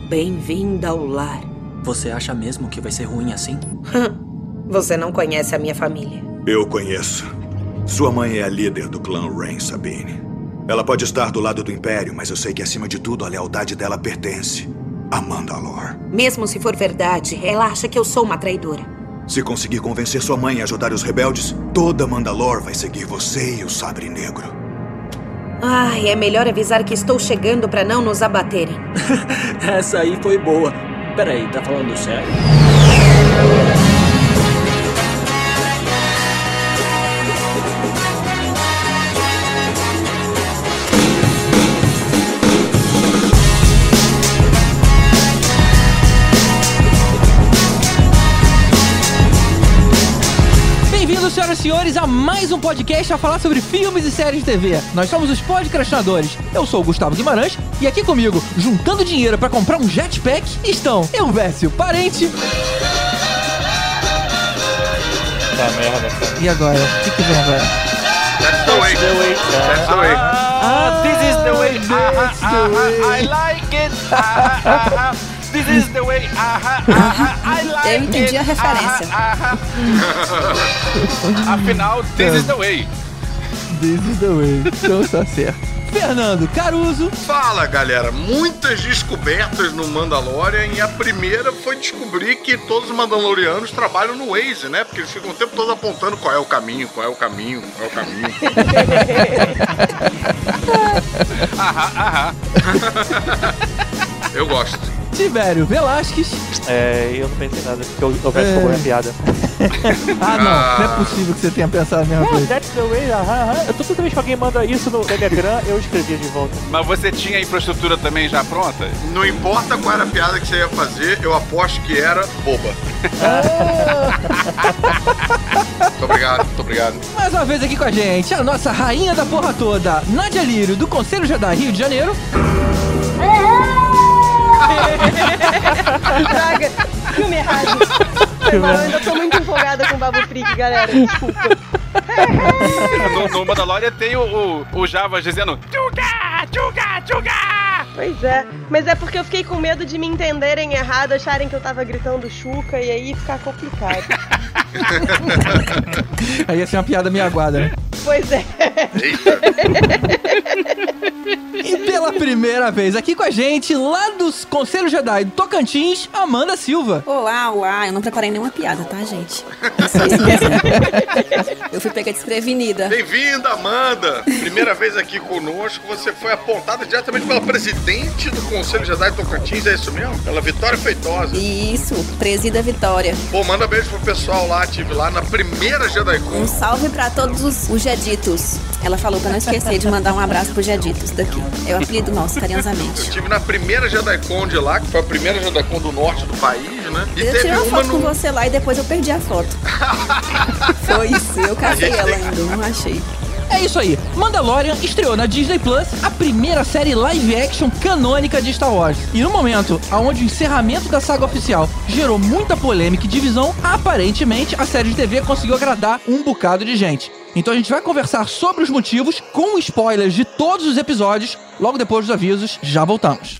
bem-vinda ao lar. Você acha mesmo que vai ser ruim assim? Você não conhece a minha família. Eu conheço. Sua mãe é a líder do clã Rain, Sabine. Ela pode estar do lado do Império, mas eu sei que acima de tudo a lealdade dela pertence a Mandalor. Mesmo se for verdade, ela acha que eu sou uma traidora. Se conseguir convencer sua mãe a ajudar os rebeldes, toda Mandalor vai seguir você e o Sabre Negro. Ai, é melhor avisar que estou chegando para não nos abaterem. Essa aí foi boa. Peraí, tá falando sério? Bem-vindos, senhoras e senhores, a mais um podcast a falar sobre filmes e séries de TV. Nós somos os podcastinadores. Eu sou o Gustavo Guimarães e aqui comigo, juntando dinheiro pra comprar um jetpack, estão eu, Vécio Parente. Tá merda, cara. E agora? O que, que vem agora? That's the way. That's the way. Ah, this is the way. this Ah, ah, is ah, the ah, way. I like it. Ah, ah, ah, ah. This is the way. Ah, ah, ah, ah, I like Eu it. entendi a referência. É Ah, ah, ah. Afinal, this is the way. This is the way. Então tá certo. Fernando Caruso. Fala galera, muitas descobertas no Mandalorian e a primeira foi descobrir que todos os Mandalorianos trabalham no Waze, né? Porque eles ficam o tempo todo apontando qual é o caminho, qual é o caminho, qual é o caminho. Eu gosto. Tibério Velasquez. É, eu não pensei nada, porque eu vejo como é piada. Ah, não. Não é possível que você tenha pensado a mesma coisa. That's the way, aham, aham. Eu toda vez que alguém manda isso no Telegram, eu escrevia de volta. Mas você tinha a infraestrutura também já pronta? Não importa qual era a piada que você ia fazer, eu aposto que era boba. Ah! muito obrigado, muito obrigado. Mais uma vez aqui com a gente, a nossa rainha da porra toda, Nadia Lírio, do Conselho Jedi Rio de Janeiro. Droga, filme errado. Foi mal, eu ainda tô muito empolgada com o Babu Freak, galera. Desculpa. No, no Mandalorian tem o, o, o Java dizendo Tchuga! Tchuga! Tchuga! Pois é. Mas é porque eu fiquei com medo de me entenderem errado, acharem que eu tava gritando Chuca e aí ficar complicado. Aí ia ser uma piada meio aguada, né? Pois é. Eita, E pela primeira vez aqui com a gente, lá dos Conselho Jedi do Tocantins, Amanda Silva. Olá, olá. Eu não preparei nenhuma piada, tá, gente? Eu sou assim, assim. Eu fui pega desprevenida. Bem-vinda, Amanda! Primeira vez aqui conosco, você foi apontada diretamente pela presidente do Conselho Jedi Tocantins, é isso mesmo? Pela Vitória Feitosa. Isso, presida Vitória. Pô, manda beijo pro pessoal lá, tive lá na primeira JediCon. Um salve pra todos os, os Jeditos. Ela falou pra não esquecer de mandar um abraço pros Jeditos daqui. É o apelido nosso, Eu carinhosamente. estive na primeira JediCon de lá, que foi a primeira JediCon do norte do país, né? E Eu tirei teve uma uma foto com no. você lá e depois eu perdi a foto. Foi isso, eu caguei ela ainda, não achei. É isso aí. Mandalorian estreou na Disney Plus a primeira série live action canônica de Star Wars. E no momento onde o encerramento da saga oficial gerou muita polêmica e divisão, aparentemente a série de TV conseguiu agradar um bocado de gente. Então a gente vai conversar sobre os motivos com spoilers de todos os episódios logo depois dos avisos. Já voltamos.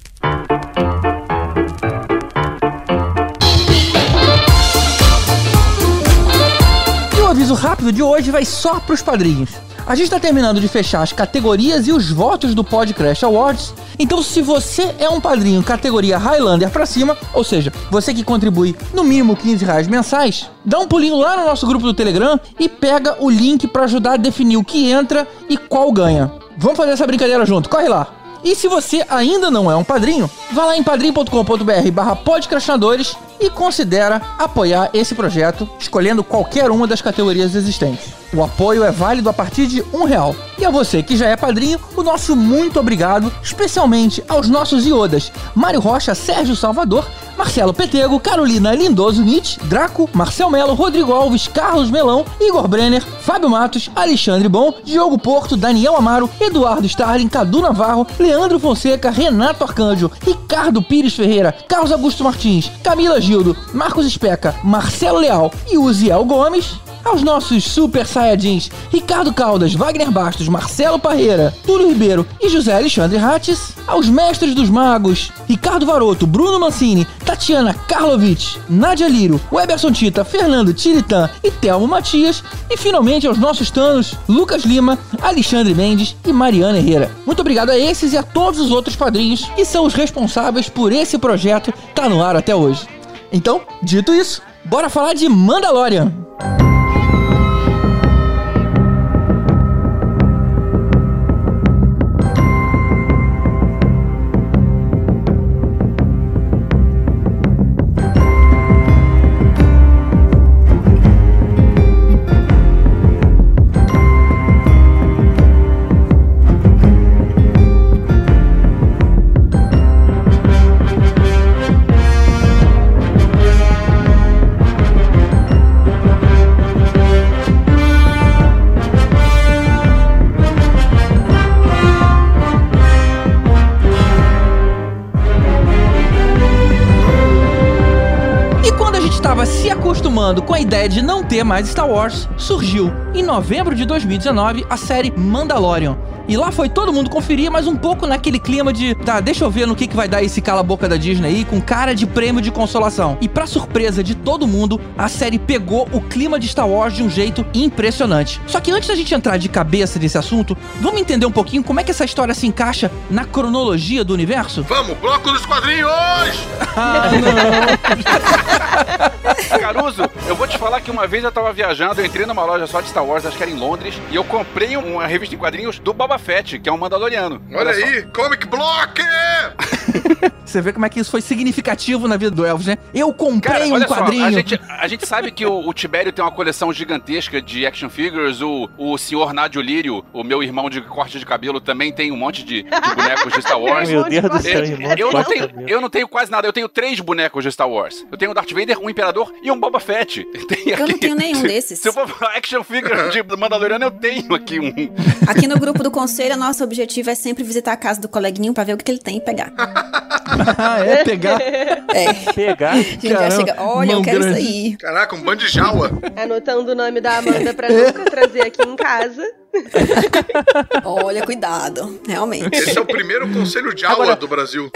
E o aviso rápido de hoje vai só pros padrinhos. A gente tá terminando de fechar as categorias e os votos do Podcast Awards. Então, se você é um padrinho categoria Highlander pra cima, ou seja, você que contribui no mínimo 15 reais mensais, dá um pulinho lá no nosso grupo do Telegram e pega o link pra ajudar a definir o que entra e qual ganha. Vamos fazer essa brincadeira junto, corre lá! E se você ainda não é um padrinho, vá lá em padrim.com.br barra podcrastinadores e considera apoiar esse projeto escolhendo qualquer uma das categorias existentes. O apoio é válido a partir de um real. E a você que já é padrinho, o nosso muito obrigado, especialmente aos nossos iodas Mário Rocha, Sérgio Salvador, Marcelo Petego, Carolina Lindoso Nietzsche, Draco, Marcel Melo, Rodrigo Alves, Carlos Melão, Igor Brenner, Fábio Matos, Alexandre Bom, Diogo Porto, Daniel Amaro, Eduardo Starling, Cadu Navarro, Leandro Fonseca, Renato Arcanjo, Ricardo Pires Ferreira, Carlos Augusto Martins, Camila Gildo, Marcos Especa, Marcelo Leal e Uziel Gomes. aos nossos super saiyajins Ricardo Caldas, Wagner Bastos, Marcelo Parreira, Túlio Ribeiro e José Alexandre Rates, aos mestres dos magos Ricardo Varoto, Bruno Mancini, Tatiana Karlovic, Nadia Lírio, Weberson Tita, Fernando Tiritan e Telmo Matias e finalmente aos nossos tanos Lucas Lima, Alexandre Mendes e Mariana Herrera. Muito obrigado a esses e a todos os outros padrinhos que são os responsáveis por esse projeto tá no ar até hoje. Então, dito isso, bora falar de Mandalorian. E quando a gente estava se acostumando com a ideia de não ter mais Star Wars, surgiu, em novembro de 2019, a série Mandalorian. E lá foi todo mundo conferir, mas um pouco naquele clima de, tá, deixa eu ver no que, que vai dar esse cala-boca da Disney aí, com cara de prêmio de consolação. E pra surpresa de todo mundo, a série pegou o clima de Star Wars de um jeito impressionante. Só que antes da gente entrar de cabeça nesse assunto, vamos entender um pouquinho como é que essa história se encaixa na cronologia do universo? Vamos, bloco dos quadrinhos! Ah, não. Caruso, eu vou te falar que uma vez eu tava viajando, eu entrei numa loja só de Star Wars, acho que era em Londres, e eu comprei um, uma revista em quadrinhos do Boba Fett, que é um Mandaloriano. Olha só. aí, Comic Block! Você vê como é que isso foi significativo na vida do Elvis, né? Eu comprei Cara, um olha quadrinho. só, a gente, a gente sabe que o, o Tibério tem uma coleção gigantesca de action figures, o, o senhor Nádio Lírio, o meu irmão de corte de cabelo, também tem um monte de, de bonecos de Star Wars. Meu Deus do Eu, céu, irmão, eu não corta tenho, eu não tenho quase nada, eu tenho três bonecos de Star Wars. Eu tenho um Darth Vader, um Imperador e um Boba Fett. Tem Eu não aqui- tenho nenhum desses. Se eu for falar action figure de Mandaloriano, eu tenho aqui um. Aqui no grupo do conselho, nosso objetivo é sempre visitar a casa do coleguinho pra ver o que que ele tem e pegar. Ah, é pegar. É. Pegar. A gente já Caramba, chega, olha, eu mão quero grande. isso aí. Caraca, um bando de jaua. Anotando o nome da Amanda pra nunca trazer aqui em casa. Olha, cuidado. Realmente. Esse é o primeiro conselho jaua Agora- do Brasil.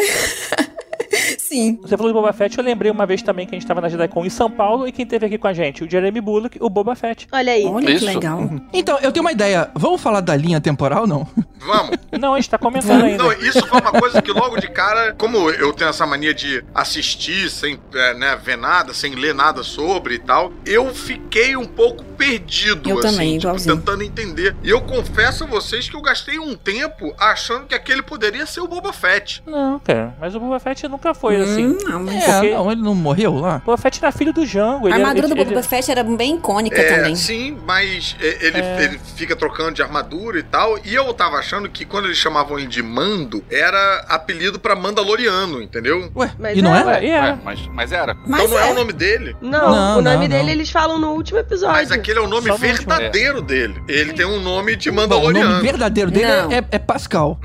Sim. Você falou do Boba Fett, eu lembrei uma vez também que a gente tava na JediCon em São Paulo e quem teve aqui com a gente? O Jeremy Bullock, o Boba Fett. Olha aí. Olha Isso. que legal. Então, eu tenho uma ideia. Vamos falar da linha temporal, não? Vamos. Não, a gente tá comentando ainda. né? Não, isso foi uma coisa que logo de cara, como eu tenho essa mania de assistir sem é, né, ver nada, sem ler nada sobre e tal, eu fiquei um pouco perdido, Eu assim, também, tipo, igualzinho. tentando entender. E eu confesso a vocês que eu gastei um tempo achando que aquele poderia ser o Boba Fett. Não, cara, mas o Boba Fett nunca foi assim. Hum, não, mas... É, Porque- não, ele não morreu lá? O Boba Fett era filho do Jango. A armadura do ele, Boba Fett era bem icônica É, também. sim, mas é, ele, ele fica trocando de armadura e tal. E eu tava achando que quando eles chamavam ele de Mando, era apelido pra Mandaloriano, entendeu? Ué, Mas e não não, é? Ué, Ué, é. mas, mas era. Mas então não é é. o nome dele. Não, Não, o não, nome dele não. eles falam no último episódio. Mas aquele é o nome Só no último, verdadeiro dele. Ele tem um nome de Bom, o nome Mandaloriano. verdadeiro dele Não. é, é Pascal.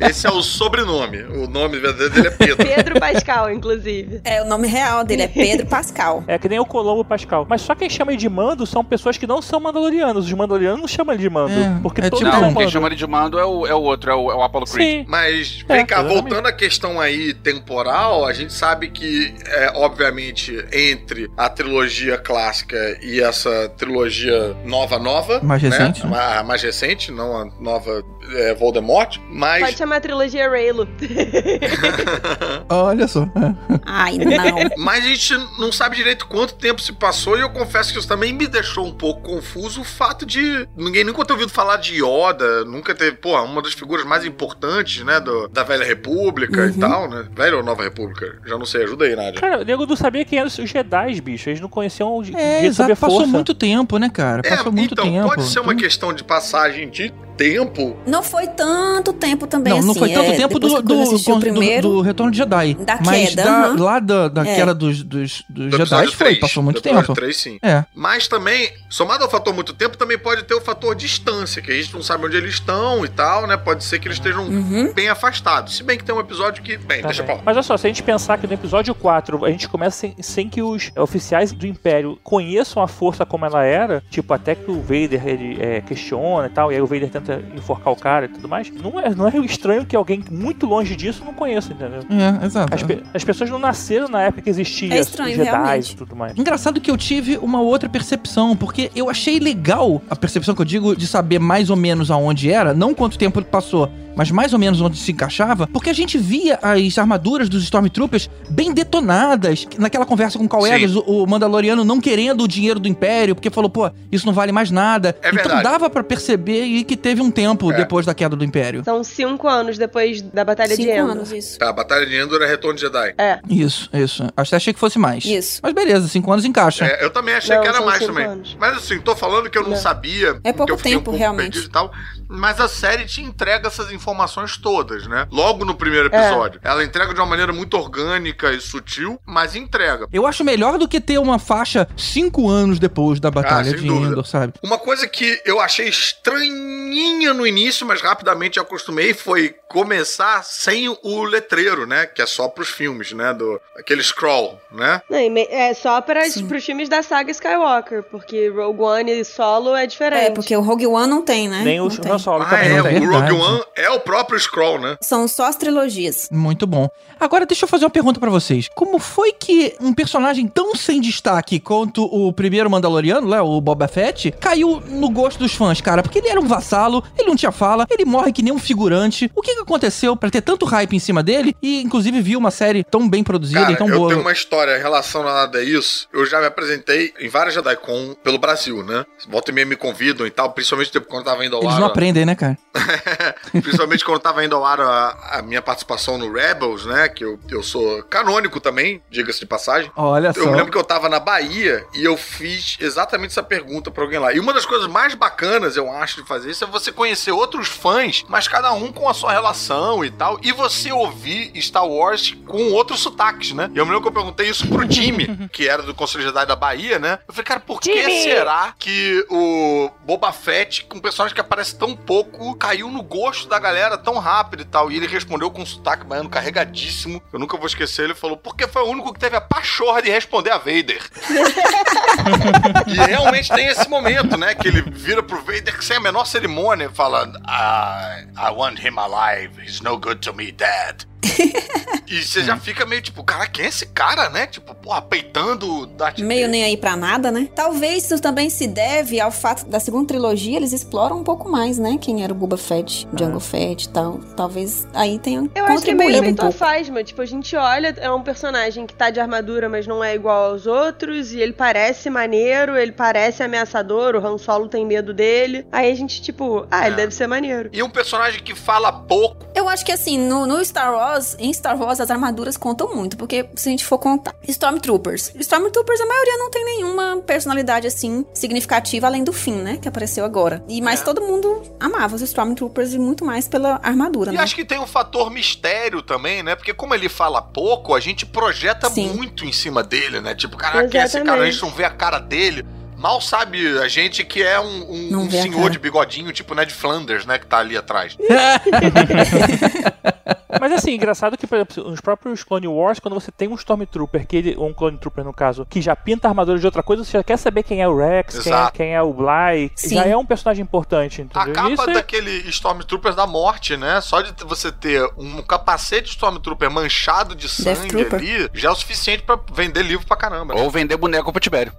Esse é o sobrenome. O nome verdadeiro dele é Pedro. Pedro Pascal, inclusive. É, o nome real dele é Pedro Pascal. É que nem o Colombo Pascal. Mas só quem chama ele de Mando são pessoas que não são Mandalorianos. Os Mandalorianos não chamam ele de Mando. É, porque é todos tipo- são Não, Mando. quem chama ele de mando é o, é o outro, é o, é o Apollo Creed. Sim. Mas, É. vem cá, exatamente. voltando à questão aí temporal, a gente sabe que, é, obviamente, entre a trilogia clássica e essa trilogia nova-nova. Mais recente, né? A mais recente, não a nova é, Voldemort. Pode Mas, chamar a trilogia Raylo. Olha só. É. Ai, não. mas a gente não sabe direito quanto tempo se passou e eu confesso que isso também me deixou um pouco confuso o fato de ninguém nunca ter ouvido falar de Yoda, nunca ter, pô, uma das figuras mais importantes, né, do- da Velha República Uhum. e tal, né? Velha ou Nova República? Já não sei, ajuda aí, Nádia. Cara, o nego não sabia quem eram os Jedi, bicho. Eles não conheciam o É, jeito de exato. saber Passou força. muito tempo, né, cara? Passou muito então, tempo. pode ser uma Então, questão de passagem de tempo. Não foi tanto tempo também não, assim. não foi tanto é, tempo depois do, que quando eu do, assisti o do- primeiro. do Retorno de Jedi. Da mas queda, da- aham. lá da, da É. queda dos, dos, dos Do Jedi episódio foi, três. passou muito Do episódio tempo. três, sim. É. Mas também, somado ao fator muito tempo, também pode ter o fator distância, que a gente não sabe onde eles estão e tal, né? Pode ser que eles estejam Uhum. bem afastados. Se bem que tem um episódio que. Bem, Tá deixa pra bem. lá. Mas olha só, se a gente pensar que no episódio 4 a gente começa sem, sem que os oficiais do Império conheçam a força como ela era, tipo, até que o Vader ele é, questiona e tal, e aí o Vader tenta enforcar o cara e tudo mais, não é, não é estranho que alguém muito longe disso não conheça, entendeu? É, exato. As, pe- as pessoas não nasceram na época que existia É os estranho, Jedi realmente. e tudo mais. Engraçado que eu tive uma outra percepção, porque eu achei legal a percepção que eu digo de saber mais ou menos aonde era, não quanto tempo passou, mas mais ou menos onde se encaixava, porque a gente via as armaduras dos Stormtroopers bem detonadas. Naquela conversa com o Coegas, o- o Mandaloriano não querendo o dinheiro do Império, porque falou, pô, isso não vale mais nada. É então verdade. dava pra perceber e que teve um tempo É. depois da queda do Império. São cinco anos depois da Batalha de Cinco Endor. anos, isso. Tá, a Batalha de Endor é Retorno de Jedi. Isso, isso. Até achei que fosse mais. Isso. Mas beleza, cinco anos encaixa. É, eu também achei Não, que era são mais cinco também. anos. Mas assim, tô falando que eu não, Não. sabia. É pouco que eu fiquei um tempo, realmente. perdido E tal, mas a série te entrega essas informações todas, né? Logo no primeiro episódio. Ela entrega de uma maneira muito orgânica e sutil, mas entrega. Eu acho melhor do que ter uma faixa cinco anos depois da Batalha Ah, sem de dúvida. Endor, sabe? Uma coisa que eu achei estranhinha no início, mas rapidamente acostumei, foi começar sem o letreiro, né? Que é só pros filmes, né? Do, aquele scroll, né? Não, e me- É só para Sim. os filmes da saga Skywalker, porque Rogue One e Solo é diferente. É, porque o Rogue One não tem, né? Nem não o tem. Han Solo Ah, também. é. não tem. O Verdade. Rogue One é o próprio scroll, né? São só as trilogias. Muito bom. Agora deixa eu fazer uma pergunta pra vocês. Como foi que um personagem tão sem destaque quanto o primeiro Mandaloriano, lá, o Boba Fett, caiu no gosto dos fãs, cara? Porque ele era um vassalo, ele não tinha fala, ele morre que nem um figurante. O que, que aconteceu pra ter tanto hype em cima dele e inclusive viu uma série tão bem produzida Cara, e tão eu boa? tenho uma história relacionada a isso. Eu já me apresentei em várias JediCon pelo Brasil, né? Volta e meia me convidam e tal, principalmente quando tava indo ao Eles ar. não a- aprendem, né, cara? Principalmente quando tava indo ao ar a, a minha participação no Rebels, né? Que eu, eu sou canônico também, diga-se de passagem. Olha Eu me só. lembro que eu tava na Bahia e eu fiz exatamente essa pergunta pra alguém lá. E uma das coisas mais bacanas, eu acho, de fazer isso é você conhecer outros fãs, mas cada um com a sua relação e tal, e você ouvir Star Wars com outros sotaques, né? E eu me lembro que eu perguntei isso pro Jimmy, que era do Conselho de Jedi da Bahia, né? Eu falei, cara, por que Jimmy! será que o Boba Fett, com um personagem que aparece tão pouco, caiu no gosto da galera tão rápido e tal? E ele respondeu com um sotaque baiano carregadíssimo. Eu nunca vou esquecer, ele falou, porque foi o único que teve a pachorra de responder a Vader. E realmente tem esse momento, né? Que ele vira pro Vader sem a menor cerimônia e fala: I, I want him alive, he's no good to me dead. e você já fica meio tipo, cara, quem é esse cara, né? Tipo, porra, peitando da Meio nem aí pra nada, né? Talvez isso também se deve ao fato da segunda trilogia, eles exploram um pouco mais, né? Quem era o Boba Fett, É. Django Fett e tal. Talvez aí tenham Eu acho que é meio contribuído um feito a pouco. fasma. Tipo, a gente olha, é um personagem que tá de armadura, mas não é igual aos outros. E ele parece maneiro, ele parece ameaçador, o Han Solo tem medo dele. Aí a gente, tipo, ah, ele É. deve ser maneiro. E um personagem que fala pouco. Eu acho que assim, no, no Star Wars, em Star Wars as armaduras contam muito, porque se a gente for contar, Stormtroopers. Stormtroopers, a maioria não tem nenhuma personalidade assim significativa além do fim, né? Que apareceu agora. E mas É. todo mundo amava os Stormtroopers e muito mais pela armadura, E né? acho que tem um fator mistério também, né? Porque como ele fala pouco, a gente projeta Sim. muito em cima dele, né? Tipo, caraca, quem é esse cara, a gente não vê a cara dele. Mal sabe a gente que é um, um- Não um vê a senhor cara. de bigodinho, tipo Ned Flanders, né? Que tá ali atrás. Mas assim, engraçado que, por exemplo, nos próprios Clone Wars, quando você tem um Stormtrooper, que ele, ou um Clone Trooper no caso, que já pinta a armadura de outra coisa, você já quer saber quem é o Rex, quem é, Exato. quem é o Bly. Sim. Já é um personagem importante, tá A entendeu? capa Isso é- daquele Stormtroopers da morte, né? Só de você ter um capacete Stormtrooper manchado de sangue Trooper. ali, já é o suficiente pra vender livro pra caramba. né? Ou vender boneco pro Tibério.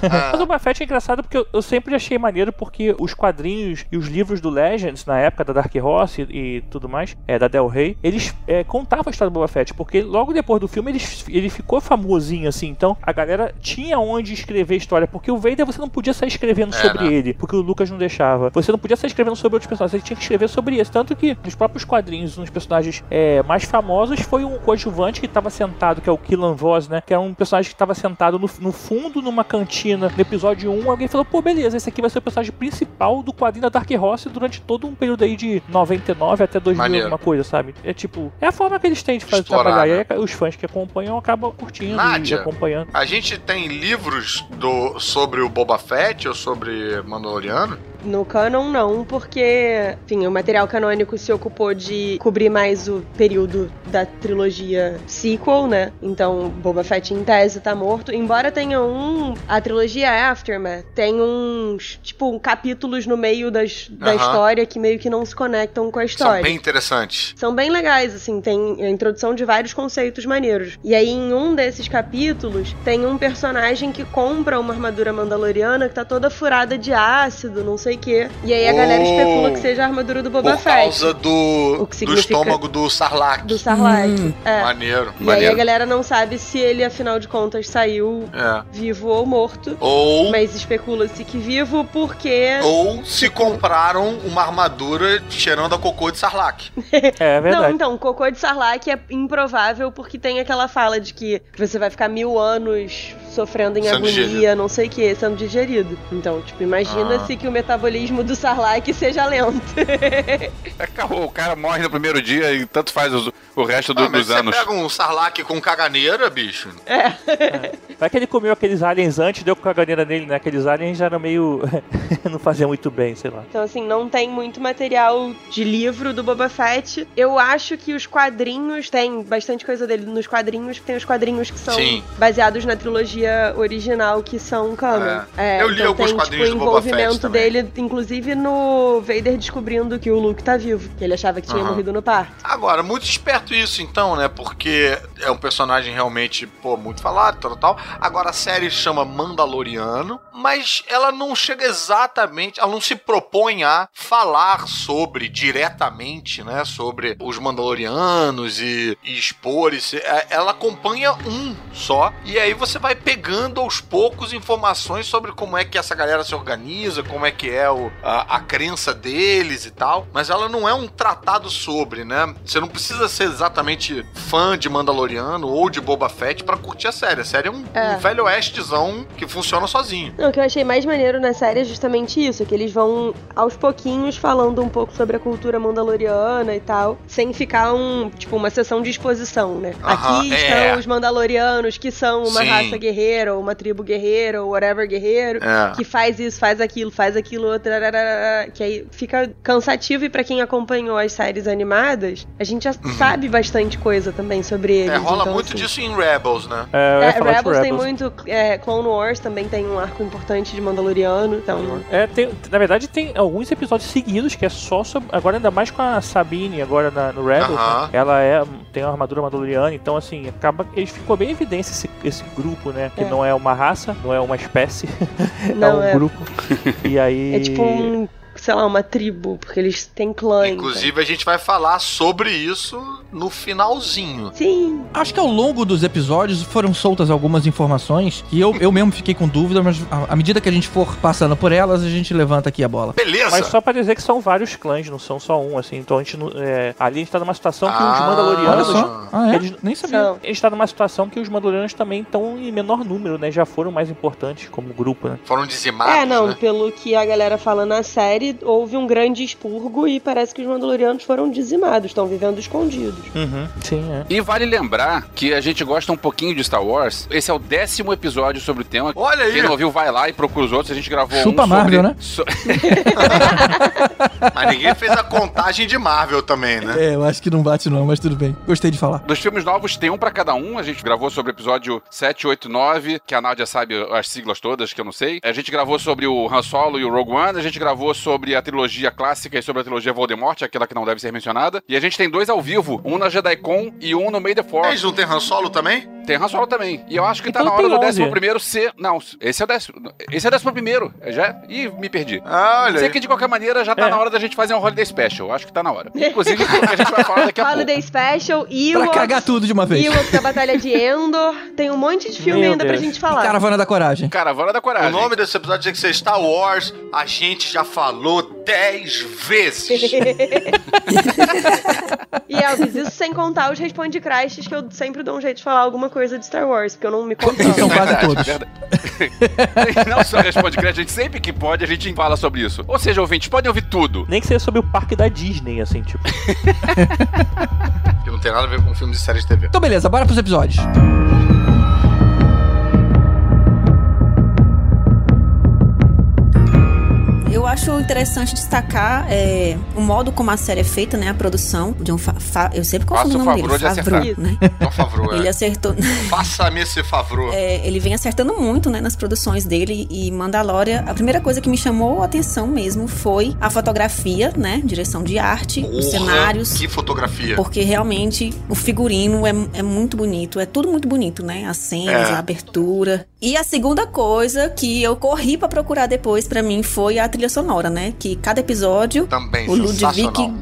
Mas Ah. o Boba Fett é engraçado porque eu, eu sempre achei maneiro porque os quadrinhos e os livros do Legends, na época da Dark Horse e, e tudo mais, é, da Del Rey, eles eles é, contavam a história do Boba Fett, porque logo depois do filme ele, ele ficou famosinho, assim. Então a galera tinha onde escrever história, porque o Vader você não podia sair escrevendo É, sobre né? ele, porque o Lucas não deixava. Você não podia sair escrevendo sobre outros personagens, você tinha que escrever sobre isso. Tanto que nos próprios quadrinhos, um dos personagens é, mais famosos foi um coadjuvante que estava sentado, que é o Killan Voss, né? Que era um personagem que estava sentado no, no fundo numa cantina. No episódio 1, alguém falou: pô, beleza, esse aqui vai ser o personagem principal do quadrinho da Dark Horse durante todo um período aí de 99 até 2000, Maneiro. alguma coisa, sabe? É tipo, é a forma que eles têm de fazer Explorar, trabalhar. né? E aí os fãs que acompanham acabam curtindo e Nádia, acompanhando. A gente tem livros do, sobre o Boba Fett ou sobre Mandaloriano? No canon, não, porque, enfim, o material canônico se ocupou de cobrir mais o período da trilogia sequel, né? Então, Boba Fett, em tese, tá morto. Embora tenha um. A trilogia Aftermath tem uns, tipo, capítulos no meio das, da Aham. história que meio que não se conectam com a São história. bem interessantes. São bem legais, assim, tem a introdução de vários conceitos maneiros. E aí, em um desses capítulos, tem um personagem que compra uma armadura mandaloriana que tá toda furada de ácido, não sei o quê. E aí a galera Oh. especula que seja a armadura do Boba por Fett. causa do, O do que significa- estômago do Sarlacc. Do Sarlacc. É. Maneiro, E aí a maneiro. galera não sabe se ele, afinal de contas, saiu É. vivo ou morto. Ou, Mas especula-se que vivo porque. ou se compraram uma armadura cheirando a cocô de Sarlacc. É, é Não, verdade. então, cocô de Sarlacc é improvável porque tem aquela fala de que você vai ficar mil anos sofrendo em Sendo agonia, digerido. Ah. não sei o que, sendo digerido. Então, tipo, imagina-se que o metabolismo do Sarlacc seja lento. Acabou, o cara morre no primeiro dia e tanto faz os- o resto do- Ah, mas dos anos. Você pega um Sarlacc com caganeira, bicho. Vai que ele comeu aqueles aliens antes, deu com a caganeira nele, né? Aqueles aliens já eram meio. não faziam muito bem, sei lá. Então, assim, não tem muito material de livro do Boba Fett. Eu acho que os quadrinhos, tem bastante coisa dele nos quadrinhos, tem os quadrinhos que são Sim. baseados na trilogia original, que são canon. É. Eu li então alguns tem, quadrinhos tipo, do o Boba Fett envolvimento também. dele, inclusive no Vader descobrindo que o Luke tá vivo, que ele achava que tinha Aham. morrido no parque. Agora, muito esperto isso, então, né? Porque é um personagem realmente, pô, muito falado, tal, tal. tal. Agora, a série chama Mandaloriano, mas ela não chega exatamente, ela não se propõe a falar sobre, diretamente, né? Sobre os Mandalorianos e, e expor. Esse, é, ela acompanha um só, e aí você vai pegando aos poucos informações sobre como é que essa galera se organiza, como é que é o, a, a crença deles e tal, mas ela não é um tratado sobre, né? Você não precisa ser exatamente fã de Mandaloriano ou de Boba Fett pra curtir a série. A série é um, É. um velho oestezão que funciona sozinho. Não, o que eu achei mais maneiro na série é justamente isso, que eles vão aos pouquinhos falando um pouco sobre a cultura mandaloriana e tal, sem ficar um, tipo, uma sessão de exposição, né? Aham, Aqui é. estão os mandalorianos que são uma Sim. raça guerreira, ou uma tribo guerreira, ou whatever guerreiro. É. Que faz isso, faz aquilo, faz aquilo, outro, arararara, que aí fica cansativo. E pra quem acompanhou as séries animadas, a gente já sabe bastante coisa também sobre eles. Uhum. É, rola então, muito assim, disso em Rebels, né? É, eu ia é, falar de Rebels tem muito. é, Clone Wars também tem um arco importante de Mandaloriano. Uhum. Então, É, tem- na verdade, tem alguns episódios seguidos que é só sobre. Agora, ainda mais com a Sabine, agora na- no Rebels, Aham. né? ela é, tem uma armadura mandaloriana, então, assim, acaba. Eles ficou bem em evidência esse, esse grupo, né? Que É. não é uma raça, não é uma espécie, é não um é. grupo. E aí. É tipo um. Sei lá, uma tribo, porque eles têm clã. então. Inclusive, a gente vai falar sobre isso no finalzinho. Sim. Acho que ao longo dos episódios foram soltas algumas informações que eu, eu mesmo fiquei com dúvida, mas à à medida que a gente for passando por elas, a gente levanta aqui a bola. Beleza! Mas só pra dizer que são vários clãs, não são só um, assim. Então a gente. não- é, ali a gente tá numa situação que os Ah, Olha Mandalorianos. só. Ah, é? Eles- Nem sabia. São. A gente tá numa situação que os Mandalorianos também estão em menor número, né? Já foram mais importantes como grupo, né? Foram dizimados, É, não, né? pelo que a galera fala na série, houve um grande expurgo e parece que os Mandalorianos foram dizimados, estão vivendo escondidos. Uhum. Sim, é. E vale lembrar que a gente gosta um pouquinho de Star Wars. Esse é o décimo episódio sobre o tema. Olha aí! Quem não ouviu, vai lá e procura os outros. A gente gravou Chupa um Marvel, sobre... né? so- Mas ninguém fez a contagem de Marvel também, né? É, eu acho que não bate não, mas tudo bem. Gostei de falar. Dos filmes novos, tem um pra cada um. A gente gravou sobre o episódio 7, 8, 9, que a Nádia sabe as siglas todas, que eu não sei. A gente gravou sobre o Han Solo e o Rogue One. A gente gravou sobre a trilogia clássica e sobre a trilogia Voldemort, aquela que não deve ser mencionada. E a gente tem dois ao vivo, um na JediCon e um no May the Force. Eles não tem Han Solo também? Tem Han Solo também. E eu acho que tá Então na hora tem do 11. décimo primeiro ser. Não, esse é o décimo. Esse é o décimo primeiro. Eu Já... Ih, me perdi. Ah, olha Sei aí. que de qualquer maneira já tá É. na hora da gente fazer um Holiday Special. Eu Acho que tá na hora. Inclusive, a gente vai falar daqui a pouco. Holiday Special, Pra Ewoks, cagar tudo de uma vez. Ewoks da Batalha de Endor. Tem um monte de filme Meu ainda pra Deus. gente falar. Caravana da Coragem. Caravana da O Coragem. nome desse episódio tinha que ser Star Wars. A gente já falou 10 vezes. E Elvis, isso sem contar os responde crashes que eu sempre dou um jeito de falar alguma coisa de Star Wars, porque eu não me controlo. Então né? São quase Verdade, todos. verdade. Não só responde crédito, a gente sempre que pode, a gente fala sobre isso. Ou seja, ouvintes, podem ouvir tudo. Nem que seja sobre o parque da Disney, assim, tipo. que não tem nada a ver com filme de série de TV. Então beleza, bora pros episódios. Eu acho interessante destacar é, o modo como a série é feita, né? A produção. De um fa- fa- eu sempre confundo Faça o o nome dele. favor de Favreau, acertar. né? Por favor, Ele é. acertou. faça-me esse favor. É, ele vem acertando muito, né, nas produções dele e Mandalória. A primeira coisa que me chamou a atenção mesmo foi a fotografia, né, direção de arte, Porra, os tipo, cenários. Que fotografia. Porque realmente o figurino é, é muito bonito, é tudo muito bonito, né? As cenas, É. a abertura. E a segunda coisa que eu corri pra procurar depois pra mim foi a trilha sonora, né? Que cada episódio Também o Ludwig sensacional.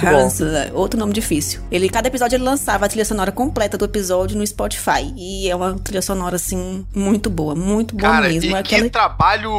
Göransson, outro nome difícil. Ele, cada episódio, ele lançava a trilha sonora completa do episódio no Spotify. E é uma trilha sonora, assim, muito boa, muito boa Cara, mesmo. e É que aquela- trabalho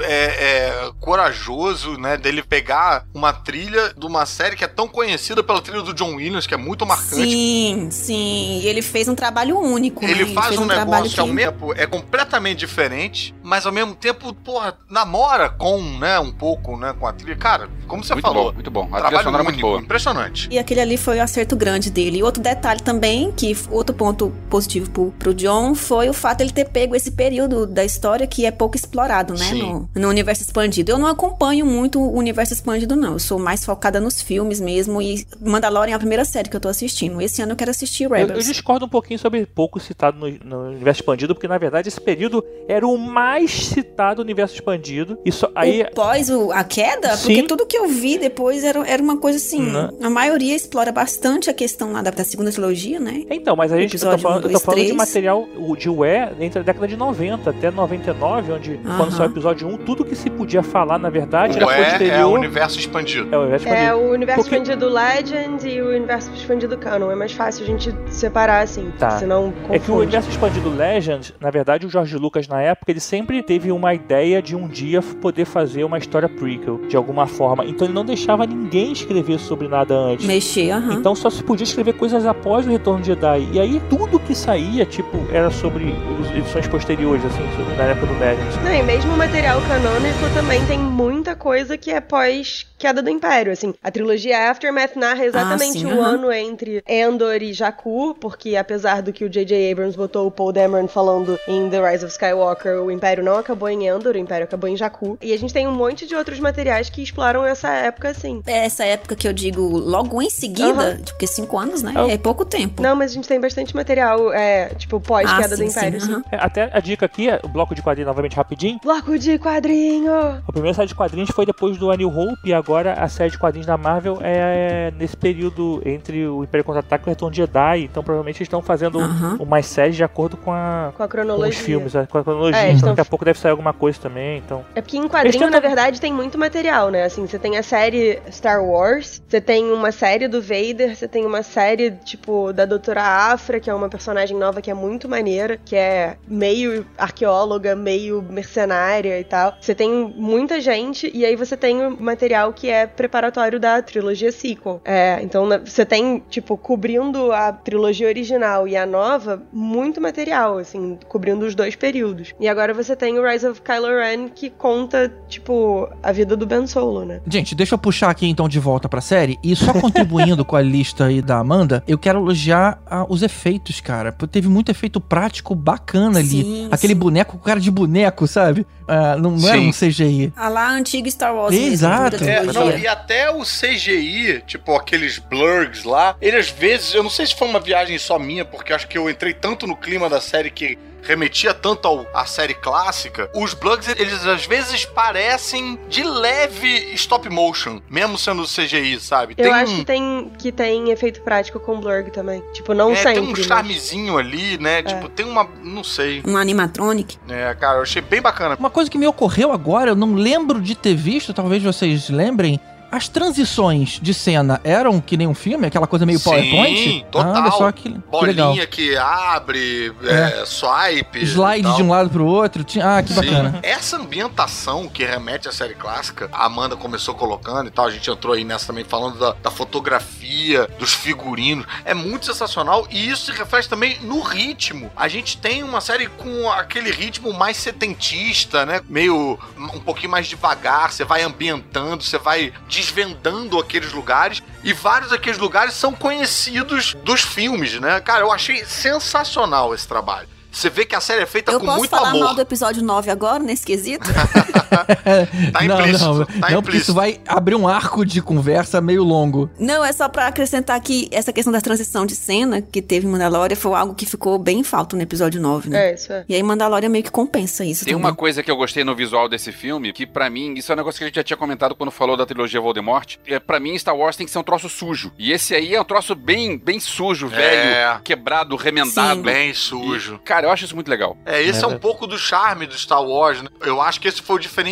é, é, corajoso, né? Dele pegar uma trilha de uma série que é tão conhecida pela trilha do John Williams, que é muito marcante. Sim, sim. E ele fez um trabalho único. né? Ele faz fez um, negócio trabalho que ao mesmo tempo é completamente diferente, mas ao mesmo tempo, porra, namora com, né, um pouco, né, com a trilha. Cara, como você muito falou, bom, muito bom. A trilha trabalho sonora é muito único, boa. impressionante. E aquele ali foi o acerto grande dele. E outro detalhe também, que f- outro ponto positivo pro, pro John, foi o fato de ele ter pego esse período da história que é pouco explorado, né? Sim. No, no universo expandido. Eu não acompanho muito o universo expandido, não. Eu sou mais focada nos filmes mesmo. E Mandalorian é a primeira série que eu tô assistindo. Esse ano eu quero assistir Eu, Rebels. eu discordo um pouquinho sobre pouco citado no, no universo expandido, porque na verdade esse período era o mais citado universo expandido. E só, aí, é- O pós o- a queda, porque Sim. tudo que eu vi depois era, era uma coisa assim. Né? A maioria explora bastante a questão lá da, da segunda trilogia, né? Então, mas a gente tá Episódio um, falando, eu tô dois, falando de três. material o- de UE entre a década de 90 até 99, onde quando Aham. saiu o episódio 1, tudo que se podia falar, na verdade, O era é, é o posterior. universo expandido. É o universo É expandido. o universo Porque- expandido Legend e o universo expandido Canon. É mais fácil a gente separar, assim, Tá. senão É que o confunde. universo expandido Legend, na verdade, o Jorge Lucas, na época, ele sempre teve uma ideia de um dia f- poder fazer uma história prequel, de alguma forma. Então ele não deixava ninguém escrever sobre nada antes. Mexer, aham. Então só se podia escrever coisas após o retorno de Jedi. E aí tudo que saía, tipo, era sobre os- edições posteriores, assim, sobre- na época do Legends. Não, e mesmo o material canônico também tem muita coisa que é pós queda do Império, assim. A trilogia Aftermath narra exatamente Ah, sim, o aham. ano entre Endor e Jakku, porque apesar do que o J.J. Abrams botou o Paul Dameron falando em The Rise of Skywalker, o Império não acabou em Endor, o Império acabou em Jakku. E a gente tem um monte de outros materiais que exploram essa época, assim. É essa época que eu digo logo em seguida, porque cinco anos, né? Ah, o- É pouco tempo. Não, mas a gente tem bastante material, é, tipo, pós Ah, queda do sim, Império, assim. sim, sim. aham. É, Até a dica aqui, é, o bloco de quadrinho novamente rapidinho. Bloco de quadrinho! A primeira série de quadrinhos foi depois do Anil Hope e agora a série de quadrinhos da Marvel é nesse período entre o Império Contra-Ataque e o Retorno de Jedi. Então provavelmente eles estão fazendo Aham. umas séries de acordo com, a, Com a com cronologia. Ah, os filmes, né, com a cronologia. É, então estão- daqui a pouco deve sair alguma coisa também. Então. É porque em Eles quadrinho, tentam- na verdade, tem muito material, né? Assim, você tem a série Star Wars, você tem uma série do Vader, você tem uma série, tipo, da Doutora Afra, que é uma personagem nova que é muito maneira, que é meio arqueóloga, meio mercenária e tal. Você tem muita gente, e aí você tem o material que é preparatório da trilogia sequel. É, então na- você tem, tipo, cobrindo a trilogia original e a nova, muito material, assim, cobrindo os dois períodos. E agora você tem o Rise of Kylo Ren, que conta, tipo, a vida do Ben Solo, né? Gente, deixa eu puxar aqui então de volta pra série. E só contribuindo com a lista aí da Amanda, eu quero elogiar ah, os efeitos, cara. Pô, Teve muito efeito prático bacana ali. Sim, Aquele sim. boneco com cara de boneco, sabe? Ah, não não era Sim. um CGI. A lá antiga Star Wars. Exato. Mesmo, da É, trilogia. não, e até o CGI, tipo aqueles blurgs lá, ele às vezes, eu não sei se foi uma viagem só minha, porque eu acho que eu entrei tanto no clima da série que remetia tanto ao- à série clássica, os Bloods, eles às vezes parecem de leve stop motion, mesmo sendo CGI, sabe? um, Eu acho que tem, que tem efeito prático com Blurg também. Tipo, não é, sempre. É. tem um mas- charmezinho ali, né? Tipo, tem uma. Não sei. Um animatronic. É, cara, eu achei bem bacana. Uma coisa que me ocorreu agora, eu não lembro de ter visto, talvez vocês lembrem. As transições de cena eram que nem um filme, aquela coisa meio Sim, PowerPoint? Ah, total. olha só que, que legal. Bolinha que, abre, é, swipe. e Slide tal. de um lado pro outro. tinha- Ah, que Sim. bacana. Essa ambientação que remete à série clássica, a Amanda começou colocando e tal, a gente entrou aí nessa também falando da, da fotografia, dos figurinos, é muito sensacional e isso se reflete também no ritmo. A gente tem uma série com aquele ritmo mais setentista, né? Meio um pouquinho mais devagar, você vai ambientando, você vai desvendando aqueles lugares e vários daqueles lugares são conhecidos dos filmes, né? Cara, eu achei sensacional esse trabalho. Você vê que a série é feita eu com posso muito falar amor. mal do episódio 9 agora, nesse quesito? Tá não, implícito, não, tá não, porque isso implícito. vai abrir um arco de conversa meio longo. Não, é só pra acrescentar que essa questão da transição de cena que teve em Mandalorian foi algo que ficou bem em falta no episódio 9, né? É, isso é. E aí Mandalorian meio que compensa isso Tem também. uma coisa que eu gostei no visual desse filme, que pra mim, isso é um negócio que a gente já tinha comentado quando falou da trilogia Voldemort. É, para mim, Star Wars tem que ser um troço sujo. E esse aí é um troço bem, bem sujo, É. velho, quebrado, remendado. Sim. tá Bem E, sujo. cara, eu acho isso muito legal. É, esse é, um verdade. pouco do charme do Star Wars, né? Eu acho que esse foi o diferencial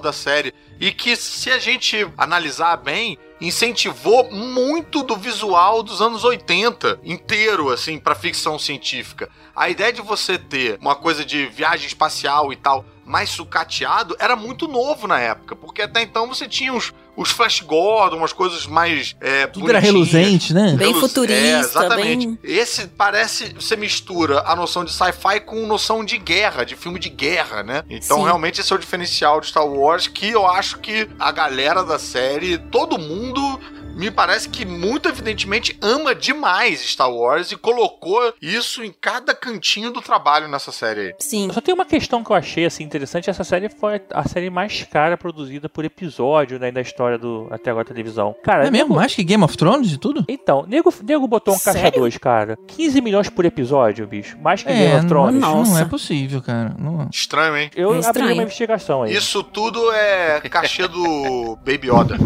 da série. E que, se a gente analisar bem, incentivou muito do visual dos anos 80 inteiro, assim, pra ficção científica. A ideia de você ter uma coisa de viagem espacial e tal mais sucateado era muito novo na época, porque até então você tinha os, os Flash Gordon, umas coisas mais. É, Tudo era bonitinhas. reluzente, né? Bem Reluz- futurista, É, exatamente. bem- Esse parece. Você mistura a noção de sci-fi com noção de guerra, de filme de guerra, né? Então, Sim. realmente, esse é o diferencial de Star Wars, que eu acho que a galera da série, todo mundo. Me parece que muito evidentemente ama demais Star Wars e colocou isso em cada cantinho do trabalho nessa série. Sim. Só tem uma questão que eu achei assim interessante, essa série foi a série mais cara produzida por episódio né, da história do até agora televisão. Cara, É mesmo? Mais que Game of Thrones e tudo? Então, nego, nego botou um caixa Sério? 2, cara. 15 milhões por episódio, bicho. Mais que Game É, of não, Thrones. não é Nossa. possível, cara. Não- Estranho, hein? Eu É estranho. abri uma investigação aí. Isso tudo é cachê do Baby Yoda.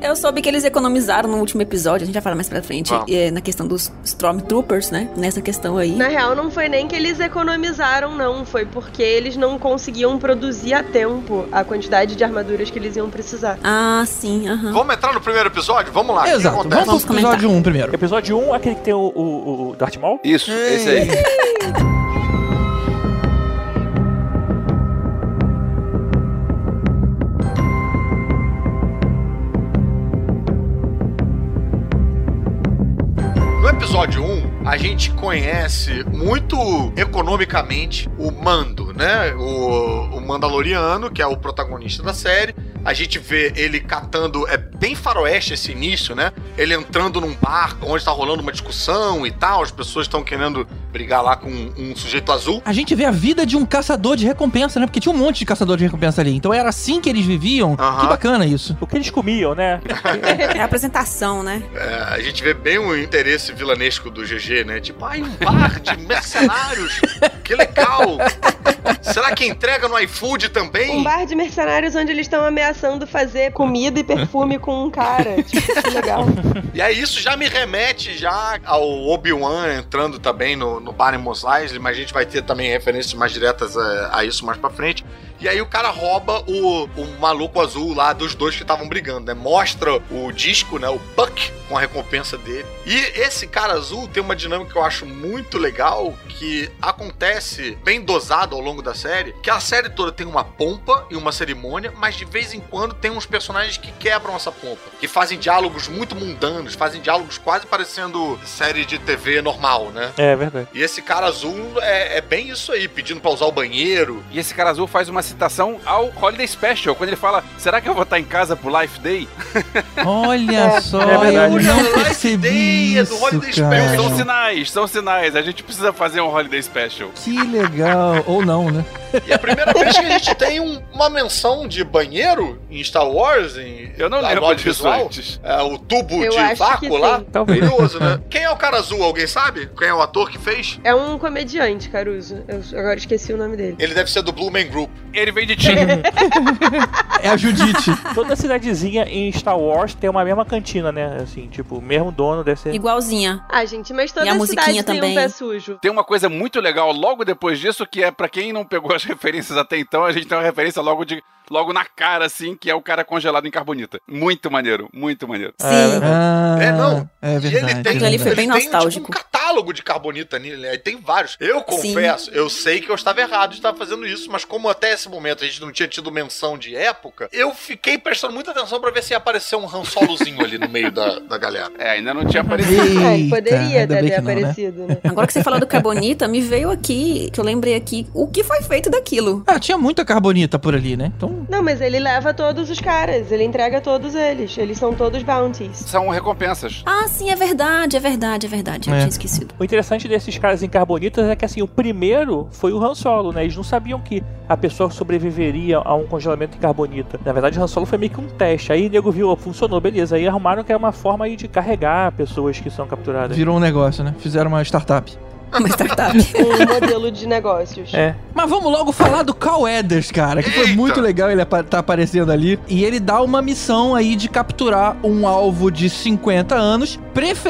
Eu soube que eles economizaram no último episódio, a gente já fala mais pra frente, Vamos. é, na questão dos Stormtroopers, né? Nessa questão aí. Na real, não foi nem que eles economizaram, não. Foi porque eles não conseguiam produzir a tempo a quantidade de armaduras que eles iam precisar. Ah, sim, aham. Vamos entrar no primeiro episódio? Vamos lá. o que Exato. acontece? Vamos Vamos pro episódio 1 primeiro. Episódio 1 é aquele que tem o, o, o Darth Maul? Isso, esse aí. No episódio 1, a gente conhece muito economicamente o Mando, né? O, o Mandaloriano, que é o protagonista da série. A gente vê ele catando. É bem faroeste esse início, né? Ele entrando num bar onde tá rolando uma discussão e tal. As pessoas estão querendo brigar lá com um, um sujeito azul. A gente vê a vida de um caçador de recompensa, né? Porque tinha um monte de caçador de recompensa ali. Então era assim que eles viviam. Aham. Que bacana isso. O que eles comiam, né? É a apresentação, né? É, a gente vê bem o interesse vilanesco do GG, né? Tipo, ai, um bar de mercenários. que legal. Será que entrega no iFood também? Um bar de mercenários onde eles estão ameaçando fazer comida e perfume com um cara. Tipo, que legal. E aí isso já me remete já ao Obi-Wan entrando também no, no bar em Mos Eisley, mas a gente vai ter também referências mais diretas eh, a, a isso mais pra frente. E aí o cara rouba o, o maluco azul lá dos dois que estavam brigando, né? Mostra o disco, né? O Buck com a recompensa dele. E esse cara azul tem uma dinâmica que eu acho muito legal, que acontece bem dosado ao longo da série, que a série toda tem uma pompa e uma cerimônia, mas de vez em quando tem uns personagens que quebram essa pompa, que fazem diálogos muito mundanos, fazem diálogos quase parecendo série de TV normal, né? É verdade. E esse cara azul é, é bem isso aí, pedindo pra usar o banheiro. E esse cara azul faz uma citação ao Holiday Special, quando ele fala: será que eu vou estar em casa pro Life Day? Olha só, é verdade. eu Olha não lá, percebi ideia do isso, Holiday Special. cara. São sinais, são sinais. A gente precisa fazer um Holiday Special. Que legal. Ou não, né? E é a primeira vez que a gente tem um- uma menção de banheiro em Star Wars, em Eu não na lembro nova disso antes. é, o tubo Eu acho de que vácuo sim. lá. Talvez. Curioso, né? Quem é o cara azul? Alguém sabe? Quem é o ator que fez? É um comediante, Caruso. Eu agora esqueci o nome dele. Ele deve ser do Blue Man Group. Ele vem de ti. É a Judite. Toda cidadezinha em Star Wars tem uma mesma cantina, né? Assim, tipo, o mesmo dono deve É. ser. Igualzinha. Ah, gente, mas E a toda musiquinha cidade tem também. um pé sujo. Tem uma coisa muito legal logo depois disso, que é pra quem não pegou as referências até então, a gente tem uma referência logo, de, logo na cara, assim, que é o cara congelado em carbonita. Muito maneiro, muito maneiro. Sim. Ah, É, não. É verdade. e ele tem, um Aquilo ali foi ele bem tem, nostálgico. Tipo, um catálogo de carbonita nele, né? E tem vários. Eu confesso, eu sei que eu estava errado de estar fazendo isso, mas como até esse momento a gente não tinha tido menção de época, eu fiquei prestando muita atenção pra ver se ia aparecer um Han Solozinho ali no meio da, da galera. É, ainda não tinha aparecido. Eita, Ah, ele poderia ainda ter bem que não, né? aparecido, né? Agora que você falou do Carbonita, me veio aqui, que eu lembrei aqui, o que foi feito daquilo. Ah, tinha muita carbonita por ali, né? Então, Não, mas ele leva todos os caras, ele entrega todos eles. Eles são todos bounties. São recompensas. Ah, sim, é verdade, é verdade, é verdade. Eu É. tinha esquecido. O interessante desses caras em carbonitas é que assim, o primeiro foi o Han Solo, né? Eles não sabiam que a pessoa sobreviveria a um congelamento em carbonita. Na verdade, o Han Solo foi meio que um teste. Aí o nego viu, ó, funcionou, beleza. Aí arrumaram que era uma forma aí de carregar pessoas que são capturadas. virou um negócio, né? Fizeram uma startup. Uma tá, startup. Um modelo de negócios. É. Mas vamos logo falar do Cal Eders, cara, que foi Eita! muito legal ele apa- tá aparecendo ali. E ele dá uma missão aí de capturar um alvo de 50 anos,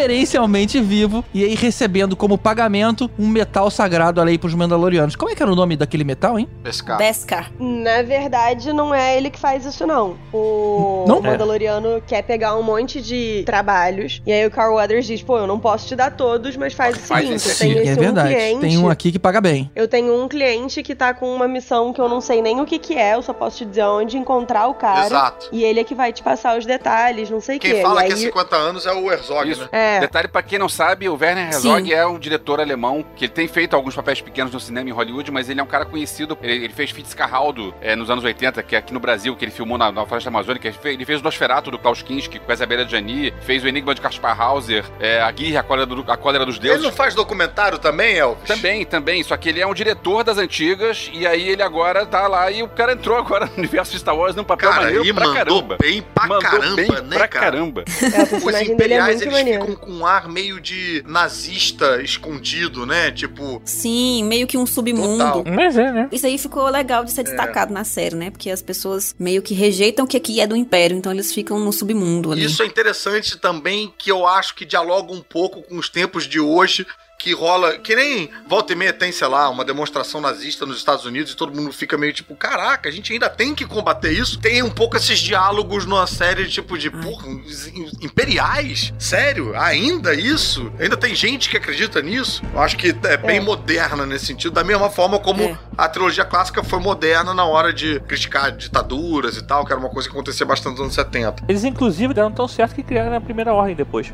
preferencialmente vivo, e aí recebendo como pagamento um metal sagrado ali pros Mandalorianos. Como é que era o nome daquele metal, hein? Esse cara. Beskar. Na verdade, não é ele que faz isso, não. O Não? é. Mandaloriano quer pegar um monte de trabalhos. E aí o Carl Weathers diz: pô, eu não posso te dar todos, mas faz o Faz seguinte: eu esse tenho esse é um verdade. cliente. Tem um aqui que paga bem. Eu tenho um cliente que tá com uma missão que eu não sei nem o que que é, eu só posso te dizer onde encontrar o cara. Exato. E ele é que vai te passar os detalhes, não sei o quê. Quem fala e aí... que é 50 anos é o Herzog, Isso. né? É, Detalhe, pra quem não sabe, o Werner Sim. Herzog é um diretor alemão que ele tem feito alguns papéis pequenos no cinema em Hollywood, mas ele é um cara conhecido. Ele, ele fez Fitzcarraldo eh, nos anos 80, que é aqui no Brasil, que ele filmou na, na Floresta Amazônica. Ele fe- ele fez o Nosferatu do Klaus Kinski com a Isabella Gianni, fez o Enigma de Kaspar Hauser, eh, a Guerra, a Cólera, do- a Cólera dos Ele Deuses. não faz documentário também, Elvis? Também, também. Só que ele é um diretor das antigas e aí ele agora tá lá e o cara entrou agora no universo de Star Wars num papel Cara, maneiro ele pra mandou caramba. bem pra mandou caramba, bem né, pra cara? caramba. é, o Os personagem dele é imperiais, muito eles maneiro. ficam com um ar meio de nazista escondido, né? Tipo, Sim, meio que um submundo. Total. É. Mas é, né? Isso aí ficou legal de ser destacado na série, né? Porque as pessoas meio que rejeitam que aqui é do Império, então eles ficam no submundo ali. Isso é interessante também, que eu acho que dialoga um pouco com os tempos de hoje, que rola. Que nem volta e meia tem, sei lá, uma demonstração nazista nos Estados Unidos e todo mundo fica meio tipo, caraca, a gente ainda tem que combater isso. Tem um pouco esses diálogos numa série tipo de, porra, os im- imperiais? Sério? Ainda isso? Ainda tem gente que acredita nisso? Eu acho que é bem É. moderna nesse sentido, da mesma forma como É. a trilogia clássica foi moderna na hora de criticar ditaduras e tal, que era uma coisa que acontecia bastante nos anos 70. Eles inclusive deram tão certo que criaram a primeira ordem depois.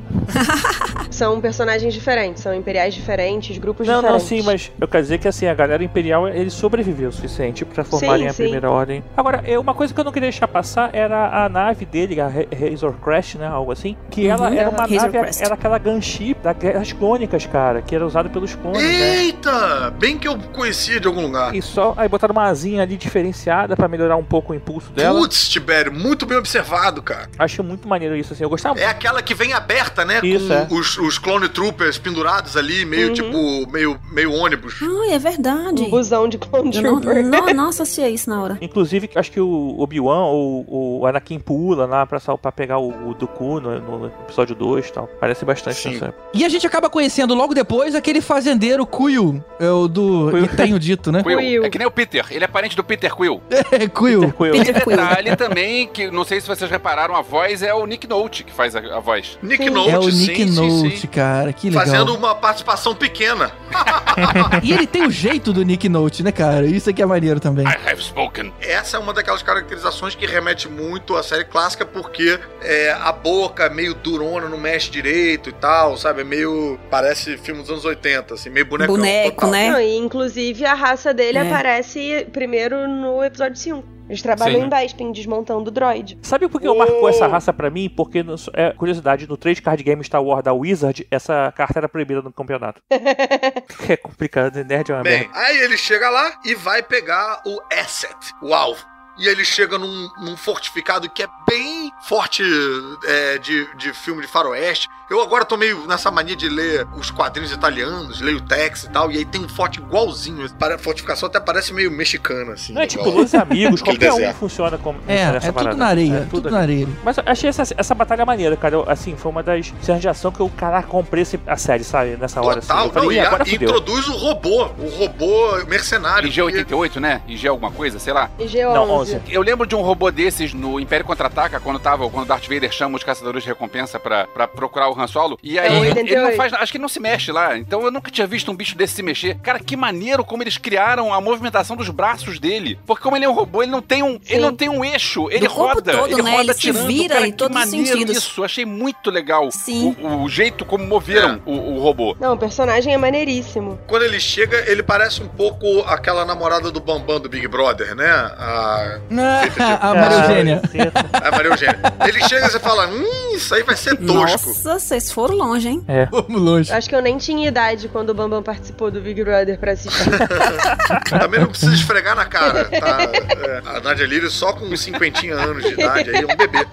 São personagens diferentes, são imperiais diferentes, grupos Não, não, diferentes. sim, mas eu quero dizer que assim, a galera imperial eles sobreviveu o suficiente pra formarem Sim, a sim. primeira ordem. Agora, eu- uma coisa que eu não queria deixar passar era a nave dele, a Ra- Razor Crest, né? Algo assim. Que Uhum, ela era uma Razor nave, Crest. era aquela gunship da Guerra das clônicas, cara, que era usada pelos clones, né? Eita! Bem que eu conhecia de algum lugar. E só Então, aí botaram uma asinha ali diferenciada pra melhorar um pouco o impulso dela. Putz, Tibério, muito bem observado, cara. Achei muito maneiro isso, assim. Eu gostava É aquela que vem aberta, né? Isso, com é. os, os clone troopers pendurados ali, meio Uhum. tipo, meio, meio ônibus. Ai, é verdade. Um busão de Clone Eu não, Trooper. não, não associei isso na hora. Inclusive, acho que o Obi-Wan ou o Anakin pula lá pra, sal- pra pegar o, o Dooku no, no episódio 2 e tal. Parece bastante Sim. nessa E a gente acaba conhecendo logo depois aquele fazendeiro Cuyo, é o do Cuyo. E Tenho Dito, né? Quill. Quill. É que nem o Peter. Ele é parente do Peter Quill. É, Cuyo. Tranquilo. E Peter Quill. né, detalhe também, que não sei se vocês repararam, a voz é o Nick Note que faz a, a voz. Nick Note, É o sim, Nick sim, Note, sim. cara, que legal. Fazendo um uma participação pequena. E ele tem o jeito do Nick Note, né, cara? Isso aqui é maneiro também. I have spoken. Essa é uma daquelas caracterizações que remete muito à série clássica, porque é, a boca é meio durona, não mexe direito e tal, sabe? É meio. Parece filme dos anos 80, assim, meio bonecão. É. Boneco, total. né? Não, e inclusive a raça dele É. aparece primeiro no episódio 5. Eles trabalham Sim. em Bespin, desmontando o droid. Sabe por que eu marcou essa raça pra mim? Porque, no- é, curiosidade, no trade card game Star Wars da Wizard, essa carta era proibida no campeonato. é complicado, né? nerd é uma Bem, merda. aí ele chega lá e vai pegar o asset, o alvo. E ele chega num, num fortificado que é bem forte é, de, de filme de faroeste. Eu agora tô meio nessa mania de ler os quadrinhos italianos, leio o Tex e tal, e aí tem um forte igualzinho. Para- A fortificação até parece meio mexicana, assim. Não é tipo igual. Los Amigos, Aquele qualquer um deserto. funciona como. É, funciona é essa tudo parada. na areia, É é tudo na areia. Mas eu achei essa, essa batalha maneira, cara. Eu, assim, foi uma das cenas de ação que eu, caraca, comprei esse- a série, sabe? Nessa hora. Assim. Total, Eu falei, não, "Ih, e a- agora fudeu. introduz o robô, o robô mercenário. IG um. 88, né? IG alguma coisa, sei lá. E Não, G11. 11. Eu lembro de um robô desses no Império Contra-Ataca, quando tava, quando Darth Vader chama os caçadores de recompensa pra, pra procurar o Han Solo. E aí Então, É o ele não 88. faz, acho que ele não se mexe lá. Então eu nunca tinha visto um bicho desse se mexer. Cara, que maneiro como eles criaram a movimentação dos braços dele. Porque como ele é um robô, ele não tem um, ele Sim. não tem um eixo, ele corpo roda, todo, ele né? roda Ele se tirando. vira Cara, em que todos os maneiro sentidos. isso. Achei muito legal Sim. O, o jeito como moveram o, o robô. Não, o personagem é maneiríssimo. Quando ele chega, ele parece um pouco aquela namorada do Bambam do Big Brother, né? A a Maria Ah, Eugênia. caceta. A Maria Eugênia. Ele chega e você fala: Hum, isso aí vai ser tosco. Nossa, vocês foram longe, hein? Vamos longe. Acho que eu nem tinha idade quando o Bambam participou do Big Brother pra assistir. Também não precisa esfregar na cara, tá? É, a Nadia Lírio só com uns cinquentinha anos de idade aí, é um bebê.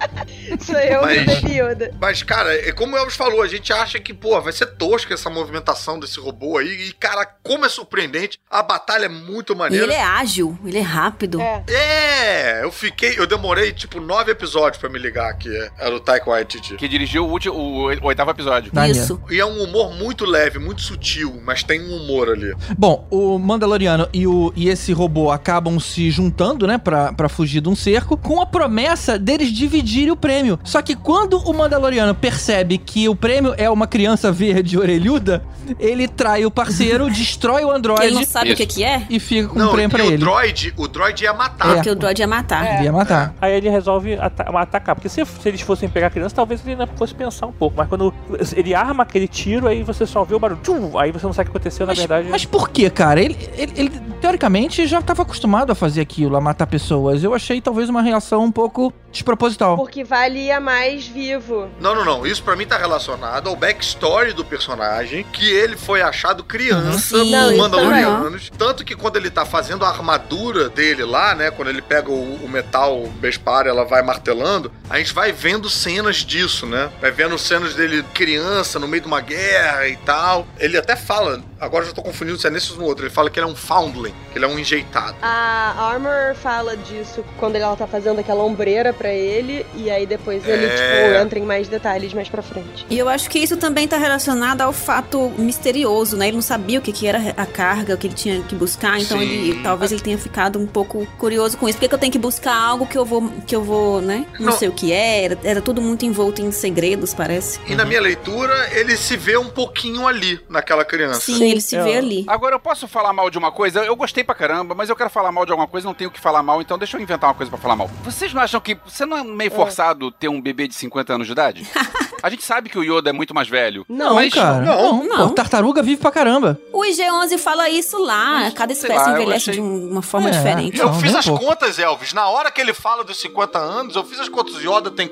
Sou eu Mas- e o Baby Yoda. Mas, cara, é como o Elvis falou, a gente acha que, pô, vai ser tosca essa movimentação desse robô aí. E, cara, como é surpreendente. A batalha é muito E ele maneira. é ágil, ele é rápido. É. É, eu fiquei, eu demorei tipo nove episódios pra me ligar que era o Taika Waititi. Que dirigiu o, último, o, o oitavo episódio. Maneiro. Isso. E é um humor muito leve, muito sutil, mas tem um humor ali. Bom, o Mandaloriano e, o, e esse robô acabam se juntando, né, pra, pra fugir de um cerco, com a promessa deles dividirem o prêmio. Só que quando o Mandaloriano percebe que o prêmio é uma criança verde orelhuda, ele trai o parceiro, destrói o Porque ele não androide sabe o que, que é? e fica com o Não, e prêmio pra o ele. droid, o droid ia matar. Porque o droid ia matar. Devia matar. Aí ele resolve ata- atacar. Porque se, se eles fossem pegar a criança, talvez ele ainda fosse pensar um pouco. Mas quando ele arma aquele tiro, aí você só vê o barulho. tchum, aí você não sabe o que aconteceu, Mas, na verdade. é mas por que, cara? Ele, ele- ele, teoricamente, já tava acostumado a fazer aquilo, a matar pessoas. Eu achei, talvez, uma reação um pouco desproposital. Porque valia mais vivo. Não, não, não. Isso pra mim tá relacionado ao backstory do personagem, que ele foi achado criança Sim. Não, é. por isso Mandalorianos. Tanto que quando ele tá fazendo a armadura dele lá, né? Quando ele pega o, o metal Bespar, ela vai martelando, a gente vai vendo cenas disso, né? Vai vendo cenas dele criança no meio de uma guerra e tal. Ele até fala, agora eu já tô confundindo se é nesse ou no outro, ele fala que ele é um foundling, que ele é um enjeitado. A Armor fala disso quando ela tá fazendo aquela ombreira pra ele. E aí depois ele, É. tipo, entra em mais detalhes mais pra frente. E eu acho que isso também tá relacionado ao fato misterioso, né? Ele não sabia o que, que era a carga, o que ele tinha que buscar, então Sim. ele talvez ele tenha ficado um pouco curioso com isso. Por que, que eu tenho que buscar algo que eu vou, que eu vou, né? Não, Não. sei o que é, era, era tudo muito envolto em segredos, parece. E na minha leitura, ele se vê um pouquinho ali, naquela criança. Sim, ele se vê Eu- ali. Agora eu posso falar mal de uma coisa? Eu gostei pra caramba, mas eu quero falar mal de alguma coisa, não tenho o que falar mal, então deixa eu inventar uma coisa pra falar mal. Vocês não acham que você não é meio forçado ter um bebê de 50 anos de idade? A gente sabe que o Yoda é muito mais velho. Não, mas, cara. não, Pô, não. tartaruga vive pra caramba. O IG-11 fala isso lá, cada sei espécie lá, eu envelhece achei- de um- uma forma É. diferente. Eu Não, fiz nem as pouco. contas, Elvis. Na hora que ele fala dos 50 anos, eu fiz as contas. O Yoda tem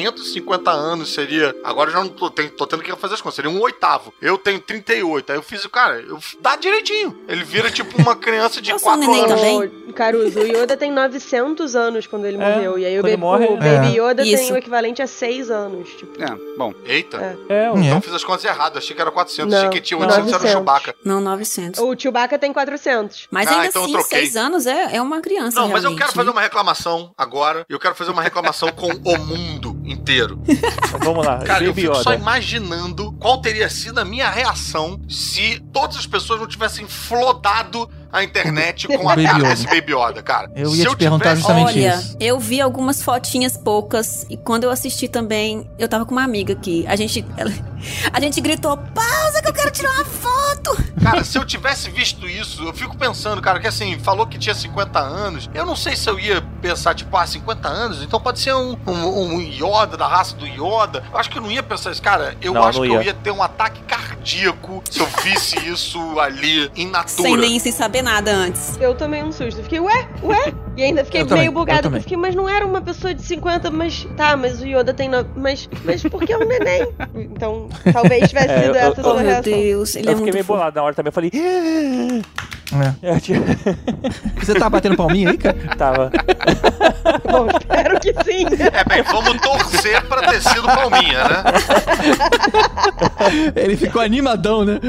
450 anos, seria. Agora eu já não tô, ten- tô tendo que fazer as contas. Seria um oitavo. Eu tenho 38. Aí eu fiz, cara, eu, dá direitinho. Ele vira tipo uma criança de Eu sou 4 um neném anos. também. O Caruso, o Yoda tem 900 anos quando ele É, morreu. E aí o quando Baby, morre- o Baby Yoda tem Isso. o equivalente a 6 anos. Tipo. É, bom. Eita. É. É, o- Então eu fiz as contas erradas. Achei que era 400. Não, achei que tinha 800 era o 900. Chewbacca. Não, 900. O Chewbacca tem 400. Mas Ah, ainda então eu assim, troquei. 6 anos é, é uma criança Não, mas eu realmente, quero fazer um né? uma reclamação agora. Eu quero fazer uma reclamação com o mundo inteiro. vamos lá. Cara, eu Baby fico só Yoda. imaginando qual teria sido a minha reação se todas as pessoas não tivessem flodado a internet com a Baby cara Yoda. desse Baby Yoda, cara. Eu se ia te perguntar justamente Olha, isso. eu vi algumas fotinhas poucas e quando eu assisti também, eu tava com uma amiga aqui. A gente, ela- a gente gritou, pausa que eu quero tirar uma foto. Cara, se eu tivesse visto isso, eu fico pensando, cara, que assim, falou que tinha 50 anos. Eu não sei se eu ia pensar, tipo, ah, 50 anos, então pode ser um, um, um Yoda, da raça do Yoda. Eu acho que eu não ia pensar isso, cara. Eu Não, acho não que eu ia. ia ter um ataque cardíaco. cardíaco se eu visse isso ali in natura. Sem nem sem saber nada antes. Eu tomei um susto. Fiquei, ué, ué? E ainda fiquei Eu também, meio eu bugada. também. Eu fiquei, mas não era uma pessoa de 50, mas. Tá, mas o Yoda tem. No... Mas, mas porque é um neném? Então, talvez tivesse É, eu- sido essa a Oh, sua meu reação. Deus, ele eu fiquei é muito meio fofo. bolado na hora também. Eu falei. É, tipo, Você tá batendo palminha aí, cara? tava. Bom, espero que sim. É bem, vamos torcer pra ter sido palminha, né? Ele ficou animadão, né?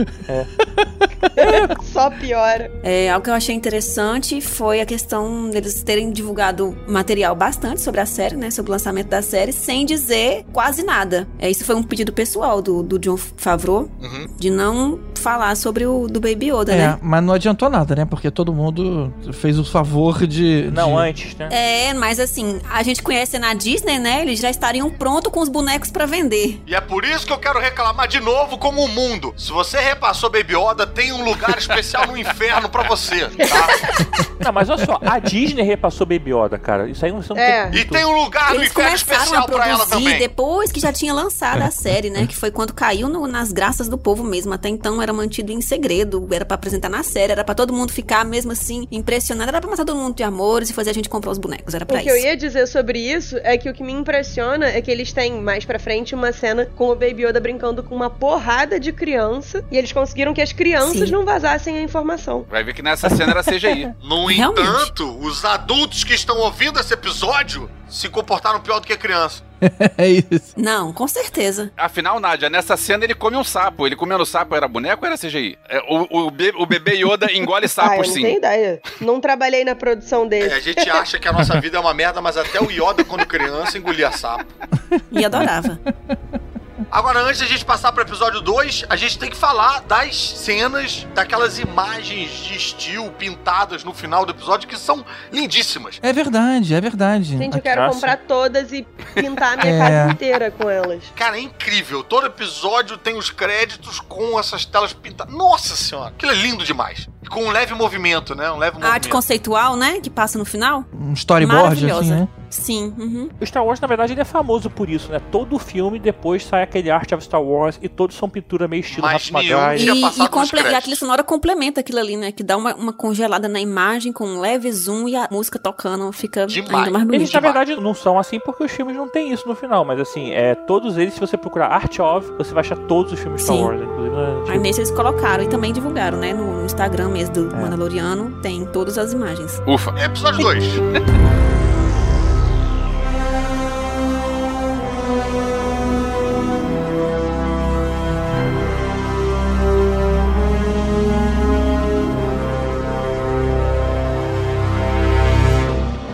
Só piora. É, algo que eu achei interessante foi a questão deles terem divulgado material bastante sobre a série, né? Sobre o lançamento da série, sem dizer quase nada. É, isso foi um pedido pessoal do, do John Favreau Uhum. de não falar sobre o do Baby Yoda, É, né? mas não adiantou nada, né? Porque todo mundo fez o favor de. Não, de... antes, né? É, mas assim, a gente conhece na Disney, né? Eles já estariam prontos com os bonecos pra vender. E é por isso que eu quero reclamar de novo como o mundo. Se você repassou Baby Yoda, tem um lugar especial no inferno pra você, tá? Não, mas olha só, a Disney repassou Baby Yoda, cara. Isso aí não são É. E tem um lugar no Eles inferno começaram a especial pra ela produzir também. depois que já tinha lançado a série, né? Que foi quando caiu no- nas graças do povo mesmo. Até então era mantido em segredo, era pra apresentar na série, era pra todo mundo ficar mesmo assim impressionado, era pra matar todo mundo de amores e fazer a gente comprar os bonecos, era O pra que eu isso. ia dizer sobre isso é que o que me impressiona é que eles têm mais pra frente uma cena com o Baby Yoda brincando com uma porrada de criança e eles conseguiram que as crianças Sim. não vazassem a informação. Vai ver que nessa cena era CGI. No Realmente. entanto, os adultos que estão ouvindo esse episódio se comportaram pior do que a criança. É isso. Não, com certeza. Afinal, Nádia, nessa cena ele come um sapo. Ele comendo sapo era boneco ou era CGI? É, o, o be- o bebê Yoda ah, engole eu sapos, não sim. tenho ideia. Não trabalhei na produção É, desse. a gente acha que a nossa vida é uma merda, mas até o Yoda, quando criança, engolia sapo. E adorava. Agora, antes da gente passar pro episódio 2, a gente tem que falar das cenas, daquelas imagens de estilo pintadas no final do episódio que são lindíssimas. É verdade, é verdade. Gente, eu quero Nossa. comprar todas e pintar a minha É. casa inteira com elas. Cara, é incrível. Todo episódio tem os créditos com essas telas pintadas. Nossa senhora, aquilo é lindo demais. E Com um leve movimento, né? Um leve A arte movimento. conceitual, né? Que passa no final? Um storyboard, assim, Maravilhosa. né? Sim. uhum. O Star Wars, na verdade, ele é famoso por isso, né? Todo filme depois sai aquele arte of Star Wars e todos são pintura meio estilo Mas Rafa nenhum Magai. E, Tinha e passado nos comple- e a créditos. trilha sonora complementa aquilo ali, né? Que dá uma, uma congelada na imagem com um leve zoom e a música tocando fica Demais. ainda mais Eles, bonita. na demais. verdade, não são assim porque os filmes não têm isso no final, mas assim, é, todos eles, se você procurar Art of, você vai achar todos os filmes Star Sim. Wars, né? inclusive. né, tipo, Aí nesse eles colocaram e também divulgaram, né? No Instagram mesmo do Mandaloriano, tem todas as imagens. Ufa. Episódio 2.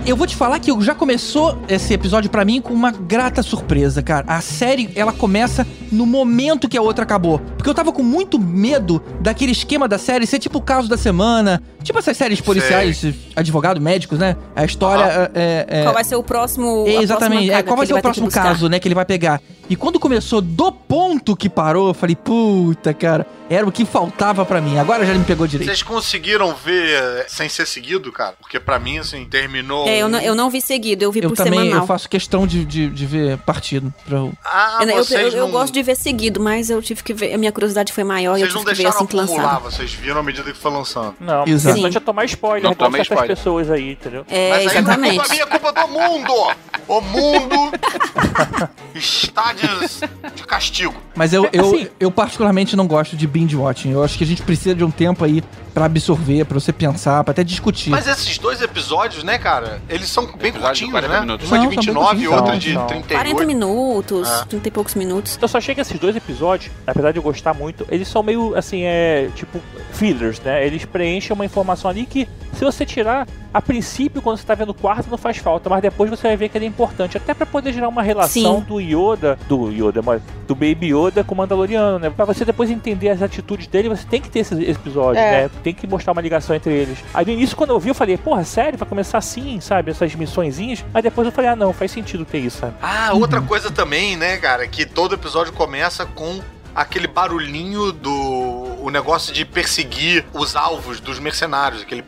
Eu vou te falar que já começou esse episódio pra mim com uma grata surpresa, cara. A série, ela começa no momento que a outra acabou. Porque eu tava com muito medo daquele esquema da série ser tipo o caso da semana, tipo essas séries policiais, advogado, médicos, né? A história é- é- Ah. Qual vai ser o próximo. é, a exatamente. próxima É, carga qual vai que ser ele o próximo ter que buscar? caso, né, que ele vai pegar? E quando começou do ponto que parou, eu falei, puta, cara, era o que faltava pra mim. Agora já ele me pegou direito. Vocês conseguiram ver eh, sem ser seguido, cara? Porque pra mim, assim, terminou. É, eu não, eu não vi seguido, eu vi Eu por também semanal. É, eu faço questão de, de, de ver partido. Pra eu... Ah, né, Eu- eu- eu- vocês eu não... gosto de ver seguido, mas eu tive que ver. A minha curiosidade foi maior e Vocês eu tive não que ver deixaram assim que acumular, lançaram. vocês viram à medida que foi lançando. Não, Exato. Exato. Sim. importante é tomar spoiler Não igual tomei certas spoiler. pessoas aí, entendeu? É, Mas aí não é culpa exatamente. minha, é culpa do mundo! O mundo está de, de castigo. Mas eu, É, eu, assim- eu particularmente não gosto de binge watching. Eu acho que a gente precisa de um tempo aí pra absorver, pra você pensar, pra até discutir. Mas esses dois episódios, né, cara? Eles são bem Episódio de curtinhos, 40 né? minutos. Uma São, de são bem 29 e curtinhos. outra São, de são. 40 38. minutos, Ah. 30 e poucos minutos. Eu Então, só achei que esses dois episódios, apesar de eu gostar muito, eles são meio assim, é. Tipo, fillers, né? Eles preenchem uma informação ali que, se você tirar, a princípio, quando você tá vendo o quarto, não faz falta, mas depois você vai ver que ele é importante. Até pra poder gerar uma relação Sim. do Yoda. Do Yoda, mas do Baby Yoda com o Mandaloriano, né? Pra você depois entender as atitudes dele, você tem que ter esses episódios, É. né? Tem que mostrar uma ligação entre eles. Aí no início, quando eu vi, eu falei, porra, sério, vai começar assim, sabe? Essas missõezinhas. Aí depois eu falei, ah, não, faz sentido ter isso, sabe? Ah, Uhum. outra coisa também, né, cara? Que todo episódio começa com aquele barulhinho do... O negócio de perseguir os alvos dos mercenários. Aquele...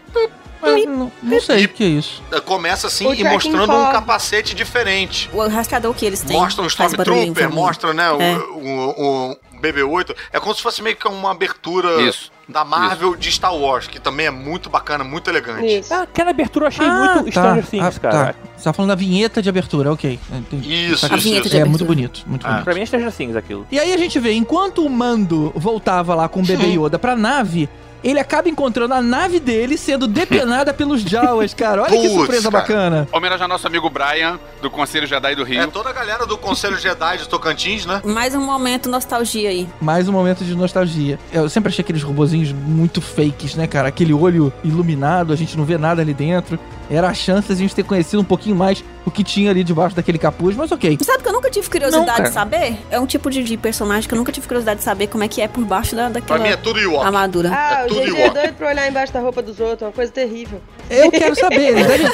Mas não, não sei o que é isso. Começa assim O e Jack mostrando um Paul. capacete diferente. O rascador que eles têm. Mostra um faz barulhinho Stormtrooper, pra mim. mostra, né, o- É. o, o- BB-8, é como se fosse meio que uma abertura Isso. da Marvel de Star Wars, que também é muito bacana, muito elegante. Isso. Ah, Aquela abertura eu achei Ah, muito Stranger Things, ah, cara. Tá. Você tá falando da vinheta de abertura, ok. Entendi. Isso, A isso, vinheta de isso. É abertura. muito bonito, muito Ah. bonito. Pra mim é Stranger Things aquilo. E aí a gente vê, enquanto o Mando voltava lá com o bebê Yoda pra nave, ele acaba encontrando a nave dele sendo depenada pelos Jawas, cara. Olha que Putz, surpresa cara. bacana. Homenagem ao nosso amigo Brian, do Conselho Jedi do Rio. É toda a galera do Conselho Jedi de Tocantins, né? Mais um momento nostalgia aí. Mais um momento de nostalgia. Eu sempre achei aqueles robozinhos muito fakes, né, cara? Aquele olho iluminado, a gente não vê nada ali dentro. Era a chance de a gente ter conhecido um pouquinho mais o que tinha ali debaixo daquele capuz, mas ok. Sabe que eu nunca tive Não, curiosidade cara. de saber? É um tipo de, de personagem que eu nunca tive curiosidade de saber como é que é por baixo da, Pra mim é daquela tudo Ewok. armadura. Ah, É o tudo GG é igual. doido pra olhar embaixo da roupa dos outros, é uma coisa terrível. Eu quero saber, eles devem,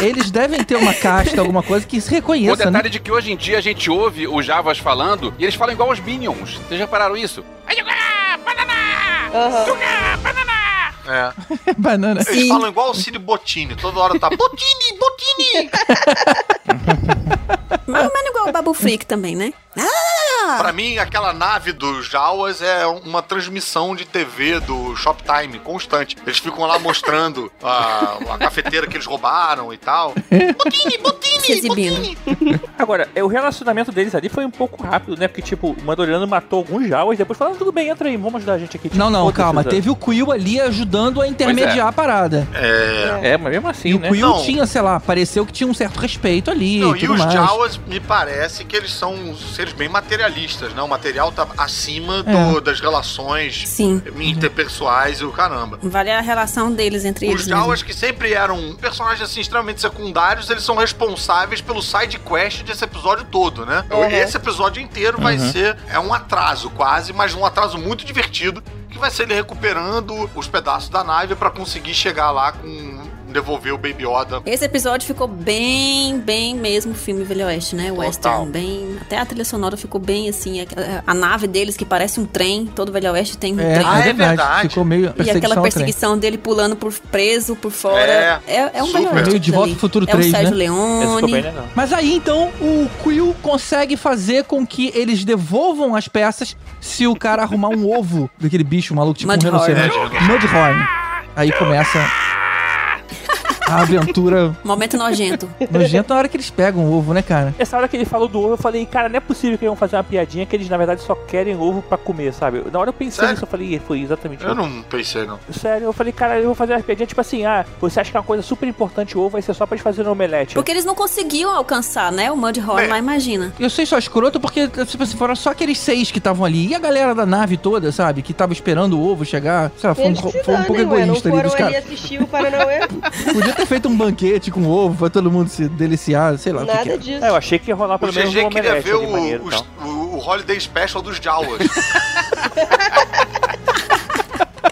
eles devem ter uma casta, alguma coisa que se O reconheça, né? detalhe de que hoje em dia a gente ouve os Javas falando e eles falam igual os Minions. Vocês já repararam isso? Aham. É. né? Banana. Eles falam igual o Cid Botini, toda hora tá Botini, Botini. Mais ou menos é igual o Babu Freak também, né? Ah. Pra mim, aquela nave dos Jawas é uma transmissão de TV do Shoptime constante. Eles ficam lá mostrando a, a cafeteira que eles roubaram e tal. Botini, Se Botini, exibindo. Botini. Agora, é, o relacionamento deles ali foi um pouco rápido, né? Porque, tipo, o Mandaloriano matou alguns Jawas, depois falando, tudo bem, entra aí, vamos ajudar a gente aqui. Tipo, Não, não, foda-se, calma. tá? Teve o Quill ali ajudando a intermediar a parada. É, mas mesmo assim, e o né? Quill Não. tinha, sei lá, pareceu que tinha um certo respeito ali Não, e e tudo os mais. Jawas, me parece que eles são seres bem materialistas, né? O material tá acima É. do- das relações Sim. interpessoais e o caramba. Vale a relação deles entre Os eles. mesmo. Jawas que sempre eram personagens assim extremamente secundários, eles são responsáveis pelo side quest desse episódio todo, né? Uhum. Esse episódio inteiro vai ser é um atraso quase, mas um atraso muito divertido que vai ser ele recuperando os pedaços da nave pra conseguir chegar lá com devolver o Baby Yoda. Esse episódio ficou bem, bem mesmo filme Velho Oeste, né? Western, bem. Até a trilha sonora ficou bem assim. A, a nave deles, que parece um trem, todo Velho Oeste tem um É, trem. Ah, é é verdade. verdade. Ficou meio E perseguição aquela ao trem. perseguição dele pulando por preso, por fora. É, é, um super. Velho Oeste. Meio de aquilo Volta ali. ao Futuro É o 3, Sérgio né? Esse ficou bem Leone. legal. Mas aí então o Quill consegue fazer com que eles devolvam as peças se o cara arrumar um ovo daquele bicho maluco, tipo um Mudhorn. rinoceronte. Mudhorn. Aí começa a aventura Momento nojento. nojenta na hora que eles pegam o ovo, né, cara? Essa hora que ele falou do ovo, eu falei, cara, não é possível que eles vão fazer uma piadinha que eles, na verdade, só querem ovo pra comer, sabe? Na hora eu pensei Sério? nisso, eu falei, "Ih, foi exatamente Eu isso. não pensei não. Sério, eu falei, cara, eu vou fazer uma piadinha, tipo assim, ah, você acha que é uma coisa super importante o ovo vai ser só pra eles fazerem um omelete. Porque eles não conseguiam alcançar, né? O Mudhorn É. lá, imagina. Eu sei só escroto porque tipo assim, foram só aqueles seis que estavam ali. E a galera da nave toda, sabe? Que tava esperando o ovo chegar. Sei lá, foi, um, Eles se foi um danem, pouco ué, não egoísta ali foram dos ali caras. assistir o Paranauê, Podia ter feito um banquete com ovo pra todo mundo se deliciar, sei lá o que que nada era. disso. É, eu achei que ia rolar O pelo menos um GG queria omelete ver ali, maneiro, o, e os- tal. o- o Holiday Special dos Jawas.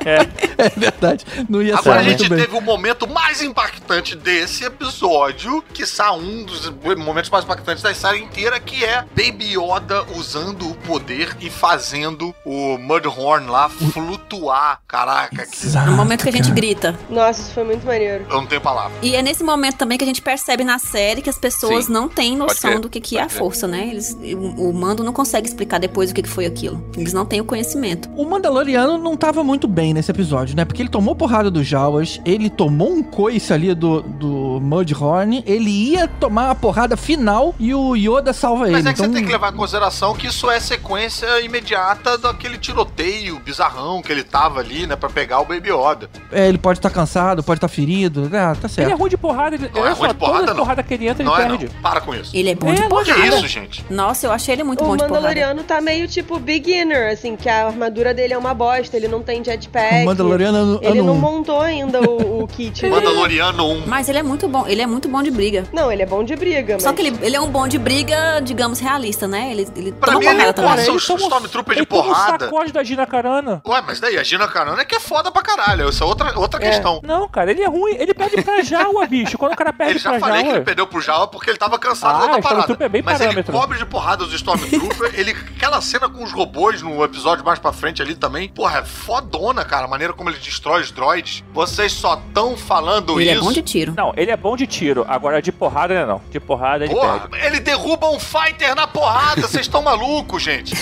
É verdade. Não ia Agora a sair gente Tá muito bem. teve o momento mais impactante desse episódio, que sai um dos momentos mais impactantes da série inteira, que é Baby Yoda usando o poder e fazendo o Mudhorn lá flutuar. Caraca, que... É Exato, o um momento que a gente Ah, cara. grita. Nossa, isso foi muito maneiro. eu não tenho palavra. E é nesse momento também que a gente percebe na série que as pessoas Sim. não têm crer, noção do que, que é a pode crer. força, né? Eles, o, o mando não consegue explicar depois o que, que foi aquilo. Eles não têm o conhecimento. O Mandaloriano não tava muito bem nesse episódio, né? Porque ele tomou porrada dos Jawas, ele tomou um coice ali do, do Mudhorn, ele ia tomar a porrada final e o Yoda salva ele. Mas é que então, você tem que levar em consideração que isso é sequência imediata daquele tiroteio bizarrão que ele tava ali, né, pra pegar o Baby Yoda. é, ele pode estar cansado, pode estar ferido, né? Tá Ele é certo. ruim de porrada, ele, Não é olha ruim só, de porrada, todas as não. porradas que ele entra, ele Não é não, perde. para com isso. Ele é bom de Que porrada. isso, gente? Nossa, eu achei ele muito O bom de porrada. Mandaloriano tá meio tipo beginner, assim, que a armadura dele é uma bosta, ele não tem jetpack. O Mandaloriano ano, é Ele ano não um. montou ainda o, o kit. né? Mandaloriano 1. Mas ele é muito bom, ele é muito bom de briga. Não, ele é bom de briga, Só mas- que ele, ele é um bom de briga, digamos, realista, né? Ele, ele Pra toma mim, ele é porrada um também. Ele ação toma um- Stormtrooper de ele toma um porrada. sacode da Gina Carana. Ué, mas daí a Gina Carano é que é foda pra caralho. Essa é outra, outra questão. Não, cara, ele é ruim. Ele perde pra Jawa, bicho. Quando o cara perde Ele já É, pra falei que ele Jawa... perdeu pro Jawa porque ele tava cansado Ah, da outra parada. Stormtrooper é bem Mas parâmetro. ele cobre de porrada os Stormtrooper. ele, aquela cena com os robôs no episódio mais pra frente ali também. Porra, é fodona, cara. A maneira como ele destrói os droids. Vocês só tão falando Ele é isso. bom de tiro. Não, ele é bom de tiro. Agora, de porrada, ele não. De porrada, ele Porra, perde. ele derruba um fighter na porrada. Vocês estão malucos, gente.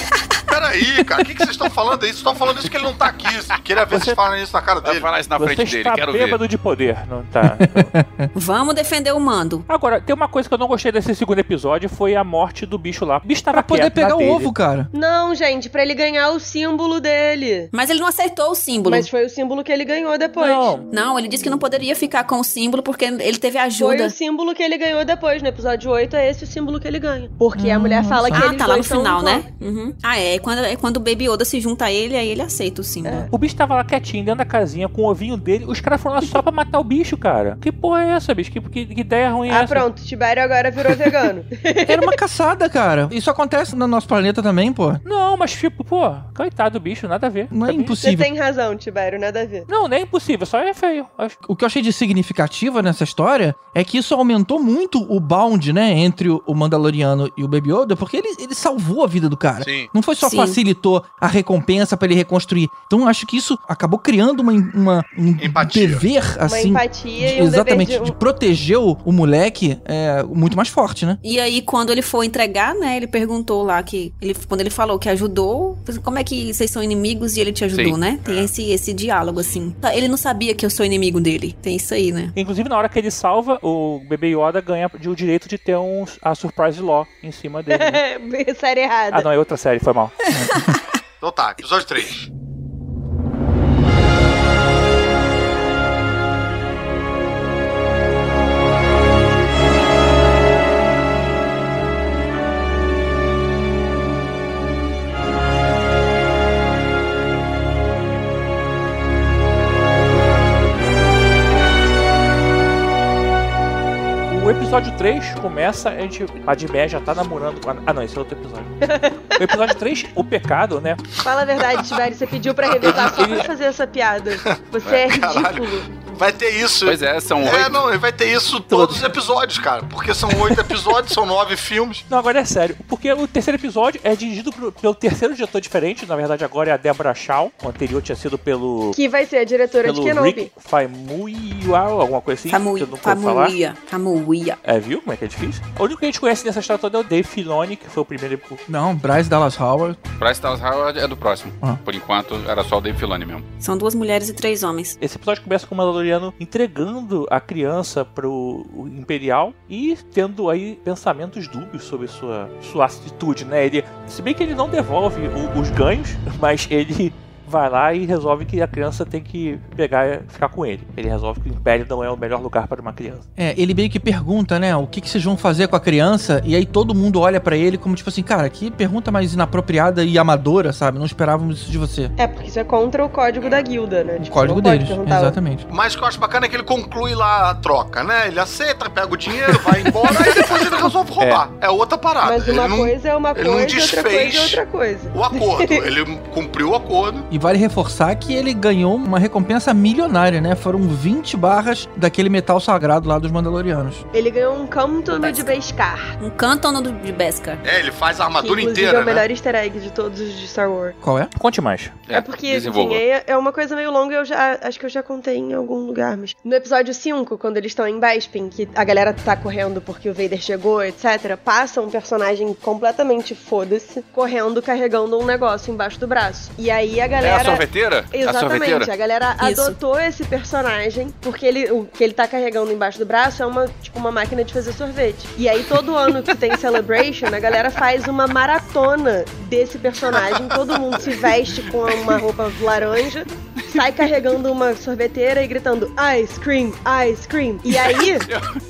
peraí, cara, o que, que vocês estão falando aí? Vocês estão falando isso que ele não tá aqui. Queria ver Você- vocês falarem isso na cara Vai dele. falar isso na Você frente está dele, quero ver. bêbado de poder, não tá? É. Vamos defender o mando. Agora, tem uma coisa que eu não gostei desse segundo episódio, foi a morte do bicho lá. O bicho tava Pra poder quieto na pegar o dele. ovo, cara. Não, gente, pra ele ganhar o símbolo dele. Mas ele não aceitou o símbolo. Mas foi o símbolo que ele ganhou depois. Não, Não, ele disse que não poderia ficar com o símbolo porque ele teve Foi ajuda. o símbolo que ele ganhou depois. No episódio 8 é esse o símbolo que ele ganha. Porque a mulher fala que Ah, eles tá lá no dois são um final, clã. né? Uhum. Ah, é. É Quando, é quando o Baby Yoda se junta a ele, aí ele aceita o É. símbolo. o bicho tava lá quietinho, dentro da casinha, com o ovinho dele. Os caras foram lá só pra matar o bicho, cara. Que porra é essa, bicho? Que, que, que ideia ruim é Ah, essa? pronto. Tibério agora virou vegano. Era uma caçada, cara. Isso acontece no nosso planeta também, pô. Não, mas tipo, pô, coitado do bicho, nada a ver. Não é Também- Você impossível. tem razão, Tibério, nada a ver. Não, nem é impossível, só é feio. Acho- O que eu achei de significativo nessa história é que isso aumentou muito o bound, né, entre o o Mandaloriano e o Baby Yoda, porque ele, ele salvou a vida do cara. Sim. Não foi só Sim. facilitou a recompensa pra ele reconstruir. Então acho que isso acabou criando uma, uma- um Empatia. dever assim, Uma de- empatia e um exatamente, dever de de... proteger o, o moleque é, muito mais forte, né? E aí, quando ele foi entregar, né? Ele perguntou lá que. Ele, quando ele falou que ajudou, como é que vocês são inimigos e ele te ajudou, Sim. né? Tem esse, esse diálogo, assim. Ele não sabia que eu sou inimigo dele. Tem isso aí, né? Inclusive, na hora que ele salva, o bebê Yoda ganha de- o direito de ter um, a Surprise Law em cima dele. né? É, Série ah, errada. não, é outra série, foi mal. Então tá, episódio 3. O episódio 3 começa, a gente. A Dimé já tá namorando com a. Ah, não, esse é outro episódio. O episódio 3, o pecado, né? Fala a verdade, Tibério. Você pediu pra revisar só pra fazer essa piada. Você é Caralho. ridículo. Vai ter isso. Pois é, são É, oito. não, ele vai ter isso todos os episódios, cara. Porque são oito episódios, são nove filmes. Não, agora é sério. Porque o terceiro episódio é dirigido pro- pelo terceiro diretor diferente. Na verdade, agora é a Deborah Shaw. O anterior tinha sido pelo. Que vai ser a diretora de Pelo Kenobi. Rick Famuyiwa, alguma coisa assim. que eu não consigo falar. Famuia. Famuia. É, viu como é que é difícil? O único que a gente conhece nessa história toda é o Dave Filoni, que foi o primeiro. Não, Bryce Dallas Howard. Bryce Dallas Howard é do próximo. Ah. Por enquanto, era só o Dave Filoni mesmo. São duas mulheres e três homens. Esse episódio começa com o Mandaloriano entregando a criança pro Imperial e tendo aí pensamentos dúbios sobre sua, sua atitude, né? Ele, se bem que ele não devolve o- os ganhos, mas ele vai lá e resolve que a criança tem que pegar e ficar com ele. Ele resolve que o Império não é o melhor lugar para uma criança. É, ele meio que pergunta, né, o que, que vocês vão fazer com a criança, e aí todo mundo olha pra ele como tipo assim, cara, que pergunta mais inapropriada e amadora, sabe? Não esperávamos isso de você. É, porque isso é contra o código da guilda, né? O Tipo, código não pode deles, perguntar. exatamente. Mas o que eu acho bacana é que ele conclui lá a troca, né? Ele aceita, pega o dinheiro, vai embora e depois ele resolve roubar. É, outra parada. Ah, Mas ele uma não- coisa é uma ele coisa, não outra coisa é desfez. outra coisa. O acordo. Ele cumpriu o acordo. E vale reforçar que ele ganhou uma recompensa milionária, né? Foram 20 barras daquele metal sagrado lá dos Mandalorianos. Ele ganhou um cântano Tá. de Beskar. Um cântono do- de Beskar. É, ele faz a Que armadura inclusive é inteira, o né? melhor easter egg de todos os de Star Wars. Qual é? Conte mais. É, porque desenvolva. enfim, é, é uma coisa meio longa, eu já acho que eu já contei em algum lugar, mas no episódio 5, quando eles estão em Bespin, que a galera tá correndo porque o Vader chegou, etc, passa um personagem completamente foda-se correndo carregando um negócio embaixo do braço. E aí a É a galera sorveteira? É a sorveteira? Exatamente, a galera Isso. adotou esse personagem porque ele, o que ele tá carregando embaixo do braço é uma, tipo, uma máquina de fazer sorvete. E aí todo ano que tem Celebration, a galera faz uma maratona desse personagem, todo mundo se veste com uma roupa laranja, sai carregando uma sorveteira e gritando ice cream, ice cream. E aí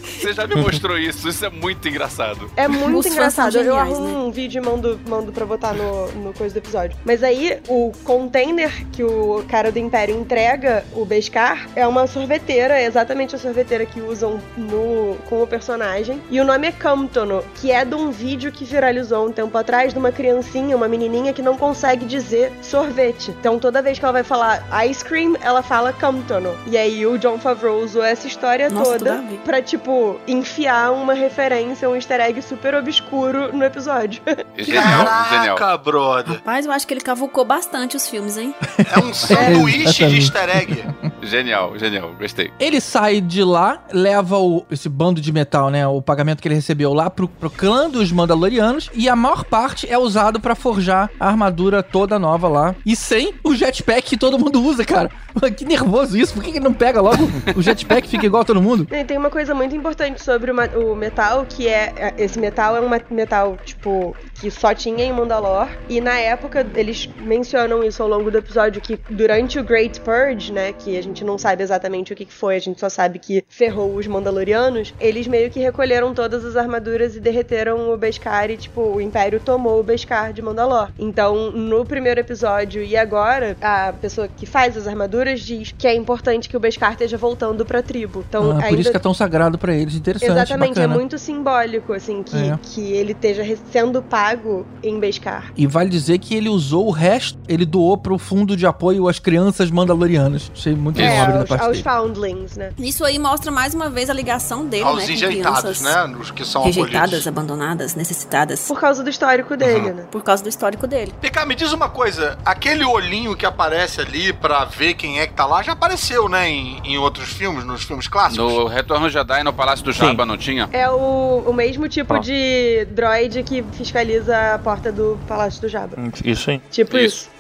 Você já me mostrou isso, isso é muito engraçado. é muito Os fãs engraçado. são Eu geniais, arrumo né? um vídeo e mando, mando pra botar no, no coisa do episódio. Mas aí, o container que o cara do Império entrega, o Beskar, é uma sorveteira, é exatamente a sorveteira que usam no, com o personagem. E o nome é Camptono, que é de um vídeo que viralizou um tempo atrás de uma criancinha, uma menininha que não consegue dizer sorvete. Então toda vez que ela vai falar ice Ice Cream, ela fala Comptono. E aí o John Favreau usou essa história Nossa, tudo toda a ver. pra, tipo, enfiar uma referência, um easter egg super obscuro no episódio. Genial, genial. brother. Rapaz, eu acho que ele cavucou bastante os filmes, hein? É um sanduíche de exatamente. easter egg. Genial, genial. Gostei. Ele sai de lá, leva o, esse bando de metal, né? O pagamento que ele recebeu lá pro, pro clã dos Mandalorianos. E a maior parte é usado pra forjar a armadura toda nova lá. E sem o jetpack que todo mundo usa, cara. Que nervoso isso. Por que, que ele não pega logo o jetpack e fica igual a todo mundo? E tem uma coisa muito importante sobre o, ma- o metal, que é. é, Esse metal é um ma- metal, tipo, que só tinha em Mandalor. E na época, eles mencionam isso ao longo do episódio, que durante o Great Purge, né? Que a gente não sabe exatamente o que que foi, a gente só sabe que ferrou os Mandalorianos. Eles meio que recolheram todas as armaduras e derreteram o Beskar e, tipo, o Império tomou o Beskar de Mandalor. Então, no primeiro episódio e agora, a pessoa que faz as armaduras diz que é importante que o Beskar esteja voltando pra tribo. Então, Ah, por isso ainda que é tão sagrado pra eles. Interessante, Exatamente, bacana. é muito simbólico, assim, que, É. que ele esteja re- sendo pago em Beskar. E vale dizer que ele usou o resto, ele doou pro fundo de apoio às crianças mandalorianas. Achei muito Isso. É, nobre da aos, parte aos dele. foundlings, né? Isso aí mostra mais uma vez a ligação dele, Aos né? Com enjeitados, crianças né? Os que são rejeitadas, acolhidos. abandonadas, necessitadas. Por causa do histórico dele, né? Por causa do histórico dele. PK, me diz uma coisa. Aquele olhinho que aparece ali pra ver quem é que tá lá já apareceu, né? Em, em outros filmes, nos filmes clássicos. No Retorno Jedi no Palácio do Jabba não tinha? É o, o mesmo tipo Ó. de droid que fiscaliza a porta do Palácio do Jabba. Isso, hein? Tipo Isso. isso.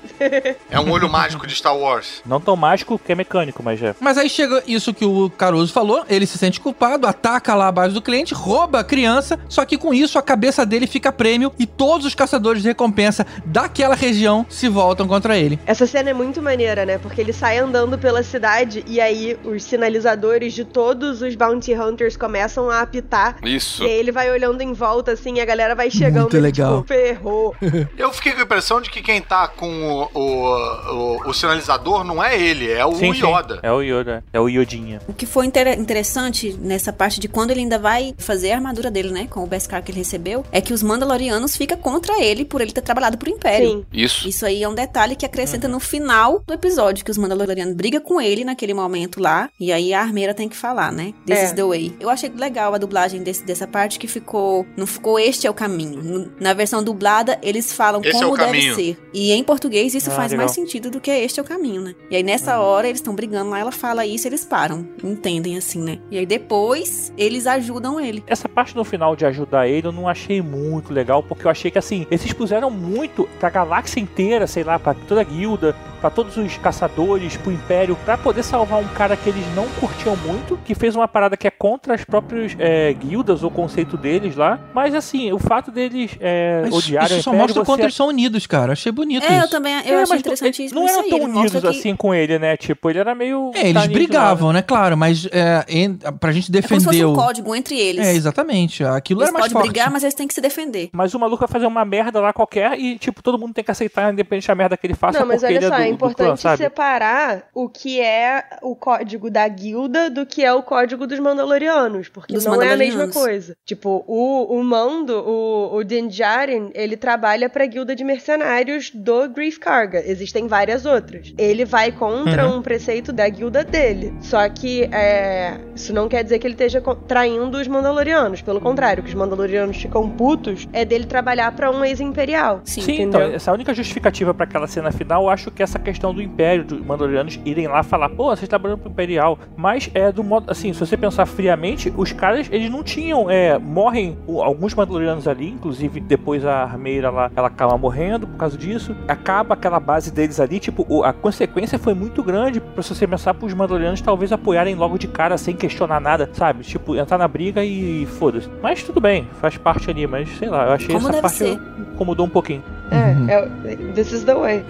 É um olho mágico de Star Wars. Não tão mágico que é mecânico, mas é. Mas aí chega isso que o Caruso falou, ele se sente culpado, ataca lá a base do cliente, rouba a criança, só que com isso a cabeça dele fica prêmio e todos os caçadores de recompensa daquela região se voltam contra ele. Essa cena é muito maneira, né? Porque ele sai andando pela cidade e aí os sinalizadores de todos os Bounty Hunters começam a apitar. Isso. E aí ele vai olhando em volta, assim, e a galera vai chegando. Muito ele, legal. Tipo, ferrou. Eu fiquei com a impressão de que quem tá com o, o, o- o sinalizador não é ele, é o Sim, sim. Yoda. É o Yoda. É o Yodinha. O que foi inter- interessante nessa parte de quando ele ainda vai fazer a armadura dele, né? Com o Beskar que ele recebeu, é que os Mandalorianos ficam contra ele por ele ter trabalhado pro Império. Sim. Isso. Isso aí é um detalhe que acrescenta no final do episódio, que os Mandalorianos brigam com ele naquele momento lá, e aí a armeira tem que falar, né? This É. is the way. Eu achei legal a dublagem desse- dessa parte que ficou. Não ficou este é o caminho. N- Na versão dublada, eles falam Esse é como o deve caminho. ser. E em português isso Ah, faz legal. Uhum. mais sentido do que este é o caminho, né? E aí nessa hora eles estão brigando lá, ela fala isso, eles param. Entendem assim, né? E aí depois eles ajudam ele. Essa parte no final de ajudar ele eu não achei muito legal, porque eu achei que assim, eles expuseram muito pra galáxia inteira, sei lá, pra toda a guilda, pra todos os caçadores, pro império, pra poder salvar um cara que eles não curtiam muito, que fez uma parada que é contra as próprias é, guildas, o conceito deles lá. Mas assim, o fato deles é, Mas Isso, odiarem o só império, mostra o você- quanto eles são unidos, cara. Achei bonito É, eu isso. também eu É, achei mas tu- interessantíssimo Não isso eram aí. tão Ele mostra unidos que- assim com ele, né? Tipo, ele era meio. É, eles carinho de lado. brigavam, né? Claro, mas é, en- pra gente É como se fosse defender um o... código entre eles. É, exatamente. Aquilo Eles era mais podem forte. brigar, mas eles têm que se defender. Mas o maluco vai fazer uma merda lá qualquer e, tipo, todo mundo tem que aceitar, independente da merda que ele faça, Não, mas porque olha ele só, é do, é do clã, importante sabe? separar o que é o código da guilda do que é o código dos Mandalorianos, porque Dos não é a mesma Mandalorianos. coisa. Tipo, o, o Mando, o, o Din Djarin, ele trabalha pra guilda de mercenários do Grief Karga. Existem várias outras. Ele vai contra Uhum. um preceito da guilda dele. Só que é, isso não quer dizer que ele esteja co- traindo os Mandalorianos. Pelo contrário, que os Mandalorianos ficam putos é dele trabalhar pra um ex-imperial. Sim. Sim, então, entendeu? essa é a única justificativa pra aquela cena final, eu acho que é essa questão do Império, dos Mandalorianos irem lá falar, pô, vocês tá trabalhando pro Imperial. Mas é do modo, assim, se você pensar friamente, os caras, eles não tinham, é, morrem o- alguns Mandalorianos ali, inclusive depois a armeira lá, ela acaba morrendo por causa disso. Acaba aquela base deles ali, tipo, o- a consequência foi muito grande pra se você pensar pros Mandalorianos talvez apoiarem logo de cara sem questionar nada, sabe? Tipo, entrar na briga e foda-se. Mas tudo bem, faz parte ali, mas sei lá, eu achei Como essa deve parte ser. incomodou um pouquinho. Uhum. É, é, this is the way.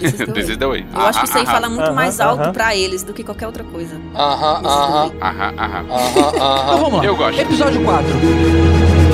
This is the This way. is the way. é Ah, Eu acho que isso aí fala muito ah, aham, mais alto aham. pra eles do que qualquer outra coisa. Aham, This is the way. Aham, aham. Então vamos lá. Eu gosto. Episódio 4.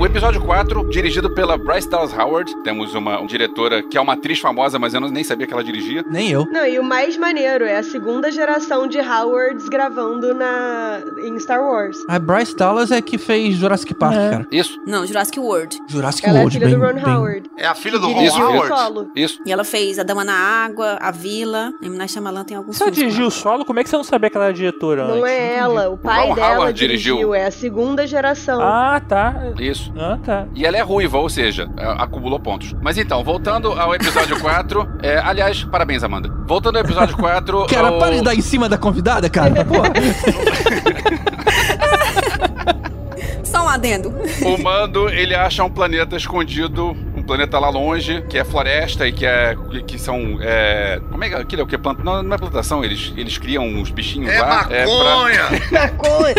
O episódio 4, dirigido pela Bryce Dallas Howard. Temos uma diretora que é uma atriz famosa, mas eu não- nem sabia que ela dirigia. Nem eu. Não, e o mais maneiro é a segunda geração de Howards gravando na em Star Wars. A Bryce Dallas é que fez Jurassic Park, cara. Isso, Não, Jurassic World. Jurassic Ela é World, filha bem, do Ron bem- Howard. É a filha do Ron Dirigiu o Howard? solo. isso. E ela fez A Dama na Água, A Vila. A Minas Chamalan tem alguns Se ela filmes com dirigiu ela. o solo, como é que você não sabia que ela era diretora Não antes? é ela, o pai Ron dela Howard dirigiu. dirigiu. é a segunda geração. Ah, tá. Isso. Ah, tá. E ela é ruiva, ou seja, a- acumulou pontos. Mas então, voltando ao episódio 4. é, aliás, parabéns, Amanda. Voltando ao episódio 4. Cara, o- para de dar em cima da convidada, cara. Pô, Só um adendo. O Mando, ele acha um planeta escondido, um planeta lá longe, que é floresta e que é. que- que são. é, como é que aquilo é o que? Planta, não, não é plantação, eles, eles criam uns bichinhos É lá. pra- maconha! Maconha.